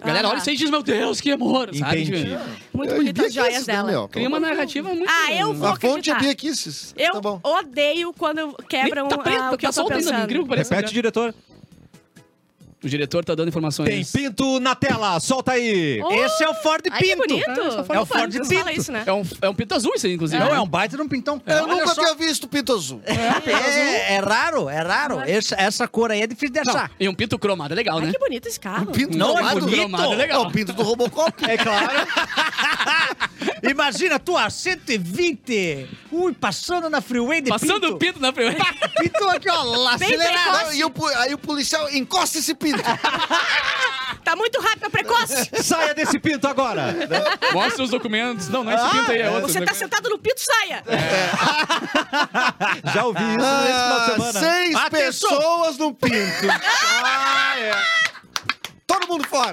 Speaker 2: Galera,
Speaker 3: Ah.
Speaker 2: olha isso aí e diz, meu Deus, que amor, sabe?
Speaker 1: Entendi.
Speaker 3: Muito
Speaker 7: É,
Speaker 4: Eu
Speaker 3: bonitas as
Speaker 4: iria
Speaker 3: joias
Speaker 4: isso, né,
Speaker 3: dela.
Speaker 4: meu?
Speaker 2: Cria uma narrativa muito...
Speaker 3: Ah, eu vou
Speaker 4: A fonte é
Speaker 3: acreditar.
Speaker 4: Bia Kisses.
Speaker 3: Eu
Speaker 4: Tá bom.
Speaker 3: odeio quando quebram
Speaker 2: tá preso,
Speaker 3: ah, o que
Speaker 2: tá
Speaker 3: eu tô
Speaker 2: solto ainda,
Speaker 3: pensando.
Speaker 2: incrível que pareça.
Speaker 1: Repete, diretor.
Speaker 2: um O diretor tá dando informações.
Speaker 1: Tem pinto na tela, solta aí.
Speaker 3: Oh,
Speaker 5: Esse é o Ford
Speaker 3: ai, que
Speaker 5: Pinto.
Speaker 3: bonito.
Speaker 5: É o Ford
Speaker 3: Vocês
Speaker 5: Pinto.
Speaker 3: falam isso, né?
Speaker 2: É um, é um pinto azul isso aí, inclusive.
Speaker 5: Não, é um baita de um pintão.
Speaker 7: Eu
Speaker 5: Olha
Speaker 7: nunca
Speaker 5: só.
Speaker 7: tinha visto pinto azul.
Speaker 5: É, é raro, é raro. Essa, essa cor aí é difícil de achar.
Speaker 2: E um pinto cromado, é legal, né?
Speaker 3: Ai, que bonito esse carro.
Speaker 7: Pinto
Speaker 5: Não, é
Speaker 7: cromado?
Speaker 5: bonito.
Speaker 2: cromado, é legal.
Speaker 7: É o pinto do Robocop.
Speaker 5: É claro. <laughs> Imagina, tu a 120. Ui, passando na freeway de
Speaker 2: Passando o
Speaker 5: pinto.
Speaker 2: pinto na
Speaker 4: <laughs>
Speaker 2: frente.
Speaker 5: Pinto aqui, ó, lá, acelerado.
Speaker 7: Não, e o pu- aí o policial encosta esse
Speaker 4: <laughs>
Speaker 7: pinto.
Speaker 3: Tá muito rápido, é precoce.
Speaker 1: Saia desse pinto agora.
Speaker 2: Mostra os documentos. Não, não é
Speaker 4: Ah,
Speaker 2: esse pinto aí, é outro.
Speaker 3: Você tá sentado no pinto, saia.
Speaker 1: Já ouvi isso nesse final
Speaker 7: Ah,
Speaker 1: de semana.
Speaker 7: seis
Speaker 5: Atenção.
Speaker 7: pessoas no pinto. Todo mundo fora.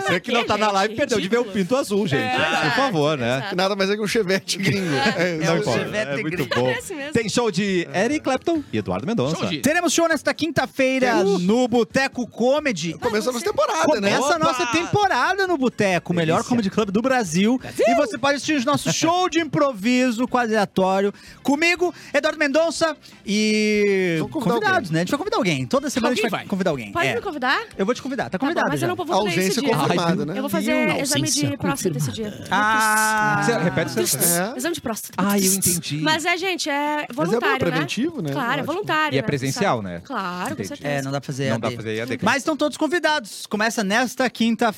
Speaker 1: Você que não tá na live perdeu de ver o pinto azul, gente.
Speaker 5: É
Speaker 1: Por favor, né?
Speaker 4: Que Nada mais é que um chevette gringo. É,
Speaker 7: um
Speaker 5: É
Speaker 1: Não
Speaker 5: o
Speaker 1: importa.
Speaker 5: Chevette
Speaker 1: É muito
Speaker 5: gringo.
Speaker 1: bom.
Speaker 3: Parece mesmo.
Speaker 1: Tem show de Eric Clapton e Eduardo Mendonça.
Speaker 2: Show de-
Speaker 5: Teremos show nesta quinta-feira no Boteco Comedy.
Speaker 4: Começamos a temporada, né?
Speaker 5: Começa a nossa
Speaker 1: Opa!
Speaker 5: temporada no Boteco, o melhor
Speaker 1: Delícia.
Speaker 5: comedy club do Brasil. E você pode assistir o nosso show de improviso quadrilatório comigo, Eduardo Mendonça e
Speaker 4: Vamos convidar
Speaker 5: convidados,
Speaker 4: alguém.
Speaker 5: né? A gente vai convidar alguém. Toda semana a gente
Speaker 2: Alguém
Speaker 5: vai,
Speaker 2: vai.
Speaker 5: convidar alguém.
Speaker 3: Pode
Speaker 5: É.
Speaker 3: me convidar?
Speaker 5: Eu vou te convidar, tá
Speaker 3: Tá bom,
Speaker 5: convidado
Speaker 3: mas
Speaker 5: já.
Speaker 3: eu não vou
Speaker 4: A
Speaker 3: voltar esse
Speaker 4: ausência
Speaker 3: dia.
Speaker 4: confirmada, né?
Speaker 3: Eu vou fazer exame de próstata esse dia.
Speaker 5: Ah,
Speaker 1: Você repete o seu-
Speaker 4: É.
Speaker 3: Exame de próstata.
Speaker 1: Ah, eu entendi.
Speaker 3: Mas é, gente, é voluntário,
Speaker 4: bom, é preventivo, né?
Speaker 3: Claro, é
Speaker 4: Lógico.
Speaker 3: voluntário.
Speaker 1: E é
Speaker 3: né?
Speaker 1: presencial,
Speaker 3: Sabe?
Speaker 1: né?
Speaker 3: Claro, com
Speaker 1: Entendi.
Speaker 3: certeza.
Speaker 5: É, não dá pra fazer
Speaker 1: Não
Speaker 5: EAD.
Speaker 1: dá pra fazer é EAD, claro.
Speaker 5: Mas estão todos convidados. Começa nesta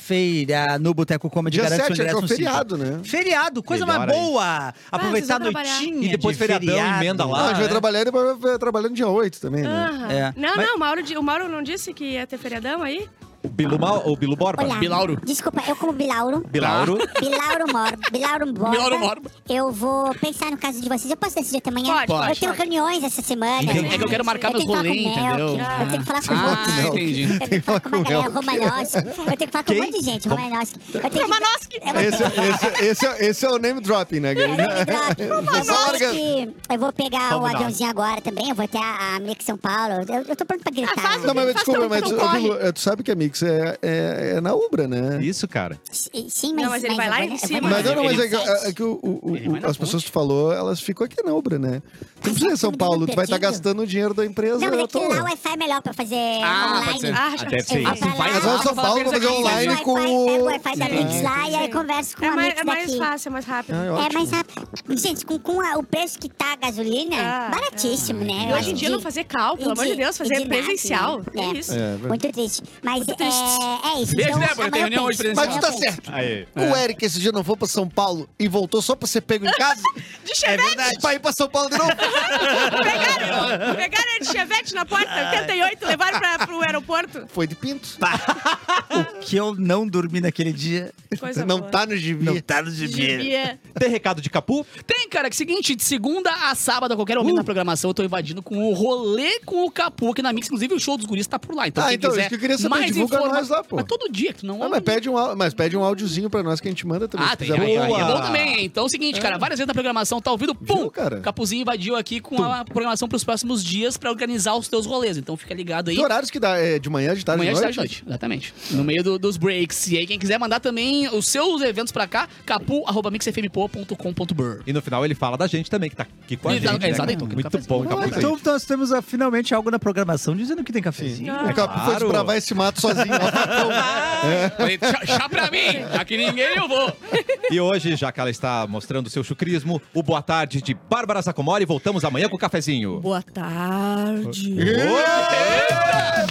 Speaker 5: quinta-feira no Boteco Comedy.
Speaker 4: Dia
Speaker 5: Garante seu
Speaker 4: 7 é que é
Speaker 5: ingresso
Speaker 4: o
Speaker 5: no sítio.
Speaker 4: feriado, né?
Speaker 5: Feriado, coisa
Speaker 1: Melhor
Speaker 5: mais
Speaker 1: aí.
Speaker 5: boa. Aproveitar a
Speaker 3: vocês vão trabalhar.
Speaker 5: noitinha
Speaker 1: E depois
Speaker 5: de
Speaker 1: feriadão,
Speaker 5: feriado. Ah,
Speaker 1: emenda lá.
Speaker 7: Ah,
Speaker 4: Não, Ah, a gente vai
Speaker 1: é.
Speaker 4: trabalhar e depois vai trabalhar no dia 8 também, né?
Speaker 3: Aham.
Speaker 5: É.
Speaker 3: Não,
Speaker 5: Mas-
Speaker 3: não, o Mauro, di- o Mauro não disse que ia ter feriadão aí?
Speaker 1: Bilu, Ma- o Bilu Borba.
Speaker 6: Olá.
Speaker 2: Bilauro.
Speaker 6: Desculpa, eu como Bilauro.
Speaker 1: Bilauro.
Speaker 6: Bilauro Morba. Bilauro Borba.
Speaker 2: Bilauro Borba.
Speaker 6: Eu vou pensar no caso de vocês. Eu posso decidir até amanhã?
Speaker 3: Pode, pode,
Speaker 6: Eu tenho
Speaker 3: pode.
Speaker 6: reuniões essa semana.
Speaker 1: Entendi.
Speaker 2: É que eu quero marcar meus
Speaker 6: tenho que falar
Speaker 2: rolês,
Speaker 6: com o Melk,
Speaker 2: entendeu?
Speaker 6: Eu tenho que falar com o
Speaker 2: Ah,
Speaker 6: Voto, não.
Speaker 2: entendi.
Speaker 6: Eu tenho que falar com uma galera Romanovski. Eu tenho que falar com um
Speaker 1: Quem?
Speaker 6: monte de gente, Romanovski. Eu tenho
Speaker 3: Romanovski.
Speaker 6: que...
Speaker 4: Esse, esse- esse é- esse é o name dropping, né,
Speaker 7: <laughs>
Speaker 4: galera?
Speaker 6: Eu, que eu vou pegar o
Speaker 1: Vamos lá.
Speaker 6: aviãozinho agora também. Eu vou até a, a Mix São Paulo. Eu, eu tô pronto pra gritar.
Speaker 3: Ah, faz
Speaker 4: Não, mas
Speaker 3: Faz
Speaker 4: desculpa,
Speaker 3: tanto
Speaker 4: mas
Speaker 3: que
Speaker 4: ô,
Speaker 3: não corre.
Speaker 4: Bilu, é, tu sabe que a Mix é, é, é na Ubra, né?
Speaker 1: Isso, cara.
Speaker 6: S- Sim, mas.
Speaker 3: Não, mas ele vai
Speaker 6: eu
Speaker 3: lá
Speaker 6: vou-
Speaker 3: em
Speaker 6: eu vou
Speaker 3: cima. né?
Speaker 6: na-
Speaker 4: Mas não, não, mas
Speaker 2: Ele
Speaker 4: é que, é que o- o- o-
Speaker 2: Ele vai na
Speaker 4: as pessoas
Speaker 2: fonte.
Speaker 4: que tu falou, elas ficam aqui na Ubra, né? Tu
Speaker 6: Mas
Speaker 4: precisa em
Speaker 6: nós
Speaker 4: São
Speaker 6: estamos
Speaker 4: Paulo, tu vai estar
Speaker 6: perdido.
Speaker 4: gastando o dinheiro da empresa.
Speaker 6: Não, mas
Speaker 4: à
Speaker 6: é que lá o
Speaker 4: toa.
Speaker 6: Wi-Fi é melhor pra fazer
Speaker 5: Ah, pode ser.
Speaker 6: online.
Speaker 3: Ah,
Speaker 1: Deve
Speaker 6: Eu
Speaker 1: ser.
Speaker 6: vou
Speaker 1: isso.
Speaker 6: pra lá,
Speaker 4: Mas lá em São Paulo, vou fazer
Speaker 6: faço
Speaker 4: online
Speaker 6: o Wi-Fi, Pego o
Speaker 4: com o...
Speaker 6: Wi-Fi da Mix lá e aí converso com
Speaker 3: É
Speaker 6: a
Speaker 3: mais,
Speaker 6: Mix
Speaker 3: é mais
Speaker 6: daqui.
Speaker 3: fácil, é mais rápido.
Speaker 4: Ah, é
Speaker 6: É
Speaker 4: ótimo.
Speaker 6: mais rápido. Gente, com, com a- o preço que tá a gasolina,
Speaker 3: Ah,
Speaker 6: baratíssimo, né?
Speaker 3: E hoje em dia não fazer cal, pelo
Speaker 6: e
Speaker 3: amor de Deus,
Speaker 6: e
Speaker 3: fazer
Speaker 6: nada,
Speaker 3: presencial.
Speaker 6: é né?
Speaker 3: É isso.
Speaker 4: É,
Speaker 6: Muito triste. Mas
Speaker 3: triste.
Speaker 6: É, é isso.
Speaker 2: Beijo,
Speaker 6: então,
Speaker 2: Débora,
Speaker 6: amanhã
Speaker 2: tem
Speaker 6: eu
Speaker 2: reunião hoje
Speaker 6: penso,
Speaker 7: Mas
Speaker 6: amanhã
Speaker 7: tu
Speaker 6: eu
Speaker 7: tá
Speaker 6: penso.
Speaker 7: certo.
Speaker 1: Aí.
Speaker 4: É.
Speaker 7: O Eric esse dia não foi pra São Paulo e voltou só pra ser pego em casa
Speaker 3: De chevette,
Speaker 7: pra ir pra São Paulo de novo.
Speaker 3: pegaram, pegaram ele de chevette na porta, 88, levaram pra, pro aeroporto.
Speaker 7: Foi de pinto.
Speaker 5: O que eu não dormi naquele dia
Speaker 3: Coisa
Speaker 7: Não
Speaker 3: boa.
Speaker 7: tá no gibi.
Speaker 5: não tá no gibi.
Speaker 3: Devia.
Speaker 1: Tem recado de Capu?
Speaker 2: Tem, cara, que é o seguinte, de segunda a sábado, a qualquer momento
Speaker 4: Uh.
Speaker 2: na programação, eu tô invadindo com o rolê com o Capu aqui na Mix. Inclusive, o show dos guris tá por lá. Então,
Speaker 4: Ah,
Speaker 2: quem
Speaker 4: então,
Speaker 2: quiser
Speaker 4: isso que eu queria saber,
Speaker 2: mais
Speaker 4: divulga
Speaker 2: informa-
Speaker 4: nós lá, pô.
Speaker 2: Mas todo dia que tu não
Speaker 4: Ah, mas
Speaker 2: olha.
Speaker 4: pede um, au- mas pede um áudiozinho pra nós que a gente manda também.
Speaker 2: Ah,
Speaker 4: se
Speaker 2: tem.
Speaker 4: quiser.
Speaker 2: Aí, aí, é
Speaker 1: Boa!
Speaker 2: bom também. Então é o seguinte, cara, várias vezes na programação tá ouvindo, pum!
Speaker 4: cara?
Speaker 2: Capuzinho invadiu aqui com a programação pros próximos dias pra organizar os teus rolês. Então fica ligado aí.
Speaker 4: Que horários que dá? É de manhã, de tarde,
Speaker 2: Amanhã de
Speaker 4: de
Speaker 2: tarde de noite, exatamente. No meio do- dos breaks. E aí, quem quiser mandar também os seus eventos pra cá, capu.mixfmpoa.com.br.
Speaker 1: E no final ele fala da gente também, que tá aqui com a
Speaker 2: Ele tá-
Speaker 1: gente. né,
Speaker 2: exato,
Speaker 1: cara?
Speaker 2: então, que
Speaker 1: Muito
Speaker 2: tá
Speaker 1: bom,
Speaker 2: fazendo.
Speaker 1: Capu.
Speaker 5: Ah,
Speaker 1: tá aí.
Speaker 5: então nós temos ah, finalmente algo na programação dizendo que tem cafezinho.
Speaker 4: O Capu foi
Speaker 1: Claro.
Speaker 4: desbravar esse mato sozinho. tá É.
Speaker 2: Falei, Chá, chá pra mim! Aqui ninguém eu vou!
Speaker 1: E hoje, já que ela está mostrando seu chucrismo, o boa tarde de Bárbara Sacomori. Voltamos amanhã com o cafezinho.
Speaker 3: Boa tarde.
Speaker 1: Oi!